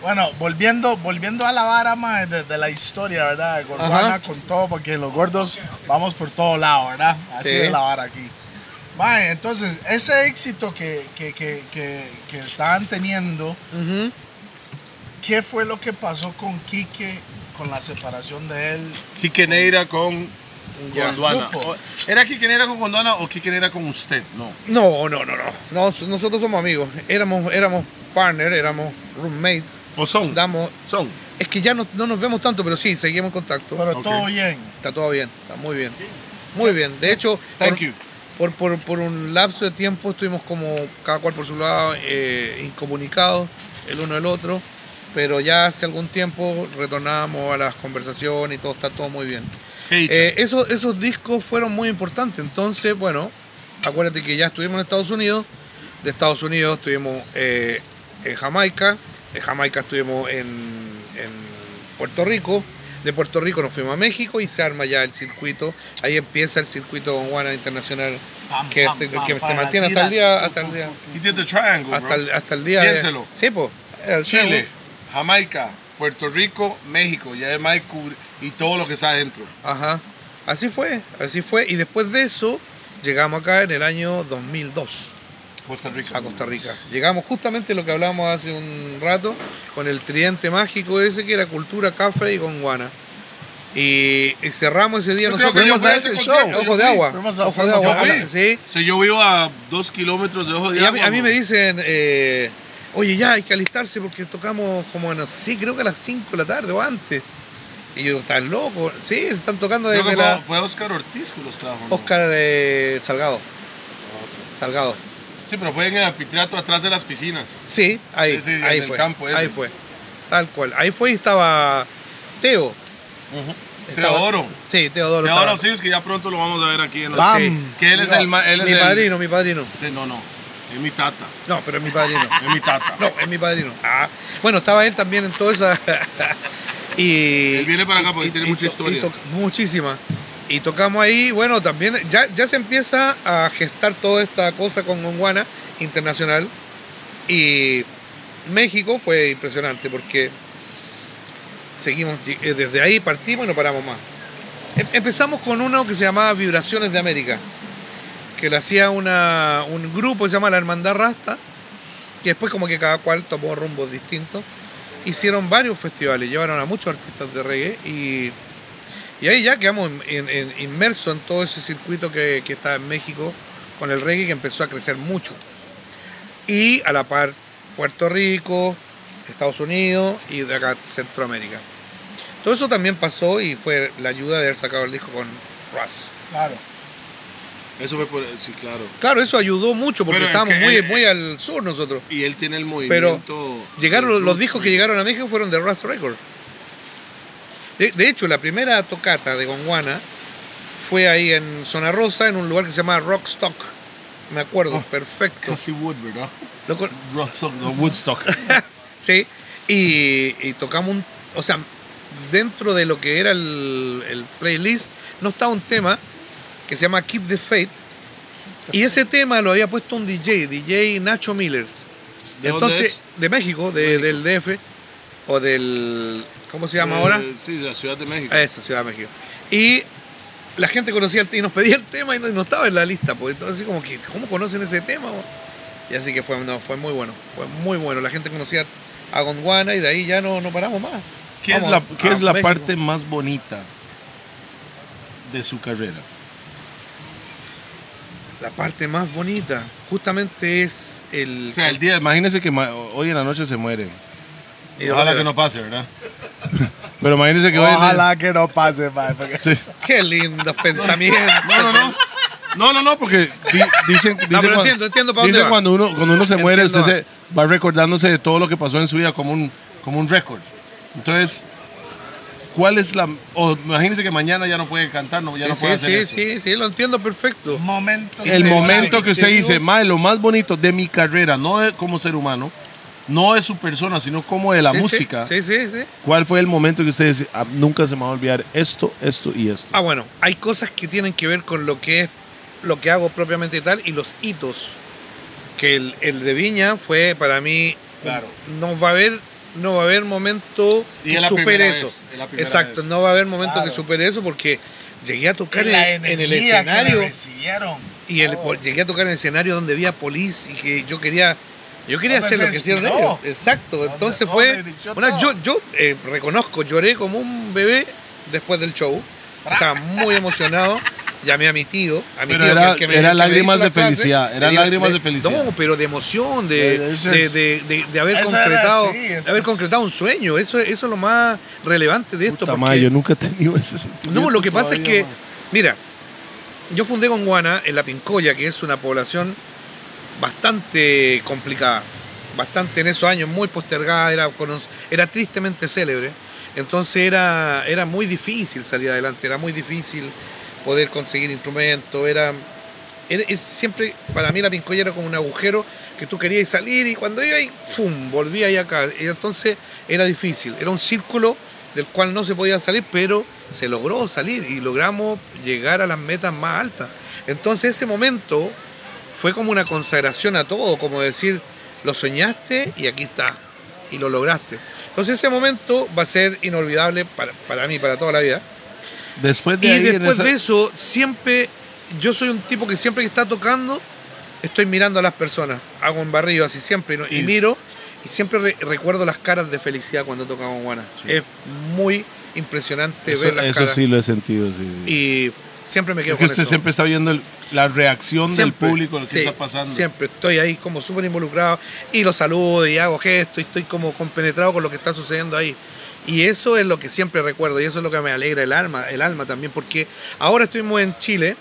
S2: Bueno, volviendo, volviendo a la vara mae, de, de la historia, ¿verdad? De Gorguana
S4: Ajá.
S2: con todo, porque los gordos vamos por todo lado, ¿verdad? Así
S4: Sí.
S2: es la vara aquí. Mae, entonces, ese éxito que, que, que, que- que estaban teniendo, ¿qué fue lo que pasó con Quique, con la separación de él?
S3: Quique Neira con Gondwana.
S2: grupo.
S3: O- ¿Era Quique Neira con Gondwana o Quique Neira con usted? No.
S4: No, no, no, no. Nos- nosotros somos amigos. Éramos, éramos partner, éramos roommate.
S3: ¿O son?
S4: Damos.
S3: Son.
S4: Es que ya no, no nos vemos tanto, pero sí, seguimos en contacto.
S2: Pero todo bien.
S4: Está todo bien, está muy bien. Muy bien. De hecho,
S3: Thank
S4: por,
S3: you.
S4: Por, por- por un lapso de tiempo estuvimos como cada cual por su lado eh, incomunicados el uno del otro, pero ya hace algún tiempo retornamos a las conversaciones y todo está todo muy bien.
S3: ¿Qué dicha.
S4: Eh, esos, esos discos fueron muy importantes, entonces bueno, acuérdate que ya estuvimos en Estados Unidos, de Estados Unidos estuvimos eh, en Jamaica, de Jamaica estuvimos en, en Puerto Rico, de Puerto Rico nos fuimos a México y se arma ya el circuito, ahí empieza el circuito con Juana Internacional
S2: Pam,
S4: que,
S2: pam,
S4: este-
S2: pam,
S4: que
S2: pam,
S4: se
S2: las
S4: mantiene hasta el día,
S2: giras.
S4: hasta el día,
S3: He did the triangle,
S4: hasta
S3: bro.
S4: el, hasta el día de-
S3: Piénselo.
S4: sí, pues, el
S3: Chile, Jamaica, Puerto Rico, México. Ya es Mike Cur- y todo lo que está adentro.
S4: Ajá. Así fue, así fue. Y después de eso, llegamos acá en el año 2002
S3: Costa Rica.
S4: a Ah, Costa Rica. Llegamos justamente lo que hablábamos hace un rato con el tridente mágico ese que era cultura, cafre y conguana. Y, y cerramos ese día
S3: Yo creo
S4: nosotros.
S3: que yo
S4: Fuimos
S3: fui a
S4: a
S3: ese
S4: ese
S3: concierto,
S4: show,
S3: yo
S4: Ojo de
S3: fui.
S4: Agua.
S2: Fuimos a-
S4: Ojo de
S2: fuimos a-
S4: Agua.
S3: yo fui.
S4: Sí.
S3: O sea, yo vivo a dos kilómetros de Ojo de
S4: Y a mí,
S3: Agua,
S4: a mí
S3: bro.
S4: me dicen, eh, oye, ya hay que alistarse porque tocamos como, no sé, creo que a las 5 de la tarde o antes. Y yo, ¿están loco? Sí, se están tocando
S3: Creo que
S4: desde
S3: fue,
S4: la.
S3: fue Oscar Ortiz que los trajo. ¿no?
S4: Oscar eh, Salgado. Salgado.
S3: Sí, pero fue en el anfiteatro atrás de las piscinas.
S4: Sí, ahí,
S3: Sí, sí, en
S4: ahí
S3: el
S4: fue.
S3: campo ese.
S4: ahí fue. Tal cual. Ahí fue y estaba Teo. Estaba-
S3: Teodoro.
S4: Sí, Teodoro.
S3: Y ahora
S4: estaba.
S3: sí, es que ya pronto lo vamos a ver aquí en los...
S2: Bam.
S4: Sí.
S3: Que él es el... ma- Él es
S4: Mi
S3: el-
S4: padrino, mi padrino.
S3: Sí, no, no. Es mi tata.
S4: No, pero es mi padrino.
S3: Es mi tata.
S4: No, es mi padrino. Ah, bueno, estaba él también en toda esa. y,
S3: Él viene para acá porque tiene mucha
S4: to-
S3: historia.
S4: to- muchísima. Y tocamos ahí, bueno, también ya, ya se empieza a gestar toda esta cosa con Gonguana Internacional. Y México fue impresionante porque seguimos, eh, desde ahí partimos y no paramos más. Em- Empezamos con uno que se llamaba Vibraciones de América, que lo hacía una- un grupo que se llama la Hermandad Rasta, que después como que cada cual tomó rumbos distintos. Hicieron varios festivales, llevaron a muchos artistas de reggae y, y ahí ya quedamos in- in- in- inmersos en todo ese circuito que, que está en México con el reggae que empezó a crecer mucho. Y a la par Puerto Rico, Estados Unidos y de acá Centroamérica. Todo eso también pasó y fue la ayuda de haber sacado el disco con Russ.
S2: Claro.
S3: Eso fue por. Sí, claro.
S4: Claro, eso ayudó mucho porque
S3: Pero es
S4: estábamos
S3: que
S4: muy,
S3: él-
S4: muy al sur nosotros.
S3: Y él tiene el
S4: Pero
S3: movimiento.
S4: llegaron los, los
S3: Roots,
S4: discos que llegaron a México fueron de Russ Record. De, de hecho, la primera tocata de Gonguana fue ahí en Zona Rosa, en un lugar que se llama Rockstock. Me acuerdo, perfecto.
S3: Casi Wood, ¿verdad?
S4: Lo con-
S3: Rockstock, no, Woodstock.
S4: Sí, y, y tocamos un. O sea, dentro de lo que era el, el playlist, no estaba un tema que se llama Keep the Faith. Y ese tema lo había puesto un DJ, DJ Nacho Miller.
S3: ¿De dónde
S4: Entonces, de México, de- del DF, o del. ¿Cómo se llama ahora?
S3: Eh, Sí, de la Ciudad de México.
S4: A esa Ciudad de México. Y la gente conocía el tema y nos pedía el tema y no, y no estaba en la lista. Pues. Entonces, como que, ¿cómo conocen ese tema? bo? Y así que fue, no, fue muy bueno. Fue muy bueno. La gente conocía a Gondwana y de ahí ya no, no paramos más.
S3: ¿Qué es
S4: Vamos
S3: la,
S4: a-
S3: qué
S4: a
S3: es la
S4: México.
S3: parte más bonita de su carrera?
S4: La parte más bonita, justamente es el.
S3: O sea, el día, imagínese que ma- hoy en la noche se muere.
S4: el-
S3: Ojalá que no pase, ¿verdad? Pero imagínese que hoy. en-
S2: Ojalá que no pase, man. porque-
S3: Sí.
S4: Qué lindos pensamientos.
S3: No, no, no. No, no, no, porque di- dicen, dicen
S4: pero
S3: cuando,
S4: entiendo, entiendo pa' dónde
S3: dicen
S4: va.
S3: cuando uno cuando uno se muere usted
S4: Entiendo,
S3: se va recordándose de todo lo que pasó en su vida como un como un récord. Entonces, ¿cuál es la o imagínense que mañana ya no puede cantar, no, ya
S4: Sí,
S3: no puede
S4: sí,
S3: hacer
S4: sí,
S3: eso.
S4: sí, sí, lo entiendo perfecto.
S2: Momentos
S3: El
S2: memorables.
S3: momento que usted dice,
S2: Dios,
S3: "Mae, lo más bonito de mi carrera, no de- como ser humano, no de su persona, sino como de la
S4: Sí, sí,
S3: música."
S4: Sí, sí, sí.
S3: ¿Cuál fue el momento que usted dice, "Ah, nunca se me va a olvidar esto, esto y esto?
S4: Ah, bueno, hay cosas que tienen que ver con lo que es lo que hago propiamente tal y los hitos. Que el, el de Viña fue para mí.
S3: Claro.
S4: No va a haber, no va a haber momento
S3: Y
S4: que
S3: es la
S4: supere
S3: primera
S4: eso.
S3: vez, es la primera
S4: Exacto,
S3: vez.
S4: no va a haber momento
S2: Claro.
S4: que supere eso porque llegué a tocar en,
S2: la
S4: en el
S2: energía que le
S4: escenario
S2: recibieron. Oh,
S4: y el-
S2: Todo.
S4: llegué a tocar en el escenario donde había polis y que yo quería. Yo quería
S2: Donde
S4: hacer
S2: se
S4: lo que hicieron
S2: inspiró.
S4: ellos. Exacto.
S2: Donde-
S4: Entonces
S2: donde
S4: fue.
S2: inició
S4: Una, yo
S2: todo.
S4: yo eh, reconozco, lloré como un bebé después del show. Estaba muy emocionado. Llamé a mi tío, a mi
S3: Pero
S4: tío,
S3: era-
S4: que el que me-
S3: era
S4: el que me
S3: lágrimas
S4: hizo la
S3: de
S4: clase,
S3: felicidad, era
S4: le digo-
S3: lágrimas
S4: le-
S3: de felicidad.
S4: No, pero de emoción, de,
S2: Eh, eso
S4: de,
S2: es-
S4: de- de- de haber
S2: eso era
S4: concretado,
S2: así,
S4: de
S2: eso
S4: haber
S2: es-
S4: concretado un sueño. Eso, eso es lo más relevante de esto.
S3: Puta
S4: porque-
S3: madre, yo nunca he tenido ese sentimiento.
S4: no, lo que pasa es
S3: todavía,
S4: que,
S3: mae.
S4: mira, yo fundé Gonguana en la Pincoya, que es una población bastante complicada, bastante en esos años muy postergada, era, cono- era tristemente célebre, entonces era, era muy difícil salir adelante, era muy difícil poder conseguir instrumentos, era, era- es siempre, para mí la Pincoya era como un agujero que tú querías salir y cuando iba ahí, ¡fum!, volvía ahí acá, y entonces era difícil, era un círculo del cual no se podía salir, pero se logró salir y logramos llegar a las metas más altas. Entonces ese momento fue como una consagración a todo, como decir, lo soñaste y aquí está, y lo lograste. Entonces ese momento va a ser inolvidable para, para mí, para toda la vida.
S3: Después de
S4: Y
S3: ahí, en
S4: después
S3: esa-
S4: de eso, siempre, yo soy un tipo que siempre que está tocando, estoy mirando a las personas, hago un barrio así siempre, y, no- y
S3: Y-
S4: miro, y siempre re- recuerdo las caras de felicidad cuando tocamos Guana. Es muy impresionante
S3: eso,
S4: ver las
S3: eso
S4: caras.
S3: sí lo he sentido, sí, sí.
S4: Y siempre me quedo
S3: Porque
S4: con
S3: usted
S4: eso.
S3: siempre está viendo el- la reacción
S4: Siempre,
S3: del público, lo que
S4: sí,
S3: está pasando.
S4: Siempre estoy ahí como súper involucrado y lo saludo y hago gestos y estoy como compenetrado con lo que está sucediendo ahí. Y eso es lo que siempre recuerdo y eso es lo que me alegra el alma, el alma también, porque ahora estuvimos en Chile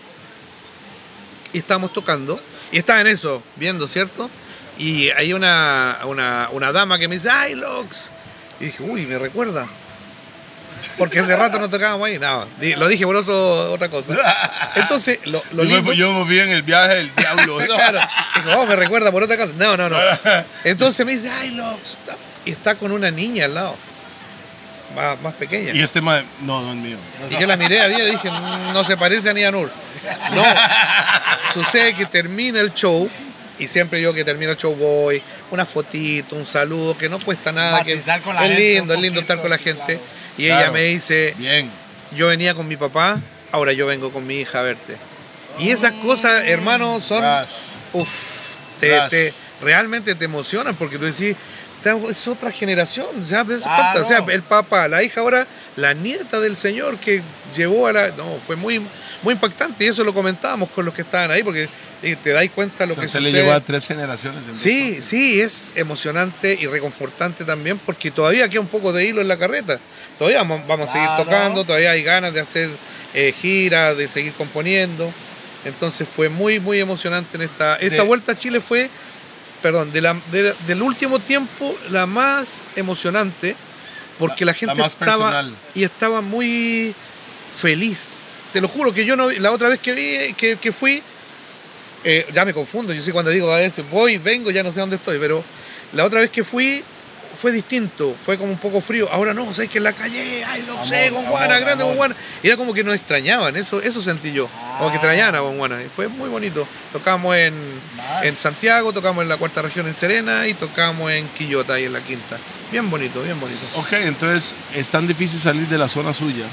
S4: y estábamos tocando y estaba en eso, viendo, ¿cierto? Y hay una, una, una dama que me dice, ¡ay, Lox! Y dije, uy, me recuerda. Porque hace rato no tocábamos ahí, nada. di- Lo dije por otro, otra cosa. Entonces, lo, lo
S3: yo,
S4: lindo-
S3: me, yo me vi en el viaje del diablo. ¿no?
S4: Claro. Dijo, oh, me recuerda por otra cosa. No, no, no. Entonces me dice, ay, Lox. está-". Y está con una niña al lado. Más, más pequeña.
S3: Y este mae, no, no es mío.
S4: Y yo la miré, había y dije, "Mm, no se parece a Nia Nur. No. Sucede que termina el show Y siempre yo que termino el show voy, una fotito, un saludo, que no cuesta nada. Que es
S2: Empatizar con la gente
S4: lindo,
S2: un
S4: es lindo estar
S2: poquito,
S4: con la
S2: sí,
S4: gente.
S2: claro.
S4: Y ella
S3: Claro.
S4: me dice,
S3: Bien.
S4: yo venía con mi papá, ahora yo vengo con mi hija a verte. Y esas cosas, hermano, son...
S2: Ah,
S3: Gracias.
S4: Uf, te,
S3: Tras.
S4: te- realmente te emocionan porque tú decís, "Ta- es otra generación, ya ves,
S2: Claro.
S4: falta". O sea, el papá, la hija ahora, la nieta del señor que llevó a la. No, fue muy, muy impactante y eso lo comentábamos con los que estaban ahí porque eh, te dais cuenta lo
S3: O sea,
S4: que
S3: usted
S4: sucede.
S3: le llevó a tres generaciones. en
S4: Sí, sí, es emocionante y reconfortante también porque todavía queda un poco de hilo en la carreta. Todavía vamos, vamos a
S2: Claro.
S4: seguir tocando, todavía hay ganas de hacer eh, giras, de seguir componiendo. Entonces fue muy, muy emocionante en esta, esta
S3: De-
S4: vuelta a Chile fue, perdón, de la- de- del último tiempo la más emocionante porque la,
S3: La-
S4: gente
S3: la más
S4: estaba
S3: personal.
S4: y estaba muy feliz. Te lo juro que yo no, la otra vez que vi, que, que fui, eh, ya me confundo, yo sé cuando digo a veces voy, vengo, ya no sé dónde estoy, pero la otra vez que fui fue distinto, fue como un poco frío. Ahora no, sabes que en la calle, ay, lo sé, con Guana,
S3: amor, amor.
S4: grande
S3: Ah.
S4: con Guana. Era como que nos extrañaban, eso, eso sentí yo, como que extrañaban a con Guana. Y fue muy bonito. Tocamos en, en Santiago, tocamos en la cuarta región en Serena y tocamos en Quillota y en la quinta. Bien bonito, bien bonito.
S3: Ok, entonces es tan difícil salir de la zona suya.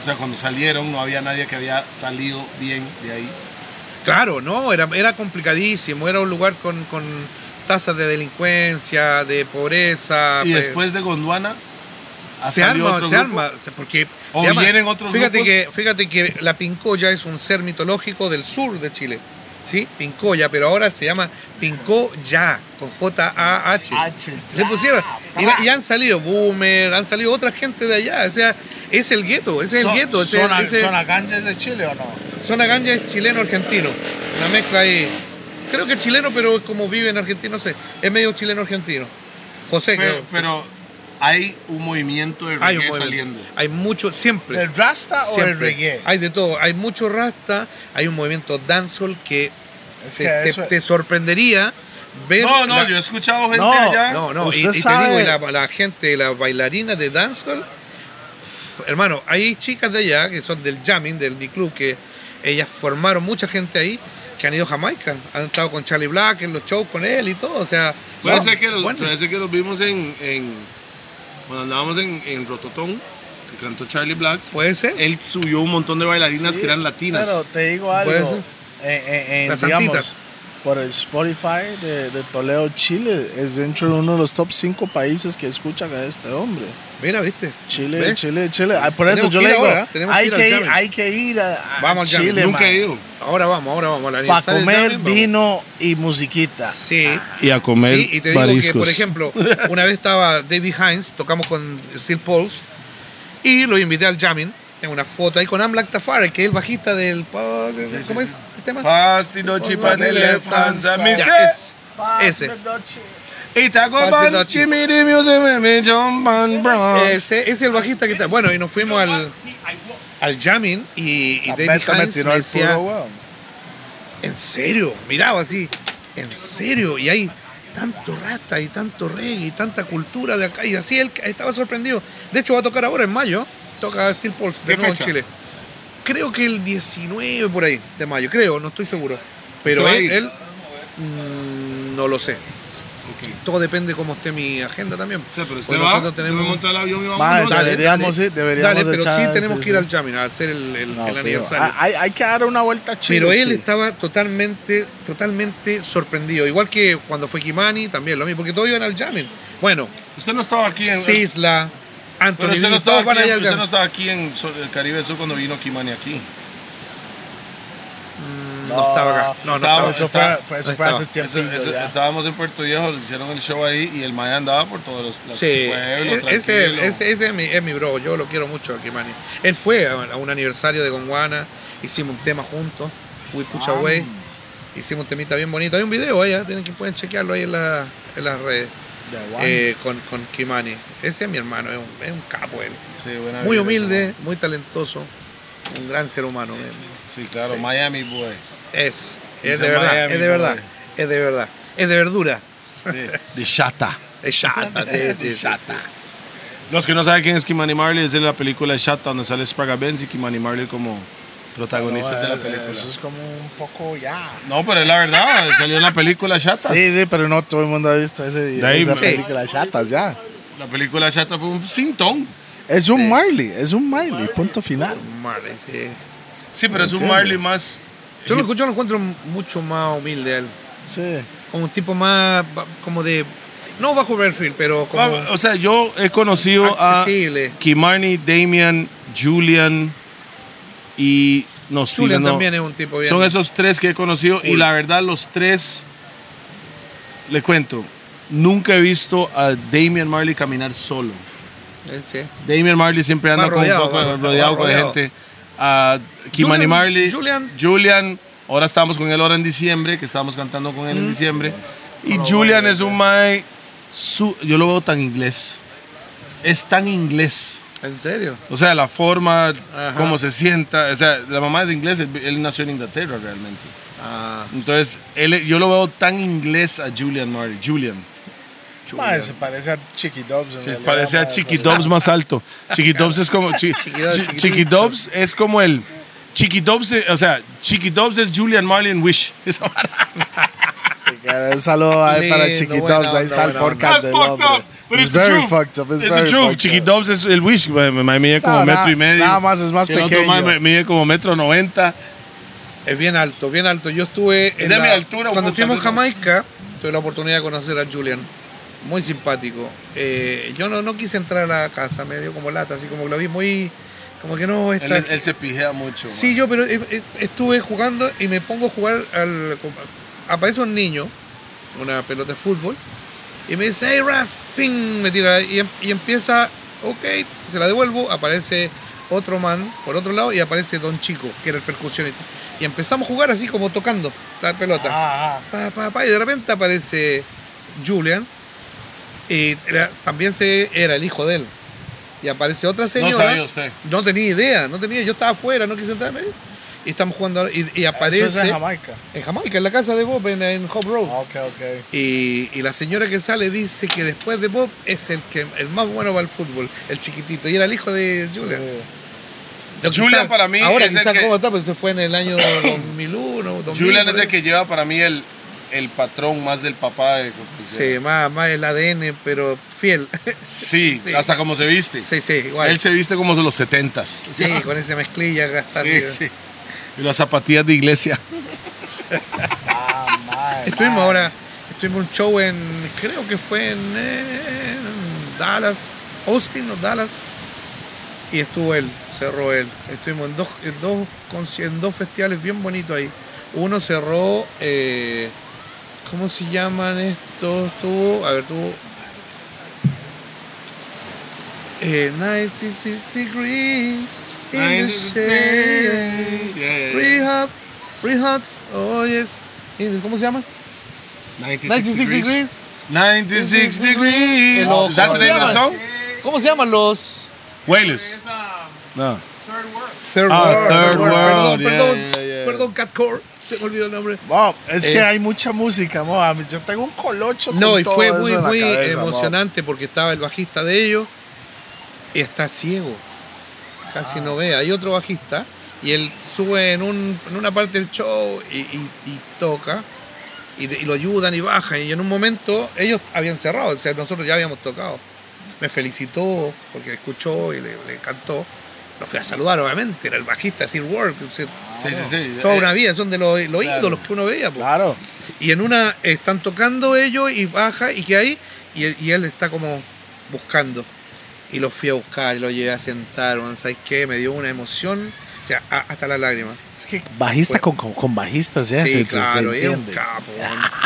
S3: O sea, cuando salieron no había nadie que había salido bien de ahí.
S4: Claro, no, era, era complicadísimo, era un lugar con, con tasas de delincuencia, de pobreza.
S3: y
S4: pe-
S3: después de Gondwana, ¿ha
S4: Ah, pues. se
S3: salido
S4: arma,
S3: otro
S4: se
S3: grupo?
S4: arma, se- porque
S3: ¿O
S4: se llama-
S3: vienen otros
S4: fíjate
S3: grupos?
S4: que fíjate que la pincoya es un ser mitológico del sur de Chile, sí, pincoya, pero ahora se llama pincoya con J A H.
S2: H,
S4: Le pusieron y,
S2: claro.
S4: y han salido boomer, han salido otra gente de allá, o sea, es el gueto, es el
S2: Son-
S4: gueto, es el-
S2: ¿Zona,
S4: es el-
S2: zona cancha es de Chile o no?
S4: Zona Ganja es chileno-argentino. Una mezcla ahí. Creo que es chileno, pero es como vive en Argentina, no sé. Es medio chileno-argentino. José,
S3: Pero,
S4: creo.
S3: pero hay un movimiento de reggae
S4: Pues, hay un movimiento.
S3: saliendo.
S4: Hay mucho, siempre.
S2: ¿Del Rasta o del
S4: siempre.
S2: reggae?
S4: Hay de todo. Hay mucho rasta, hay un movimiento dancehall que,
S2: Es
S4: te,
S2: que
S4: te-
S2: eso es-
S4: te sorprendería ver.
S3: No, no,
S4: la-
S3: yo he escuchado gente
S2: No,
S3: allá.
S4: No, no, y,
S2: Usted
S4: y
S2: sabe-
S4: te digo, y la, la gente, la bailarina de dancehall, hermano, hay chicas de allá que son del jamming, del mi club, que ellas formaron mucha gente ahí que han ido a Jamaica, han estado con Charlie Black en los shows con él y todo, o sea,
S3: Puede,
S4: son
S3: ser que los,
S4: buenas.
S3: puede ser que los vimos en, en- Cuando andábamos en, en Rototón, que cantó Charlie Blacks.
S4: puede ser.
S3: él subió un montón de bailarinas
S2: Sí,
S3: que eran latinas.
S2: Pero te digo
S4: Puede
S2: algo.
S4: ser.
S2: eh, eh, en,
S4: Las
S2: digamos,
S4: Santitas.
S2: por el Spotify de, de Toledo, Chile, es dentro de uno de los top 5 países que escuchan a este hombre.
S4: Mira, viste.
S2: Chile,
S4: ¿Ves?
S2: Chile, Chile. Ah, Por eso
S4: Tenemos
S2: yo
S4: que
S2: le
S4: ir
S2: digo,
S4: ahora, ¿eh? Tenemos
S2: hay,
S4: que ir
S2: que
S4: al
S2: ir,
S4: Jamming.
S2: hay que ir a, a
S4: Vamos al Jamming.
S2: Chile,
S3: Nunca he ido.
S4: Ahora vamos, ahora vamos. al
S2: Para
S4: aniversario del
S2: comer
S4: Jamming, vamos.
S2: vino y musiquita.
S4: Sí.
S3: Ah.
S5: Y a comer
S4: Sí, y te digo que, por ejemplo, una vez estaba David Hines, tocamos con Steel Pulse, y lo invité al jamming en una foto ahí con Amlac Tafari, que es el bajista del. ¿Cómo es el tema?
S3: Pasti noche panele fanza mi
S4: Ya,
S3: se.
S4: ese. Ese.
S3: Y taco
S4: Pasti
S3: pan,
S4: noche.
S3: chimiri, muse, me, me, John Pan Bronx.
S4: Ese ese es el bajista que está. Bueno, y nos fuimos al, al jamming y, y
S2: La
S4: David
S2: Beto me
S4: Hines
S2: tiró
S4: me
S2: el
S4: decía,
S2: puro huevo.
S4: ¿en serio? Miraba así, ¿en serio? Y hay tanto rata y tanto reggae y tanta cultura de acá. Y así él estaba sorprendido. De hecho, va a tocar ahora en mayo. Toca Steel Pulse de
S3: ¿Qué
S4: nuevo en
S3: fecha?
S4: Chile. Creo que el 19 por ahí de mayo, creo, no estoy seguro. Pero
S3: ¿Usted va a
S4: él,
S3: ir?
S4: él, mm, no lo sé. Todo depende cómo esté mi agenda también.
S3: O sea, pero usted
S4: Pues
S3: va,
S4: nosotros
S3: tenemos...
S4: tenemos-
S3: me monto el avión y vamos.
S2: Madre,
S3: ¿no?
S2: dale, Deberíamos ir, deberíamos
S4: Dale, pero
S2: echar-
S4: sí tenemos
S2: sí,
S4: que ir
S2: sí.
S4: al Jamming a hacer el, el-
S2: No,
S4: el
S2: fijo.
S4: aniversario.
S2: Ah, Hay, hay que dar una vuelta a Chile.
S4: pero él
S2: Chile.
S4: estaba totalmente, totalmente sorprendido. Igual que cuando fue Kimani, también lo mismo, porque todos iban al Jamming. Bueno,
S3: Usted no estaba aquí en...
S4: Sisla, Anthony,
S3: pero usted
S4: Lee,
S3: no
S4: todos
S3: estaba
S4: van
S3: aquí,
S4: allá al
S3: usted no
S4: Jamming.
S3: estaba aquí en Sol- el Caribe Sur cuando vino Kimani aquí.
S4: No, estaba acá. No, no
S3: Estaba-
S4: estaba.
S2: Eso
S3: está-
S2: fue, fue- eso
S4: no
S2: fue hace
S4: estaba.
S2: tiempo.
S3: Eso- eso- estábamos en Puerto Viejo, le hicieron el show ahí y el mae andaba por todos los, los
S4: Sí,
S3: pueblos.
S4: e-
S3: tranquilo.
S4: ese, ese- ese es, mi, es mi bro, yo lo quiero mucho a Kimani. Él fue a, a un aniversario de Gonguana, hicimos un tema juntos, We
S2: Ah.
S4: Pucha Way, hicimos un temita bien bonito. Hay un video allá, tienen que pueden chequearlo ahí en, la- en las redes. eh, con, con Kimani. Ese es mi hermano, es un, es un capo él.
S3: Sí, buena
S4: Muy
S3: vibra,
S4: humilde, muy talentoso, un gran ser humano. eh.
S3: Sí, claro, Miami Boy.
S4: Es, es
S3: Dice
S4: de verdad,
S3: Miami,
S4: es de verdad, es de verdad, es de verdura.
S3: De Shata.
S4: Es chata, sí, sí, sí, sí.
S3: Los que no saben quién es Kimani Marley es de la película Shata donde sale Spraga Benz y Kimani Marley como protagonistas de la película.
S2: eh, Eso es como un poco ya.
S3: No, pero es la verdad, salió en la película Chatas.
S2: Sí, sí, pero no todo el mundo ha visto ese video,
S3: De ahí,
S2: esa
S3: sí.
S2: película chatas ya.
S3: La película Chata fue un sintón.
S2: Es un Marley, es un Marley, punto final.
S4: Marley, sí.
S3: Sí, pero es un
S2: Entiendo.
S3: Marley más.
S4: Yo lo escucho, lo encuentro mucho más humilde a él.
S2: Sí.
S4: Como un tipo más, ba- como de, no bajo perfil, pero como
S3: O sea, yo he conocido a
S4: accesible.
S3: Kimani, Damian, Julian y. No,
S4: Julian
S3: Steven, no.
S4: también es un tipo bien.
S3: Son esos tres que he conocido y la verdad los tres, le cuento, nunca he visto a Damian Marley caminar solo.
S4: Eh, sí.
S3: Damian Marley siempre anda
S4: Más
S3: con
S4: rodeado,
S3: un poco
S4: más
S3: rodeado, con
S4: rodeado.
S3: gente. A Kimani
S4: Julian-
S3: Marley,
S4: Julian.
S3: Julian, ahora estamos con él ahora en diciembre, que estábamos cantando con él
S4: Mm.
S3: en diciembre. Y Julian es un mae, su- yo lo veo tan inglés. Es tan inglés.
S4: ¿En serio?
S3: O sea, la forma,
S4: Ajá.
S3: cómo se sienta. O sea, la mamá es inglesa, él- él nació en Inglaterra realmente.
S4: Ah,
S3: Entonces, él, yo lo veo tan inglés a Julian Murray. Julian.
S2: Ma, se parece a Chiqui Dobbs. en
S3: Se
S2: realidad,
S3: parece a
S2: ma,
S3: Chiqui Dobbs más alto. Chiqui Dobbs es como. Chi- Chi-
S4: chiquitito.
S3: Chiqui Dobbs es como el. Chiqui Dobbs, eh, o sea, Chiqui Dobbs es Julian Marley en Wish. Esa vara.
S2: Cara, Un saludo ahí
S4: Lindo,
S2: para Chiqui
S4: buena
S2: Dobbs. Ahí
S4: onda,
S2: está el
S4: buena onda.
S2: podcast del hombre.
S3: but
S2: It's
S3: it's the
S2: very
S3: truth.
S2: fucked up. It's
S3: It's
S2: very
S3: the truth.
S2: fucked
S3: Chiqui
S2: up.
S3: Dobbs es el Wish. ma- ma- ma- Mide como
S2: No,
S3: metro
S2: nada-
S3: y medio.
S2: Nada más, es más
S3: El otro ma- ma-
S2: pequeño.
S3: mide como metro noventa.
S4: es bien alto, bien alto. Yo estuve.
S3: de mi altura, un
S4: Cuando
S3: poco
S4: estuvimos en
S3: también.
S4: Jamaica, tuve la oportunidad de conocer a Julian. Muy simpático. Eh, yo no, no quise entrar a la casa, me dio como lata, así como que lo vi muy. Como que no.
S3: Él,
S4: está-
S3: él se pijea mucho. ma.
S4: Sí, yo, pero eh, eh, estuve jugando y me pongo a jugar al. Aparece un niño, una pelota de fútbol, y me dice, hey, Ras, ping, me tira, y, em- y empieza, ok, se la devuelvo, aparece otro man por otro lado y aparece Don Chico, que era el percusionista. Y empezamos a jugar así como tocando la pelota
S2: Ah,
S4: pa, pa, pa, y de repente aparece Julian y era- también se, era el hijo de él y aparece otra señora
S2: ¿eh?
S3: sabía usted.
S4: no tenía idea no tenía yo estaba afuera no quise entrarme y estamos jugando ahora, y, y
S2: ah. Eso es
S4: aparece
S2: en
S4: en,
S2: Jamaica. Ah,
S4: Jamaica en la casa de Bob en, en Hope Road
S3: Oh.
S2: Ok, ok.
S4: y, y la señora que sale dice que después de Bob es el que el más bueno para el fútbol el chiquitito y era el hijo de Julian Lo
S3: Julian
S4: quizá-
S3: para mí
S4: ahora
S3: es el
S4: quizás
S3: que-
S4: cómo está pues se fue en el año 2001 2000,
S3: Julian
S4: por
S3: es
S2: ¿eh?
S4: ahí.
S3: el que lleva para mí el, el patrón más del papá. de-
S4: Sí, más, más el ADN, pero fiel.
S3: Sí,
S4: Sí.
S3: hasta como se viste.
S4: Sí, sí, igual.
S3: Él se viste como de los setentas.
S4: Sí, con esa mezclilla gastada.
S3: Sí, sí. Y las zapatillas de iglesia.
S2: Ah, ma,
S4: Estuvimos
S2: ma.
S4: ahora, estuvimos en un show en, creo que fue en, eh, en Dallas, Austin o Dallas, y estuvo él, cerró él. Estuvimos en dos, en dos, conci- en dos festivales bien bonitos ahí. Uno cerró, eh, ¿cómo se llaman estos? Estuvo, a ver, tuvo... Eh, 96 degrees in the shade. Rehab, Rehab, oh yes. ¿Y ¿Cómo se llama?
S3: 96 degrees. 96 degrees.
S4: No,
S3: That's the name of the
S4: ¿cómo se
S3: song?
S4: ¿Cómo se llaman los?
S3: Wailers.
S6: Esa
S3: No.
S6: Third World.
S4: Third
S3: Ah, Third
S4: Perdón,
S3: World, yeah,
S4: perdón,
S3: yeah, yeah.
S4: perdón, Catcore. Se me olvidó el nombre.
S2: Wow, es
S4: Eh.
S2: que hay mucha música, mo. A mí- Yo tengo un colocho
S4: No,
S2: con
S4: y
S2: todo
S4: fue
S2: eso
S4: muy,
S2: en la
S4: muy
S2: cabeza, mo.
S4: emocionante porque estaba el bajista de ellos y está ciego. Casi
S2: Ah.
S4: no ve. Hay otro bajista y él sube en, un- en una parte del show y, y- y toca y, de- y lo ayudan y bajan. Y en un momento ellos habían cerrado, o sea, nosotros ya habíamos tocado. Me felicitó porque escuchó y le, le encantó. Lo fui a saludar, obviamente, era el bajista de Steel World. o sea,
S3: Sí, sí, sí.
S4: Toda
S3: Eh,
S4: una vida, son de los, los ídolos que uno veía. pues. po.
S2: Claro.
S4: Y en una están tocando ellos y baja y que hay y, él- y él está como buscando. Y lo fui a buscar y lo llevé a sentar, man, ¿sabes qué? Me dio una emoción, o sea, a- hasta las lágrimas.
S2: Es que bajista con, con, con bajistas, ya se, se- se
S4: era un
S2: entiende. Ah, oh.
S4: capo.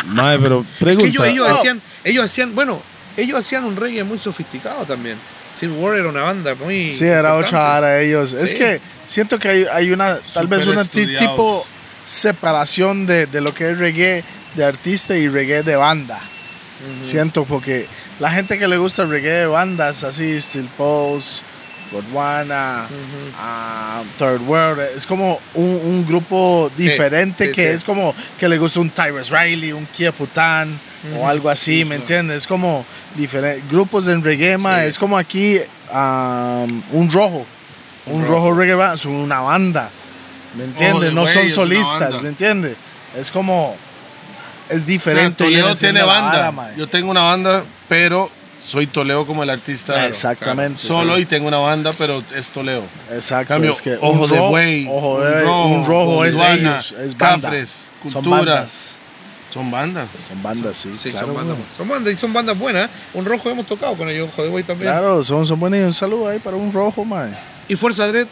S4: man.
S5: Mae, pero
S4: Que
S5: pregunta.
S4: ellos, ellos hacían, ellos hacían, bueno, ellos hacían un reggae muy sofisticado también. Phil Ward era una banda muy
S2: Sí, era eh.
S4: importante.
S2: otra vara ellos. Es
S4: Sí.
S2: que siento que hay, hay una, tal vez
S3: Súper
S2: una ti-
S3: estudiados.
S2: tipo separación de, de lo que es reggae de artista y reggae de banda. Siento, porque la gente que le gusta el reggae de bandas, así, Steel Pulse, Godwana, ah, Third World, es como un, un grupo
S4: Sí,
S2: diferente
S4: sí,
S2: que
S4: sí.
S2: es como que le gusta un Tyrus Riley, un Kia Putan o algo así, ¿me entiendes? Es como diferentes grupos en reggae, ma,
S4: Sí.
S2: es como aquí ah, un rojo, un rojo reggae band, es una banda. ¿Me entiendes?
S3: Oh,
S2: no
S3: güey,
S2: son
S3: es una
S2: solistas,
S3: banda.
S2: ¿me entiendes? Es como. Es diferente.
S3: O sea,
S2: viene
S3: Toledo
S2: siendo
S3: tiene
S2: la
S3: banda.
S2: vara, mae.
S3: Yo tengo una banda, pero soy Toledo como el artista.
S2: Ah, Exactamente.
S3: Solo
S2: sí.
S3: y tengo una banda, pero es Toledo.
S2: Exacto.
S3: Cambio,
S2: es que
S3: Ojos
S2: un
S3: de
S2: ro-
S3: Buey,
S2: Ojo de
S3: un
S2: Buey,
S3: rojo,
S2: un rojo es
S3: Gondwana,
S2: ellos. Es banda.
S3: Cafres,
S2: Son
S3: Cultura.
S2: bandas.
S3: Son bandas.
S2: Son bandas, sí.
S4: Sí,
S2: claro,
S4: son bandas.
S2: güey.
S4: Son bandas y son bandas buenas. ¿eh? Un rojo hemos tocado con ellos, Joder, güey, también.
S2: Claro, son, son buenas. Y un saludo ahí para un rojo, man.
S4: ¿Y Fuerza Dread?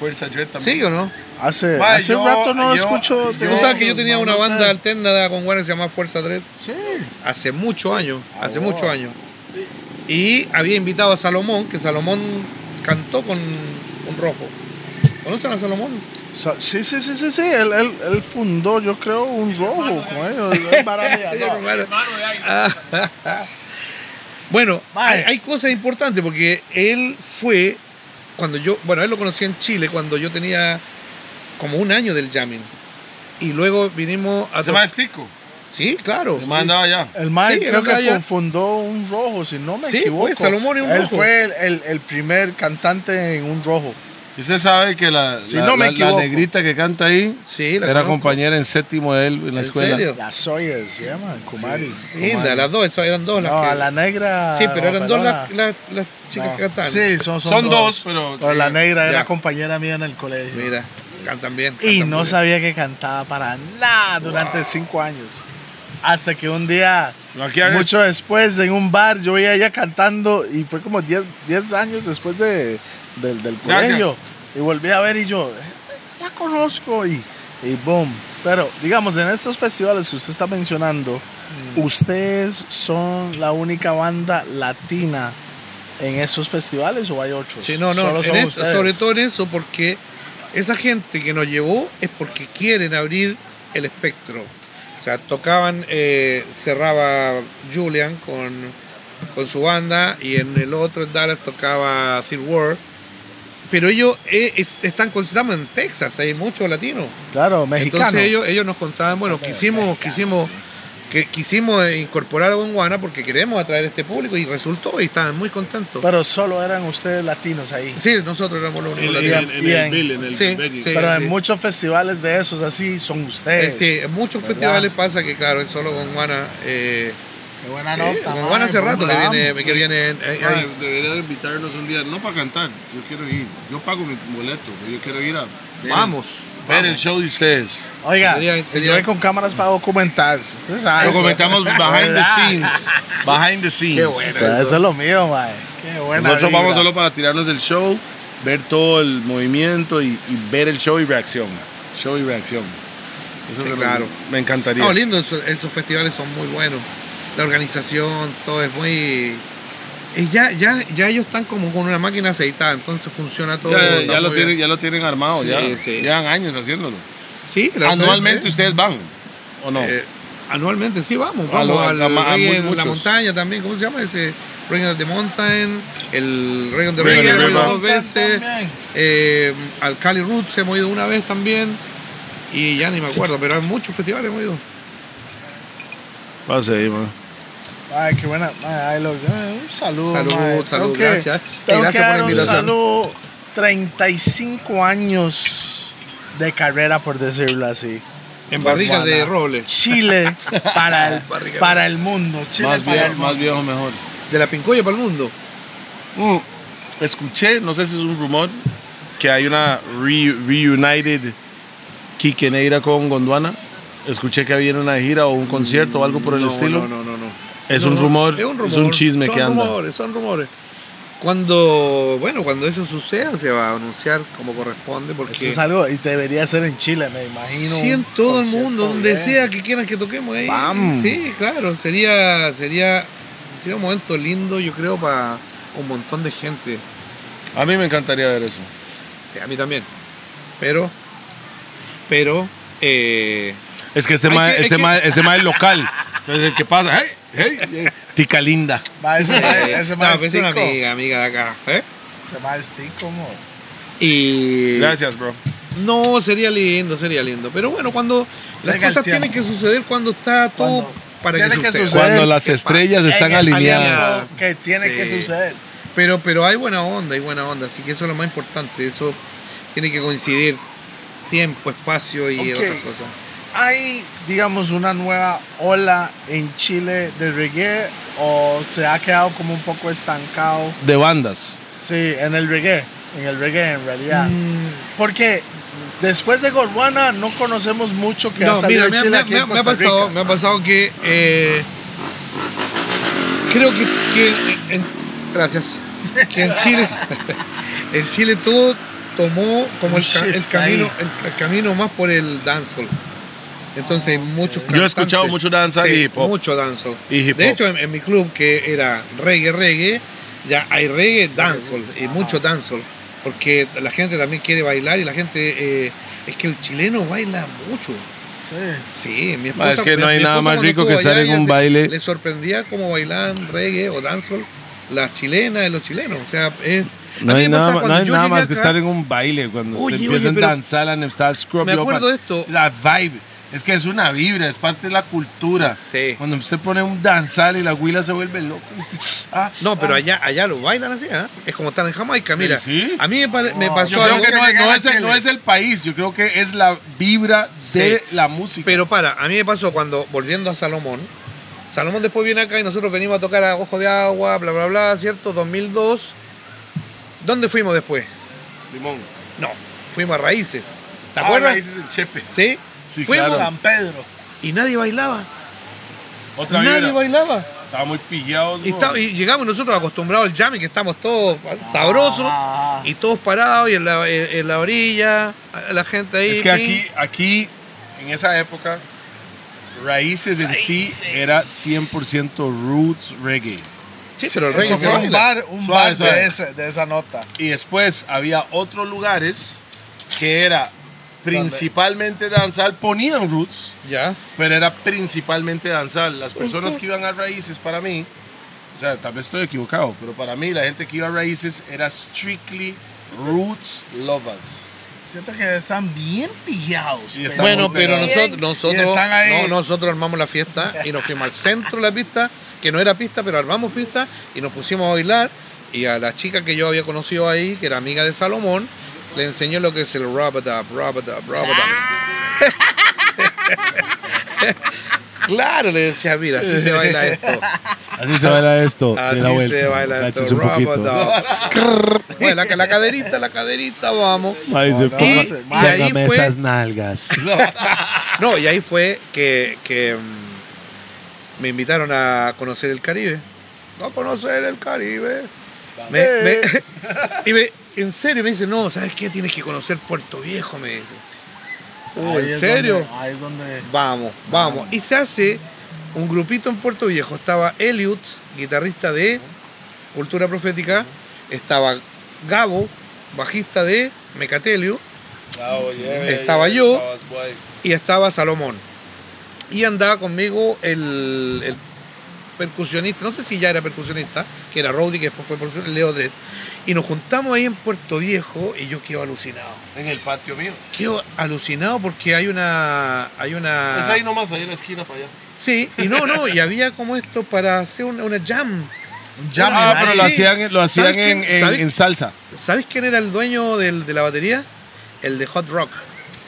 S3: Fuerza Dread también.
S4: ¿Sí o no?
S2: Hace,
S3: Mae,
S2: hace
S3: yo-
S2: rato no
S3: yo-
S2: escucho.
S3: yo-
S2: de
S4: Tú sabes que yo
S2: ellos,
S4: tenía
S2: mae,
S4: una
S2: no sé.
S4: banda alterna con Juan que se llamaba Fuerza Dread
S2: Sí.
S4: hace muchos años. Hace
S2: Ah,
S4: muchos
S2: wow.
S4: años. Y había invitado a Salomón, que Salomón cantó con un rojo. ¿Conocen a Salomón?
S2: Sa- sí, sí, sí, sí, sí. Él, él, él fundó, yo creo, un rojo con ellos. Es vara de
S4: Ella
S2: allá.
S4: con Juan.
S6: Mano de aire.
S4: Bueno,
S2: Mae.
S4: hay, hay cosas importantes porque él fue, cuando yo, bueno, él lo conocí en Chile cuando yo tenía como un año del jamming. Y luego vinimos a...
S3: Se llama Estico.
S4: Sí, claro.
S3: Se mandaba allá.
S2: El Mae
S4: Sí,
S2: creo
S4: era
S2: que
S4: allá.
S2: fu- fundó un rojo, si no me
S4: Sí,
S2: equivoco.
S4: fue Salomón y un
S2: Él
S4: rojo.
S2: fue el, el, el primer cantante en un rojo.
S3: Y usted sabe que la,
S2: Si
S3: la-
S2: no me
S3: la- la
S2: equivoco.
S3: negrita que canta ahí
S4: Sí, la
S3: era
S4: conozco.
S3: compañera en séptimo de él en la
S4: ¿En
S3: escuela.
S4: serio?
S2: Las Sawyers, se llaman, eh, Kumari.
S4: Linda, las dos, esas eran dos las
S2: No,
S4: que-
S2: a la negra.
S4: Sí, pero eran dos las,
S2: pelona.
S4: las, las chicas
S2: Ah, No.
S4: que cantaban.
S2: Sí, son, son
S3: Son dos, pero.
S2: Pero la negra era
S4: Ya.
S2: compañera mía en el colegio.
S4: Mira, cantan bien.
S2: y
S4: cantan
S2: no
S4: muy bien.
S2: sabía que cantaba para nada durante cinco años. Hasta que un día,
S3: Aquí hay-
S2: mucho después, en un bar, yo veía a ella cantando y fue como 10 10 años después de, del, del
S3: Gracias.
S2: colegio. Y volví a ver y yo, "Eh, la conozco y, y boom. Pero digamos, en estos festivales que usted está mencionando,
S4: Mm.
S2: ¿ustedes son la única banda latina en esos festivales o hay otros?
S4: Sí, no, no,
S2: Solo
S4: en
S2: son
S4: esto-
S2: ustedes.
S4: sobre todo en eso, porque esa gente que nos llevó es porque quieren abrir el espectro. O sea, tocaban, eh, cerraba Julian con, con su banda y en el otro, en Dallas, tocaba Third World. Pero ellos eh, es- están concentrados en Texas, hay muchos latinos.
S2: Claro, mexicanos.
S4: Entonces ellos, ellos nos contaban, bueno, quisimos, quisimos, que, quisimos incorporar a Gonguana porque queremos atraer este público y resultó y estaban muy contentos.
S2: Pero solo eran ustedes latinos ahí.
S4: Sí, nosotros éramos los únicos
S3: en,
S2: y-
S3: en-
S4: latinos.
S3: en
S2: y en-
S3: el Bill, en el
S4: sí,
S3: Begging.
S4: sí.
S2: Pero en muchos festivales de esos así son
S4: Eh,
S2: ustedes.
S4: sí, en muchos
S2: ¿verdad?
S4: festivales pasa que, claro, es solo Gonguana. Eh,
S2: Qué buena
S4: eh,
S2: nota.
S4: Gonguana hace
S2: man,
S4: rato que
S2: la amo.
S4: viene, que viene eh, en- en-
S3: Ay,
S4: en-
S3: debería invitarnos un día, no para cantar, yo quiero ir. Yo pago mi boleto, pero yo quiero ir a ver,
S4: vamos.
S3: ver el show de ustedes.
S2: Oiga,
S4: Sería-
S2: sería,
S4: sería-
S2: con cámaras para documentar. Usted sabe.
S3: Lo comentamos behind the
S2: ¿Verdad?
S3: scenes. Behind the scenes.
S4: Qué
S2: O
S4: bueno.
S2: sea, eso. es lo mío, mae. Qué buena.
S3: Nosotros
S2: vibra.
S3: vamos solo para tirarnos el show, ver todo el movimiento y, y ver el show y reacción. Show y reacción. Eso
S4: Sí,
S3: es lo que
S4: claro.
S3: Me
S2: Ah.
S3: encantaría.
S4: No, lindo, esos, esos festivales son muy buenos. La organización, todo es muy. eh, ya, ya, ya ellos están como con una máquina aceitada, entonces funciona todo.
S3: ya, ya
S4: está
S3: lo
S4: muy bien.
S3: tienen, ya lo tienen armado,
S4: Sí,
S3: ya.
S4: sí.
S3: Llevan años haciéndolo.
S4: Sí, la
S3: Anualmente ustedes van, ¿o no?
S4: verdad, eh, anualmente, sí, vamos.
S3: A
S4: Vamos
S3: lo- a
S4: al
S3: la ma- a
S4: reggae
S3: muy
S4: en la
S3: muchos.
S4: montaña también. ¿Cómo se llama ese? Reggae de Mountain, el Reggae de
S3: Reggae
S4: Reggae,
S3: on the
S4: hemos ido
S3: River.
S4: dos veces.
S2: También.
S4: eh, al Cali Roots hemos ido una vez también. Y ya ni me acuerdo, pero hay muchos festivales hemos ido.
S3: Pase ahí, man.
S2: Ay, qué buena. mae, I love you. Eh, Un saludo.
S4: Salud,
S2: mae.
S4: salud,
S2: Tengo que-
S4: gracias. Y
S2: Tengo que
S4: gracias por
S2: dar
S4: la
S2: un
S4: invitación.
S2: saludo. 35 años de carrera, por decirlo así.
S4: En barricas de
S2: Guaná.
S4: roble.
S2: Chile para el,
S4: Barriga.
S2: para el mundo. Chile
S3: Más
S2: para el
S3: viejo,
S2: mundo.
S3: más viejo mejor.
S4: De la pincoya para el mundo.
S3: Mm, Escuché, no sé si es un rumor, que hay una re- reunited Quique Neira con Gondwana. Escuché que había una gira o un concierto o algo por el
S4: No,
S3: estilo.
S4: No, no, no, no.
S3: Es,
S4: No,
S3: un
S4: no,
S3: rumor, es un chisme
S4: son
S3: que anda.
S4: rumores, son rumores. Cuando, bueno, cuando eso suceda se va a anunciar como corresponde porque
S2: Eso es algo, y debería ser en Chile, me imagino.
S4: sí en
S2: un
S4: todo el
S2: concierto
S4: mundo, donde
S2: bien.
S4: sea que quieran que toquemos ahí.
S2: Vamos.
S4: Sí, claro, sería sería sería un momento lindo, yo creo para un montón de gente.
S3: A mí me encantaría ver eso.
S4: Sí, a mí también. Pero pero eh,
S3: Es que este
S4: Hay
S3: mae
S4: que- hay
S3: este
S4: que-
S3: mae- este mae es local. Entonces, ¿qué pasa? Hey, hey, hey. Tica linda.
S2: Va, ese
S4: eh,
S2: ma- ese
S4: no,
S2: ma
S4: pero
S2: es
S4: es una
S2: tico.
S4: amiga, amiga de acá, ¿eh?
S2: Ese ma es tico, mo.
S4: Y
S3: Gracias, bro.
S4: No, sería lindo, sería lindo. Pero bueno, cuando las
S2: Llega el
S4: cosas
S2: tiempo.
S4: tienen que suceder cuando está todo
S2: Cuando
S4: para que
S2: tiene que
S4: suceda.
S2: suceder.
S3: Cuando las estrellas están
S2: En el
S3: alineadas.
S2: tiempo Que tiene que
S4: Sí.
S2: suceder.
S4: Pero, pero hay buena onda, hay buena onda. Así que eso es lo más importante. Eso tiene que coincidir. tiempo, espacio y
S2: Ok.
S4: otras cosas.
S2: ¿Hay, digamos, una nueva ola en Chile de reggae o se ha quedado como un poco estancado?
S3: De bandas.
S2: Sí, en el reggae, en el reggae en realidad.
S4: Mm.
S2: Porque después de Gorwana no conocemos mucho que ha
S4: No,
S2: salido
S4: mira,
S2: de
S4: me,
S2: Chile
S4: me-
S2: aquí en
S4: me- me ha
S2: Costa Rica.
S4: pasado, me ha pasado que eh, creo que, que en- gracias que en Chile en Chile todo tomó como el, ca- el
S2: shift
S4: camino
S2: ahí.
S4: el, ca- camino más por el dancehall.
S2: Oh,
S4: Entonces muchos
S3: Yo he escuchado
S4: cantantes-
S3: mucho dancehall y hip hop.
S4: Mucho dancehall.
S3: Y hip
S4: de
S3: hop.
S4: hecho en, en mi club que era reggae reggae ya hay reggae dancehall y mucho dancehall porque la gente también quiere bailar y la gente eh, es que el chileno baila mucho.
S2: Sí.
S4: Sí, mi
S5: Ma,
S4: esposa.
S5: Ah, es que no
S4: mi-
S5: hay
S4: mi
S5: nada
S4: esposa
S5: más
S4: cuando
S5: rico
S4: estuvo
S5: que estar
S4: allá,
S5: en
S4: ella
S5: un
S4: se-
S5: baile.
S4: Le sorprendía cómo bailaban reggae o dancehall las chilenas y los chilenos. O sea, eh, a
S5: No
S4: mí
S5: hay
S4: me
S5: nada,
S4: pasaba
S5: ma- no
S4: cuando
S5: hay
S4: yo
S5: nada
S4: llegué
S5: más que
S4: acá,
S5: estar en un baile cuando
S4: Oye,
S5: usted
S4: oye,
S5: empieza
S4: pero-
S5: a danzar and está scrub
S4: Me
S5: you up
S4: acuerdo
S5: and-
S4: de esto.
S3: La vibe. Es que es una vibra, es parte de la cultura.
S4: Sí.
S3: Cuando usted pone un danzal y la huila se vuelve loco. y usted, ah,
S4: No, pero
S3: ah.
S4: allá, allá lo bailan así, ¿ah? Es como estar en
S5: ¿Eh,
S4: Jamaica, mira.
S3: Sí.
S4: A mí me, pare- me pasó
S3: Yo creo
S4: algo,
S3: que no,
S2: llegar
S3: no
S2: a
S3: es el,
S2: Chile.
S3: no es el país, yo creo que es la vibra de la música.
S4: pero para, a mí me pasó cuando, volviendo a Salomón, Salomón después viene acá y nosotros venimos a tocar a Ojo de Agua, bla, bla, bla, ¿cierto? 2002. ¿Dónde fuimos después?
S3: Limón.
S4: No, fuimos a Raíces. ¿Te
S3: Ah,
S4: acuerdas?
S3: Raíces en Chepe.
S4: Sí.
S3: Sí,
S4: fuimos
S3: claro.
S2: San Pedro.
S4: y nadie bailaba.
S3: Otra
S4: Nadie
S3: vibra.
S4: bailaba.
S3: Estaba muy pillado.
S4: Y, está- y llegamos nosotros acostumbrados al jamming, que estamos todos sabrosos
S3: Ah.
S4: y todos parados y en la, en- en la orilla, la gente ahí.
S3: Es que
S4: ping.
S3: aquí, aquí, en esa época, Raíces en sí era 100% roots reggae.
S4: Sí, pero el
S2: Eso
S4: reggae se
S2: fue un
S4: baila.
S2: bar, un
S3: Suave,
S2: bar
S3: suave.
S2: De, ese- de esa nota.
S3: Y después había otros lugares que era principalmente danzal, ponían roots,
S4: Ya.
S3: pero era principalmente danzal. Las personas que iban a Raíces para mí, o sea, tal vez estoy equivocado, pero para mí la gente que iba a Raíces era strictly roots lovers.
S2: Siento que están bien pillados.
S3: Y
S2: pero-
S3: están
S4: Bueno,
S3: muy
S4: pero
S3: pegados.
S4: nosotros,
S2: Y
S4: nosotros,
S2: están ahí.
S4: no, nosotros armamos la fiesta y nos fuimos al centro de la pista, que no era pista, pero armamos pista y nos pusimos a bailar. Y a la chica que yo había conocido ahí, que era amiga de Salomón, le enseñó lo que es el rub it up, rub it up, rub it up. claro, le decía, mira, así se baila esto.
S5: Así se baila esto. de la
S4: Así
S5: vuelta.
S4: se baila esto.
S5: Cáchese un
S4: rub it
S5: poquito.
S4: up. Skrrr. Bueno, la, la caderita, la caderita, vamos.
S5: Ahí se
S2: no,
S5: ponga-
S4: Y,
S2: se-
S4: y ahí
S5: Póngame
S4: fue
S5: esas nalgas.
S4: No, y ahí fue que, que, mm, me invitaron a conocer el Caribe. A conocer el Caribe. Me- me- y me- en serio me dice, no, ¿sabes qué? Tienes que conocer Puerto Viejo, me dice. "Oh,
S2: Ahí
S4: ¿En
S2: es
S4: serio?
S2: donde- ahí es donde.
S4: Vamos, vamos. Y se hace un grupito en Puerto Viejo. Estaba Elliot, guitarrista de Cultura Profética. Estaba Gabo, bajista de Mecatelio. Estaba yo. y estaba Salomón. Y andaba conmigo el, el percusionista, no sé si ya era percusionista, que era Rowdy, que después fue percusionista, Leo Dredd. Y nos juntamos ahí en Puerto Viejo y yo quedo alucinado.
S3: En el patio mío.
S4: Quedo alucinado porque hay una. Pues Hay una
S3: Es ahí nomás, ahí en la esquina para allá.
S4: Sí, y no, no, y había como esto para hacer una, una jam.
S2: Ya
S4: Ah,
S2: me imagino.
S4: pero lo hacía- hacían- lo hacían
S5: en,
S4: en- en- en
S5: salsa.
S4: ¿Sabes quién era el dueño del- de la batería? El de Hot Rock,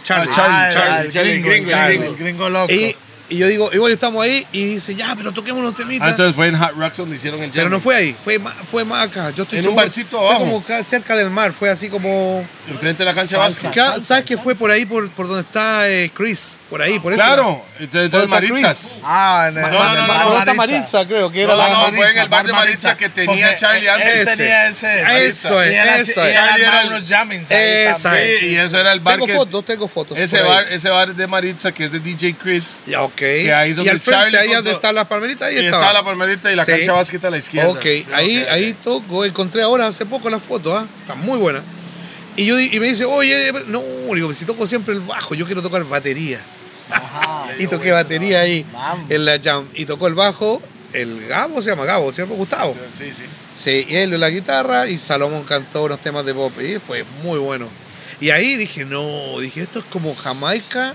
S4: Charlie.
S2: Ah,
S3: Charlie, Charlie,
S2: el
S3: Charlie,
S2: gringo,
S3: gringo,
S2: el Charlie,
S3: gringo.
S2: el gringo loco.
S4: Y, y yo digo, igual estamos ahí y dice, ya, pero toquemos unos temitas.
S3: Ah, entonces fue en Hot Rocks donde hicieron el
S4: Pero
S3: jam.
S4: no fue ahí, fue más, fue más acá. Yo estoy
S3: En un
S4: seguro.
S3: barcito
S4: Fue
S3: abajo.
S4: como acá cerca del mar, fue así como.
S3: Enfrente de la cancha
S2: Salsa.
S3: vasca.
S4: Acá, ¿Sabes que fue por ahí, por, por donde está eh, Chris? Por ahí, por eso.
S3: Claro, entonces entonces
S4: ¿Dónde está
S3: Maritzas.
S2: ah, en el
S3: No, no, no,
S2: Bar
S3: no, no,
S4: Maritza. Maritza, creo que era
S3: No,
S4: la.
S3: no, fue en el bar de Maritza que tenía
S2: Porque
S3: Charlie
S2: él-
S3: antes.
S2: Él tenía ese.
S4: Eso
S2: y él hacía-
S4: es, eso
S2: y él
S4: es.
S3: Charlie
S2: armaba
S3: era el-
S2: unos jammings ahí
S4: Esa
S2: también.
S4: es.
S3: Sí, y eso era el bar
S4: Tengo
S3: que-
S4: fotos, tengo fotos.
S3: Ese
S4: por ahí.
S3: bar, ese bar de Maritza que es de DJ Chris.
S4: Ya, ok.
S3: ahí es
S4: y
S3: donde
S4: al frente,
S3: Charlie
S4: ahí
S3: con
S4: donde
S3: todo-
S4: están las palmeritas, ahí
S3: Y
S4: estaba.
S3: estaba la palmerita y la
S4: Sí.
S3: cancha básquet a la izquierda.
S4: Ok,
S3: Sí,
S4: ahí,
S3: ok,
S4: ahí
S3: ok.
S4: toco, encontré ahora hace poco la foto, ¿ah? está muy buena. Y, yo, di- y me dice, oye, pero- no, le digo, si toco siempre el bajo, yo quiero tocar batería. y toqué batería ahí
S2: Vamos.
S4: en la jam. Y tocó el bajo, el Gabo se llama Gabo, ¿cierto? Gustavo.
S3: Sí, sí.
S4: Sí, y él la guitarra y Salomón cantó unos temas de pop y fue muy bueno. Y ahí dije, no, dije, esto es como Jamaica,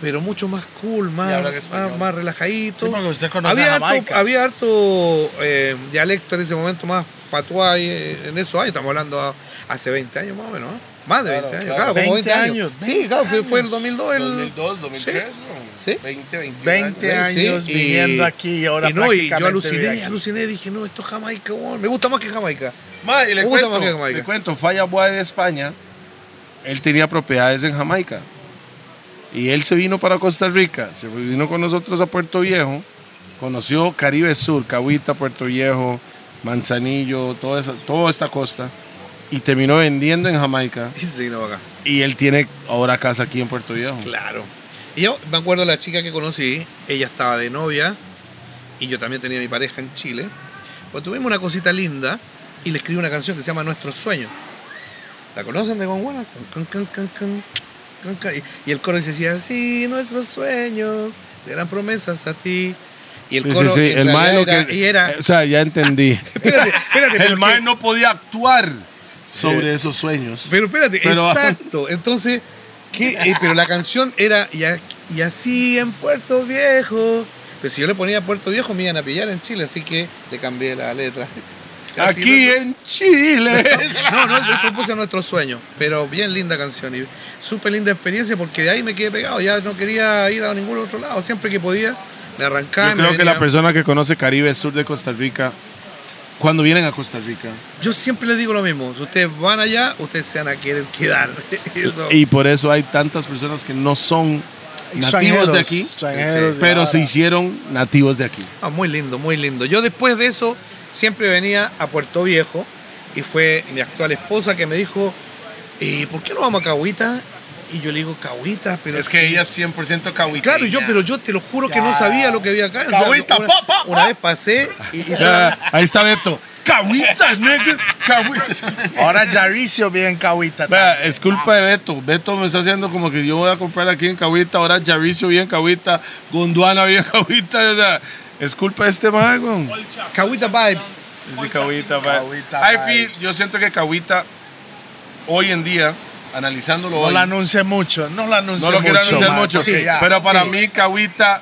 S4: pero mucho más cool, más,
S3: hablan español.
S4: más, más relajadito.
S2: Sí, porque usted conoce
S4: había, harto,
S2: Jamaica.
S4: había harto, eh, dialecto en ese momento más patuá y, eh, en eso años, estamos hablando a- hace 20 años más o menos. ¿eh? Más de 20 años, claro, como 20
S2: 20
S4: años.
S2: años,
S4: Sí, claro, fue, fue el 2002. El...
S3: 2002, 2003, bro.
S4: Sí.
S3: 20, 21
S2: 20
S3: años.
S4: Sí,
S2: años
S4: y-
S2: viviendo aquí y ahora
S4: Y no, y yo
S2: prácticamente vive
S4: aluciné,
S2: aquí.
S4: aluciné, dije, no, esto es Jamaica, weón. me gusta más que Jamaica.
S3: Ma, y le
S4: Me gusta
S3: cuento,
S4: más que Jamaica.
S3: le cuento, Falla Boy de España, él tenía propiedades en Jamaica. Y él se vino para Costa Rica, se vino con nosotros a Puerto Viejo, conoció Caribe Sur, Cahuita, Puerto Viejo, Manzanillo, toda, esa- toda esta costa, y terminó vendiendo en Jamaica.
S4: Y se vino para acá.
S3: Y él tiene ahora casa aquí en Puerto Viejo.
S4: Claro. Y yo me acuerdo de la chica que conocí, ella estaba de novia y yo también tenía mi pareja en Chile. Pues tuvimos una cosita linda y le escribí una canción que se llama Nuestros Sueños. ¿La conocen de Gonguana? Can, can, can, can, can, can, can. Y el coro decía, sí, nuestros sueños serán promesas a ti. Y el
S3: Sí, sí,
S4: coro
S3: sí,
S4: en
S3: el
S4: realidad
S3: mae lo
S4: era-
S3: que...
S4: y era,
S3: O sea, ya entendí.
S4: espérate, espérate,
S3: el
S4: porque-
S3: mae no podía actuar sobre esos sueños.
S4: Pero espérate,
S3: Pero-
S4: exacto. Entonces, ¿qué? Eh, pero la canción era y, a- y así en Puerto Viejo. Pero si yo le ponía Puerto Viejo me iban a pillar en Chile, así que le cambié la letra. Así
S3: Aquí
S4: no-
S3: en Chile.
S4: No, no, yo compuse nuestro sueño, pero bien linda canción y súper linda experiencia porque de ahí me quedé pegado, ya no quería ir a ningún otro lado, siempre que podía me arrancaba. y
S3: Yo
S4: me
S3: creo que la
S4: venía.
S3: persona que conoce Caribe Sur de Costa Rica, cuando vienen a Costa Rica,
S4: Yo siempre les digo lo mismo, si ustedes van allá, ustedes se van a querer quedar. Eso.
S3: y por eso hay tantas personas que no son nativos
S2: Extranjeros,
S3: de aquí,
S2: extranjeros de
S3: pero se
S2: ahora.
S3: hicieron nativos de aquí.
S4: Ah, muy lindo, muy lindo. Yo después de eso siempre venía a Puerto Viejo y fue mi actual esposa que me dijo, "Eh, ¿por qué no vamos a Cahuita? Y yo le digo, Cahuita, pero... sí".
S3: es 100% cahuita.
S4: Claro, yo, pero yo te lo juro que no sabía lo que había acá. O sea,
S2: Cahuita,
S4: una,
S2: pa, pa, pa.
S4: una vez pasé y... y solamente-
S3: ahí está Beto. Cahuita, negro. Cahuita.
S2: Ahora Yaricio vive en Cahuita.
S3: Vea, es culpa de Beto. Beto me está haciendo como que yo voy a comprar aquí en Cahuita, ahora Javicio vive en Cahuita, Gondwana vive en Cahuita. O sea, es culpa de este mago.
S4: Cahuita Vibes.
S3: Es de Cahuita, va.
S2: Cahuita
S3: I feel-
S2: vibes.
S3: yo siento que Cahuita, hoy en día, analizándolo
S2: No
S3: hoy,
S2: lo anuncie mucho, no lo anuncie
S3: no lo
S2: mucho.
S3: quiero anunciar
S2: man,
S3: mucho,
S2: porque ya-
S3: pero para
S2: sí.
S3: mí Cahuita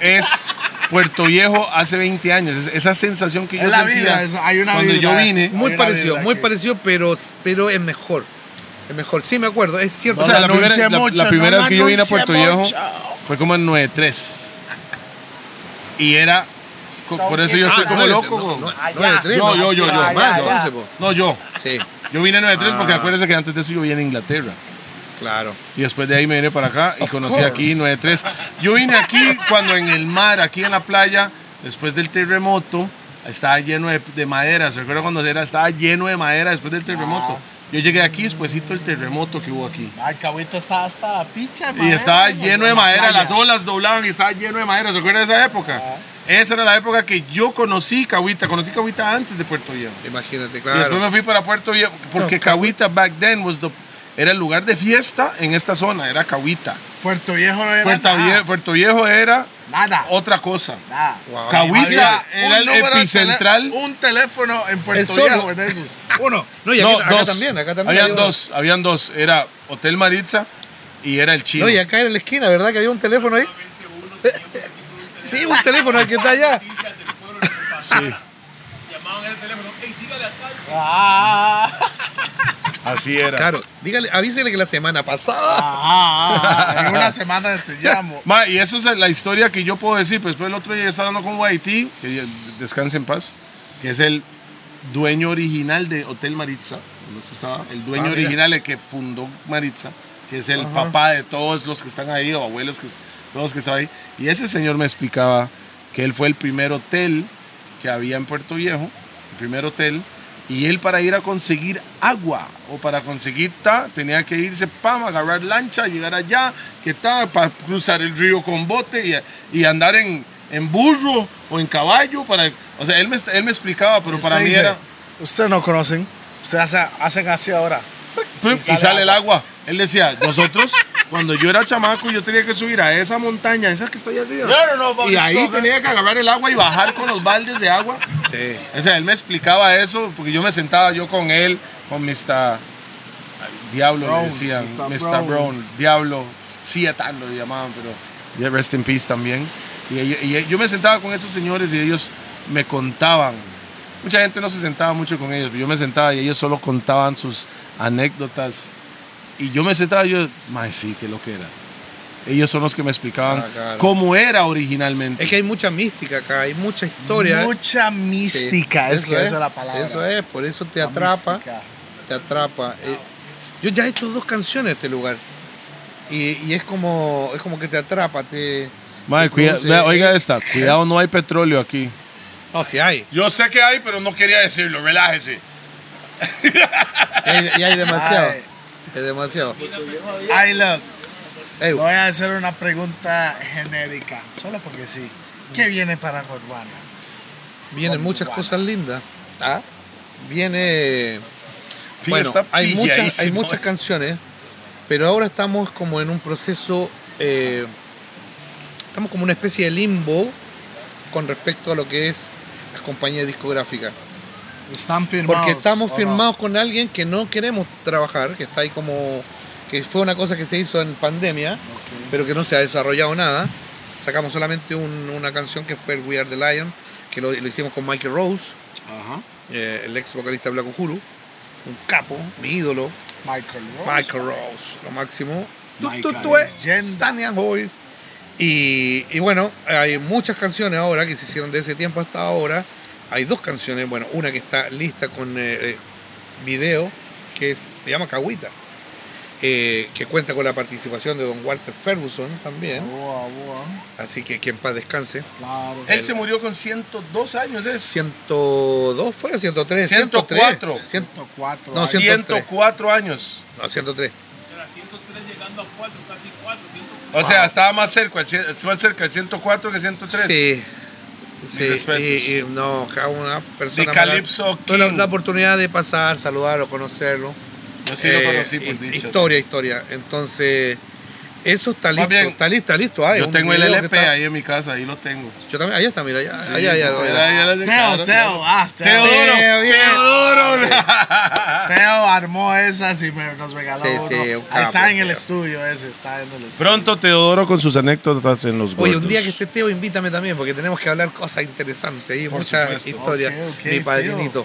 S3: es Puerto Viejo hace 20 años. Es- esa sensación que yo
S2: Es la
S3: sentía
S2: vibra, es- hay una
S3: cuando
S2: vibra.
S3: yo vine.
S2: Hay
S4: Muy
S2: una
S4: parecido,
S2: vibra
S4: muy
S2: aquí.
S4: parecido, pero, pero es mejor. Es mejor, sí me acuerdo, es cierto.
S2: No
S3: O sea, la
S2: lo
S3: primera,
S2: anuncie
S3: la- la
S2: mucho,
S3: primera
S2: no
S3: vez
S2: lo
S3: que yo vine a
S2: anuncie
S3: Puerto Viejo
S2: mucho.
S3: fue como en 9-3. Y era... co- Por eso yo estoy
S4: Ah,
S3: como
S4: no,
S3: loco.
S4: no,
S3: co.
S4: no, no, de tres,
S3: No,
S4: no,
S3: yo, yo, yo.
S4: no, más,
S3: Allá,
S4: entonces, po.
S3: No, yo.
S4: Sí,
S3: Yo vine en 9-3 porque
S4: Ah.
S3: acuérdense que antes de eso yo vine a Inglaterra.
S4: claro.
S3: Y después de ahí me vine para acá y conocí aquí 93. Yo vine aquí cuando en el mar, aquí en la playa, después del terremoto, estaba lleno de, de madera. ¿Se acuerdan cuando era? Estaba lleno de madera después del terremoto. Yo llegué aquí despuésito del terremoto que hubo aquí.
S2: Ay, Cahuita está hasta la picha,
S3: Y estaba lleno de madera, las olas doblaban y estaba lleno de madera. ¿Se acuerdan de esa época? Esa era la época que yo conocí Cahuita. Conocí Cahuita antes de Puerto Viejo.
S4: Imagínate,
S3: Y después
S4: claro.
S3: me fui para Puerto Viejo porque Cahuita back then was the- era el lugar de fiesta en esta zona, era Cahuita.
S2: Puerto Viejo no era
S3: Puerto
S4: Ah.
S2: nada,
S3: Viejo, Puerto Viejo era
S2: nada,
S3: otra cosa.
S2: nada.
S4: Wow.
S3: Cahuita
S2: Había
S3: era el
S2: número de
S3: epicentral.
S2: tele- un teléfono en Puerto
S4: El solo.
S2: Viejo, en esos. Uno.
S4: No, y aquí,
S3: No,
S4: acá
S3: dos.
S4: también, acá también.
S3: Habían
S4: había-
S3: dos, habían dos. Era Hotel Maritza y era el Chino.
S4: No, y acá en la esquina, ¿verdad? Que había un teléfono ahí. sí, un teléfono el que está allá.
S3: Sí,
S6: Llamaban al teléfono, hey, dígale a tal.
S2: Ah,
S3: así era.
S4: Claro, dígale, avísele que la semana pasada.
S2: ah, ah, en una semana te llamo.
S3: Ma, y eso es la historia que yo puedo decir. Pues después el otro día yo estaba hablando con Guaití, que ya- descanse en paz, que es el dueño original de Hotel Maritza. donde usted estaba, el dueño
S4: Ah, mira.
S3: original, el que fundó Maritza, que es el papá de todos los que están ahí, o abuelos, que, todos los que están ahí. Y ese señor me explicaba que él fue el primer hotel que había en Puerto Viejo, el primer hotel. Y él para ir a conseguir agua o para conseguir ta, tenía que irse pam, agarrar lancha, llegar allá, que ta, para cruzar el río con bote y, y andar en, en burro o en caballo. Para, o sea, él me, él me explicaba, pero para
S2: Usted
S3: mí
S2: dice,
S3: era...
S2: Ustedes no conocen. Ustedes hace- hacen así ahora.
S3: Plim, y sale, el agua. Él decía, nosotros, cuando yo era chamaco, yo tenía que subir a esa montaña, esa que está allá arriba. y ahí tenía que agarrar el agua y bajar con los baldes de agua.
S4: Sí.
S3: O sea, él me explicaba eso, porque yo me sentaba yo con él, con Mr. Diablo,
S2: Brown,
S3: le decían,
S2: Mr.
S3: Mr.
S2: Brown.
S3: Brown, Diablo, Ciatán lo llamaban, pero yeah, Rest in Peace también. Y, ello- y yo me sentaba con esos señores y ellos me contaban. Mucha gente no se sentaba mucho con ellos, pero yo me sentaba y ellos solo contaban sus anécdotas Y yo me sentaba, yo, mae, sí, que lo que era. Ellos son los que me explicaban
S4: Ah, claro.
S3: cómo era originalmente.
S4: Es que hay mucha mística acá, hay mucha historia. ¿eh?
S2: Mucha
S4: Sí,
S2: mística, es
S4: eso
S2: que esa es la palabra.
S4: Eso es, por eso te
S2: La
S4: atrapa.
S2: mística.
S4: te atrapa. Eh, yo ya he hecho dos canciones en este lugar. Y, y es como es como que te atrapa, te.
S3: Mae,
S4: te
S3: cuida-
S4: produce-
S3: vea, oiga esta, cuidado, no hay petróleo aquí.
S4: No, si hay.
S3: Yo sé que hay, pero no quería decirlo, relájese.
S4: Y hay, y hay demasiado.
S2: Ay.
S4: Es demasiado.
S2: I love.
S4: Ey,
S2: Voy a hacer una pregunta genérica, solo porque sí. ¿Qué viene para Gondwana?
S4: vienen muchas cosas lindas. ¿Ah? Viene.
S3: Sí,
S4: Bueno,
S3: está
S4: hay muchas, hay
S3: pilladísimo. eh.
S4: muchas canciones, pero ahora estamos como en un proceso. eh, estamos como una especie de limbo con respecto a lo que es las compañías discográficas.
S2: ¿Están firmados?
S4: Porque estamos
S2: o no?
S4: firmados con alguien que no queremos trabajar, que está ahí como. que fue una cosa que se hizo en pandemia, pero que no se ha desarrollado nada. Sacamos solamente un- una canción que fue el We Are the Lion, que lo, lo hicimos con Michael Rose, eh, el ex vocalista de Black Uhuru, un capo, mi ídolo,
S2: Michael Rose.
S4: Michael Rose, lo máximo. Tú, tú,
S2: Michael,
S4: tú, eh,
S2: leyenda.
S4: Stan Young Boy. Y, y bueno, hay muchas canciones ahora que se hicieron de ese tiempo hasta ahora. Hay dos canciones, bueno, una que está lista con eh, eh, video, que es- se llama Caguita, eh, que cuenta con la participación de don Walter Ferguson también.
S2: Boa, boa,
S4: Así que que en paz descanse.
S2: claro.
S3: Él se murió con 102 años. ¿es?
S4: 102 fue, o 103,
S3: 104.
S4: 103, 100,
S2: 104.
S4: No,
S2: Ay,
S4: 100.
S3: 104 años.
S4: no, 103.
S6: De las 103 llegando a 4, casi 4, 104.
S3: O sea, estaba más cerca, el cien- más cerca el 104 que 103.
S4: Sí. Sí,
S3: respetos.
S4: y, y no, cada una persona.
S3: De Calypso
S4: me da- tuve la,
S3: King.
S4: la oportunidad de pasar, saludarlo, conocerlo.
S3: Yo sí lo
S4: Eh,
S3: conocí por
S4: hi-
S3: dicha.
S4: Historia, historia. Entonces, eso está listo.
S3: Más bien,
S4: está listo, está listo. Hay
S3: Yo
S4: un
S3: tengo el
S4: video que
S3: LP
S4: está-
S3: ahí en mi casa, ahí lo tengo.
S4: Yo también, ahí está, mira, allá.
S3: Sí,
S4: allá, allá,
S3: eso,
S4: allá.
S3: era- era
S2: Teo,
S3: de- claro,
S2: Teo, ah, Teo.
S3: claro.
S4: Teo, bien.
S3: Teodoro.
S2: Teo
S4: Ah.
S2: armó esas y me, nos regaló
S4: Sí,
S2: uno.
S4: sí, un
S2: Ahí
S4: capo,
S2: está en el
S4: Teo.
S2: estudio ese, está en el estudio.
S3: Pronto Teodoro con sus anécdotas en los
S4: Oye, un
S3: gordos.
S4: día que esté Teo, invítame también, porque tenemos que hablar cosas interesantes y muchas
S3: supuesto.
S4: historias.
S2: Ok, ok,
S4: mi padrinito.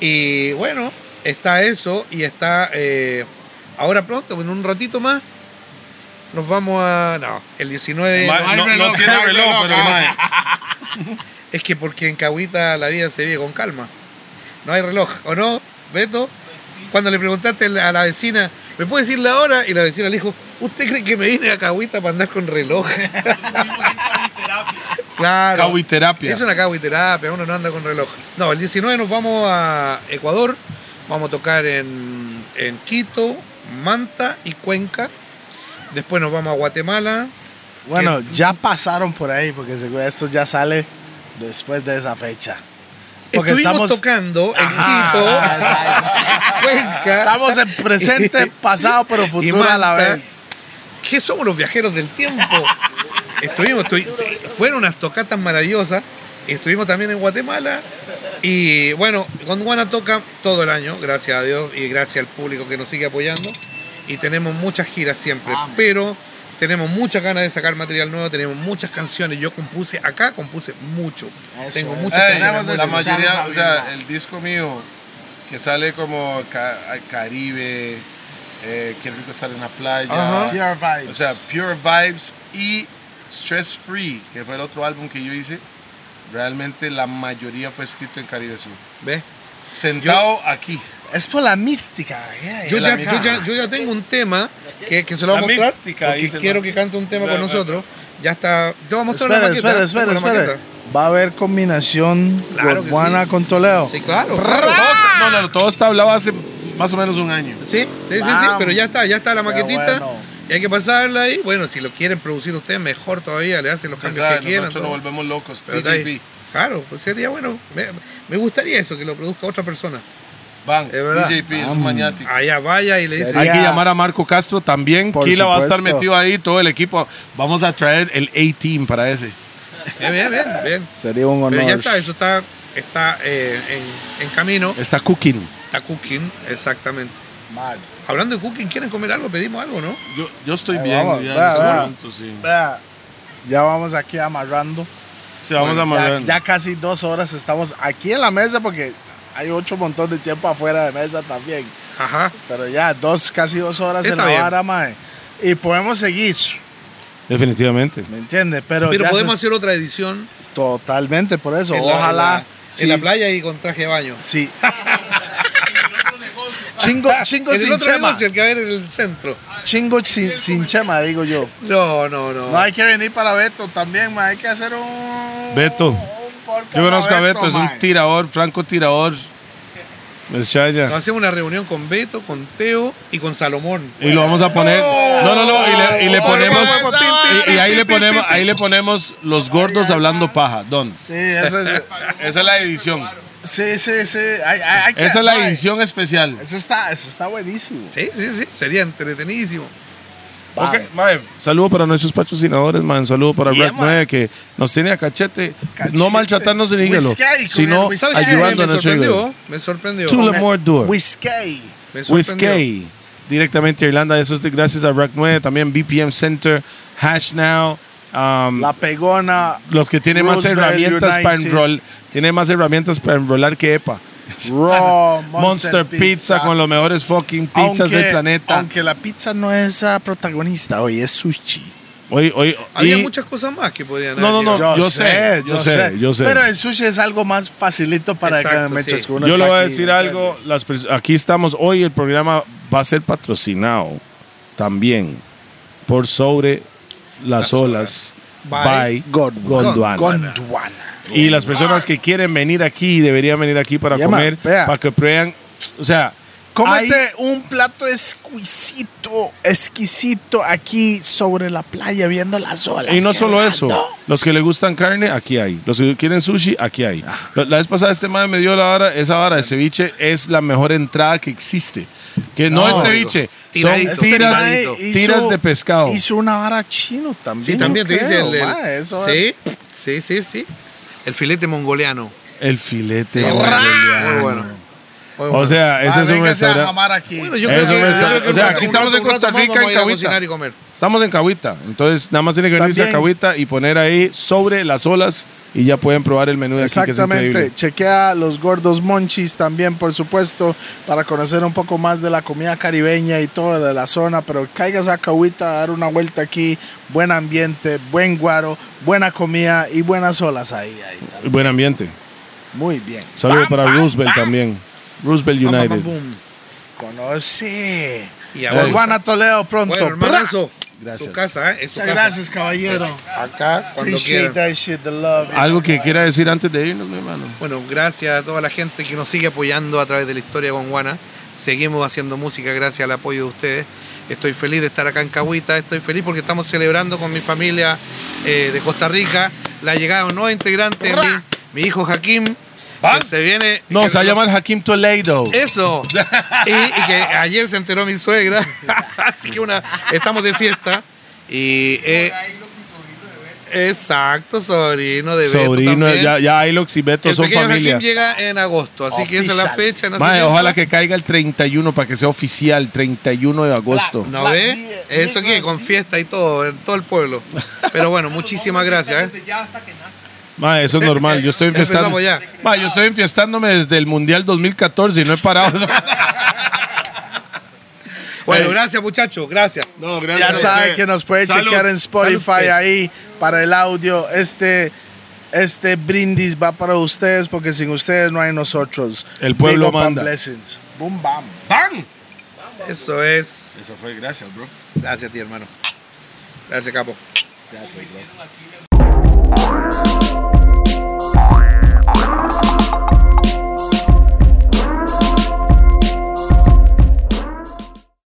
S4: Y bueno, está eso y está eh, ahora pronto, en un ratito más, nos vamos a. No, el 19.
S3: Ma-
S2: hay
S3: no, no
S2: reloj, no
S3: tiene
S2: hay
S3: reloj,
S2: reloj,
S3: pero
S2: ah.
S3: mae,
S4: Es que porque en Cahuita la vida se vive con calma. No hay reloj, ¿o no, Beto? Cuando le preguntaste a la vecina, ¿me puede decir la hora? Y la vecina le dijo, ¿usted cree que me vine a Cahuita para andar con reloj? claro.
S3: Cahuiterapia.
S4: Es una cahuiterapia, uno no anda con reloj. No, el 19 nos vamos a Ecuador, vamos a tocar en, en Quito, Manta y Cuenca. Después nos vamos a Guatemala.
S2: Bueno, ya pasaron por ahí porque seguro esto ya sale después de esa fecha. Porque
S4: Estuvimos
S2: estamos-
S4: tocando en
S2: Ajá,
S4: Quito,
S2: ajá, exacto.
S4: Cuenca.
S2: Estamos en presente, pasado, pero futuro a la
S4: Manta.
S2: vez.
S4: que somos los viajeros del tiempo. estuvimos, estu- se- fueron unas tocatas maravillosas. Estuvimos también en Guatemala. Y bueno, Gondwana toca todo el año, gracias a Dios y gracias al público que nos sigue apoyando. Y tenemos muchas giras siempre, pero tenemos muchas ganas de sacar material nuevo, tenemos muchas canciones. Yo compuse acá, compuse mucho.
S2: Eso
S4: Tengo
S2: es.
S4: muchas
S3: Ey,
S2: Tenemos
S4: canciones.
S3: la
S2: escuchamos
S3: mayoría,
S2: a
S3: o sea,
S2: Vilma.
S3: el disco mío que sale como ca- ay, Caribe, eh, Qué rico estar en la playa.
S4: Ajá.
S2: Pure vibes.
S3: O sea, Pure Vibes y Stress Free, que fue el otro álbum que yo hice. Realmente la mayoría fue escrito en Caribe Sur.
S4: ¿Ves?
S3: Sentado aquí.
S2: es por la mística. yeah,
S4: Yo
S2: yeah.
S3: La
S4: ya, yo, ya, yo ya tengo un tema que, que se lo voy a
S3: La
S4: mostrar
S3: mística,
S4: porque
S3: dice la-
S4: quiero que cante un tema
S3: La-
S4: con
S3: la-
S4: nosotros. Ya está. Yo voy a mostrar
S2: Espera,
S4: la maqueta.
S2: espera, espera,
S4: tengo la
S2: espera.
S4: maqueta.
S2: Va a haber combinación
S4: Claro que
S2: Gondwana
S4: sí.
S2: con Toledo.
S4: Sí, claro.
S3: Todo
S4: claro.
S3: está- no, no, no, todo está hablado hace más o menos un año.
S4: Sí, sí, sí, sí,
S2: Vamos.
S4: pero ya está, ya está la maquetita.
S2: bueno.
S4: Y hay que pasarla ahí. Bueno, si lo quieren producir ustedes, mejor todavía, le hacen los
S3: O
S4: cambios
S3: sea,
S4: que quieran.
S3: nosotros nos
S4: todo.
S3: volvemos locos.
S4: Pero está ahí.
S3: PGP.
S4: Claro, pues sería bueno. Me, me gustaría eso, que lo produzca otra persona.
S3: Bang.
S4: Es verdad.
S3: PGP es un maniático.
S4: Allá vaya y le dice.
S2: Sería-
S3: Hay
S2: Ya.
S3: que llamar a Marco Castro también.
S2: Por
S3: Kila va a estar
S2: supuesto.
S3: metido ahí, todo el equipo. Vamos a traer el A-Team para ese.
S4: "Eh, bien, bien, bien.
S2: Sería un honor.
S4: Pero ya está, eso está, está eh, en, en camino.
S3: Está cooking.
S4: Está cooking, exactamente.
S2: Mad.
S4: Hablando de cooking, ¿quieren comer algo? Pedimos algo, ¿no?
S3: Yo, yo estoy
S2: Ahí
S3: bien.
S2: Eh, vamos,
S3: ya,
S2: vea,
S3: en este
S2: vea.
S3: momento, sí.
S2: Vea, Ya vamos aquí amarrando.
S3: Sí, vamos a
S2: Ya,
S3: mandar.
S2: ya casi dos horas estamos aquí en la mesa porque hay otro montón de tiempo afuera de mesa también.
S4: Ajá.
S2: Pero ya, dos, casi dos horas
S4: Está
S2: en la
S4: bien.
S2: vara, mae. Y podemos seguir,
S3: Definitivamente.
S2: ¿me entiendes? Pero,
S4: Pero
S2: ya
S4: podemos
S2: se-
S4: hacer otra edición
S2: Totalmente, por eso.
S4: en la- en la-
S2: Ojalá.
S4: en
S2: sí,
S4: la playa y con traje de baño.
S2: sí. chingo, chingo
S4: en el
S2: sin
S4: otro
S2: chema.
S4: negocio, el que va a haber en el centro.
S2: Chingo sin, sin chema, digo yo.
S4: No, no, no.
S2: No hay que venir para Beto también, mae. Hay que hacer un.
S3: Beto.
S2: un podcast
S3: Yo conozco a
S2: para
S3: Beto, es
S2: mae.
S3: un tirador, franco tirador. Es Chaya.
S4: Nos hacemos una reunión con Beto, con Teo y con Salomón.
S3: Y lo vamos a poner. No, no, no. Y le, y le ponemos. Y, y ahí le ponemos, ahí le ponemos los gordos hablando paja. Don.
S2: Sí, eso es.
S3: Esa es la edición.
S2: sí, sí, sí. Hay- hay- hay que-
S3: Esa es la
S2: mae,
S3: edición especial.
S2: Eso está, eso está buenísimo.
S4: Sí, sí, sí. Sería entretenidísimo.
S2: Va.
S3: Ok, mae, Saludo para nuestros patrocinadores, man. Saludo para
S2: Yeah,
S3: Red
S2: man.
S3: 9 que nos tiene a cachete,
S2: Cachete.
S3: no maltratarnos en hígado,
S2: Whiskey,
S3: sino
S2: con el whiskey.
S4: ¿Sabes qué?
S3: ayudando a
S4: me
S3: nuestro hígado.
S4: sorprendió, me sorprendió.
S3: Tula More Door.
S2: Whiskey.
S4: Me sorprendió.
S3: Whiskey. Directamente a Irlanda. Eso es de- gracias a Rack 9. También BPM Center, Hash Now. um,
S2: La pegona.
S3: los que tienen más
S2: Roosevelt
S3: herramientas para
S2: United.
S3: enroll. Tiene más herramientas para enrolar que EPA.
S2: Raw.
S3: Monster, pizza, con los mejores fucking pizzas
S2: Aunque-
S3: del planeta.
S2: Aunque la pizza no es la protagonista hoy, es sushi.
S3: Hoy, hoy,
S4: Había
S3: y-
S4: muchas cosas más que podían
S3: No,
S4: haber
S3: no, no.
S4: llegado.
S3: yo sé, yo sé, yo sé.
S2: Pero el sushi es algo más facilito para
S4: Exacto,
S2: que me eches
S4: sí.
S2: que uno
S3: Yo
S2: está
S3: le voy a
S2: aquí,
S3: decir
S2: ¿me
S3: algo. Las pers- aquí estamos hoy. El programa va a ser patrocinado también por sobre las,
S4: Las
S3: olas. By,
S4: By
S2: Gondwana.
S3: Gondwana.
S2: entiendes? Gondwana.
S3: Y las personas que quieren venir aquí deberían venir aquí para
S2: Yeah, man,
S3: comer,
S2: vea.
S3: para que prueben. O sea,
S2: Cómete un plato exquisito, exquisito aquí sobre la playa viendo las olas.
S3: hay- y no
S2: qué
S3: solo
S2: lindo.
S3: eso, los que les gustan carne, aquí hay. Los que quieren sushi, aquí hay.
S4: Ah.
S3: La, la vez pasada este man me dio la vara, esa vara de ceviche es la mejor entrada que existe. Que no,
S2: No,
S3: es ceviche, son
S4: tiradito,
S2: Este
S3: tiras,
S2: mae hizo-
S3: tiras de pescado.
S2: Hizo una vara chino también.
S4: Sí, también te
S2: creo,
S4: dice el. el-
S2: mae, eso es-
S4: sí, sí, sí, sí. El filete mongoliano.
S3: El filete.
S4: Muy
S3: boliviano.
S4: bueno. Muy
S3: O
S4: bueno.
S3: sea, ese
S2: Ah,
S3: es un
S2: véngase a
S3: restaurante.
S2: jamar aquí.
S4: Bueno, yo
S3: eso
S4: creo que-
S3: me está-
S4: yo creo que
S3: o sea,
S4: un-
S3: aquí
S4: un
S3: estamos en
S4: rato- un
S3: Costa
S4: rato más
S3: Rica,
S4: vamos
S3: en
S4: a ir a
S3: Cahuita.
S4: cocinar y comer.
S3: Estamos en Cahuita. Entonces, nada más tiene que venirse a
S2: También.
S3: Cahuita y poner ahí sobre las olas y ya pueden probar el menú de aquí, que es
S2: Exactamente.
S3: increíble.
S2: Chequea los gordos monchis también, por supuesto, para conocer un poco más de la comida caribeña y todo de la zona. Pero caigas a Cahuita a dar una vuelta aquí. Buen ambiente, buen guaro, buena comida y buenas olas ahí. ahí.
S3: Buen ambiente.
S2: Muy bien.
S3: Saludos para Roosevelt también. Roosevelt
S4: Pam, pam,
S3: United.
S4: pam, pum.
S2: Conoce.
S4: Y ahora.
S2: Por Juana Toledo pronto.
S4: Bueno, hermanazo.
S3: Gracias.
S4: Su casa, ¿eh? Es su
S2: Muchas
S4: casa.
S2: gracias, caballero.
S4: Acá, cuando
S2: Appreciate
S4: quieran.
S2: that shit, the love.
S3: Algo que quiera decir antes de irnos, mi hermano.
S4: Bueno, gracias a toda la gente que nos sigue apoyando a través de la historia con Guana. Seguimos haciendo música gracias al apoyo de ustedes. Estoy feliz de estar acá en Cahuita, estoy feliz porque estamos celebrando con mi familia eh, de Costa Rica la llegada de un nuevo integrante, mi, mi hijo Jaquim, que se viene...
S3: No,
S4: que-
S3: se va a llamar Hakim Toledo.
S4: Eso. Y, y que ayer se enteró mi suegra, así que una, estamos de fiesta. Y, eh, Exacto, sobrino de Beto
S3: Sobrino,
S4: también.
S3: ya, ya Ilox y Beto
S4: El
S3: son
S4: pequeño
S3: familia.
S4: Hakim llega en agosto, así que esa es la
S2: Oficial.
S4: fecha. de
S3: Mae,
S4: nacimiento.
S3: ojalá que caiga el 31 para que sea oficial, 31 de agosto.
S4: ¿No ve? Eso que con fiesta y todo, en todo el pueblo. Pero bueno, muchísimas gracias. ¿eh?
S8: Ya hasta que nazca.
S3: Ma, eso es normal. Yo estoy
S4: Ya
S3: enfiestando.
S4: empezamos ya.
S3: Ma, yo estoy enfiestándome desde el Mundial 2014 y no he parado.
S4: Bueno, gracias muchachos, gracias.
S3: no,
S2: Ya sabe que nos puede
S4: Salud.
S2: chequear en Spotify
S4: Salud, eh.
S2: ahí para el audio. Este, este brindis va para ustedes porque sin ustedes no hay nosotros.
S3: El pueblo
S2: Big up and
S3: manda.
S2: blessings. Boom, bam.
S4: Eso es.
S9: Eso fue, gracias, bro.
S4: Gracias a ti, hermano. Gracias, capo.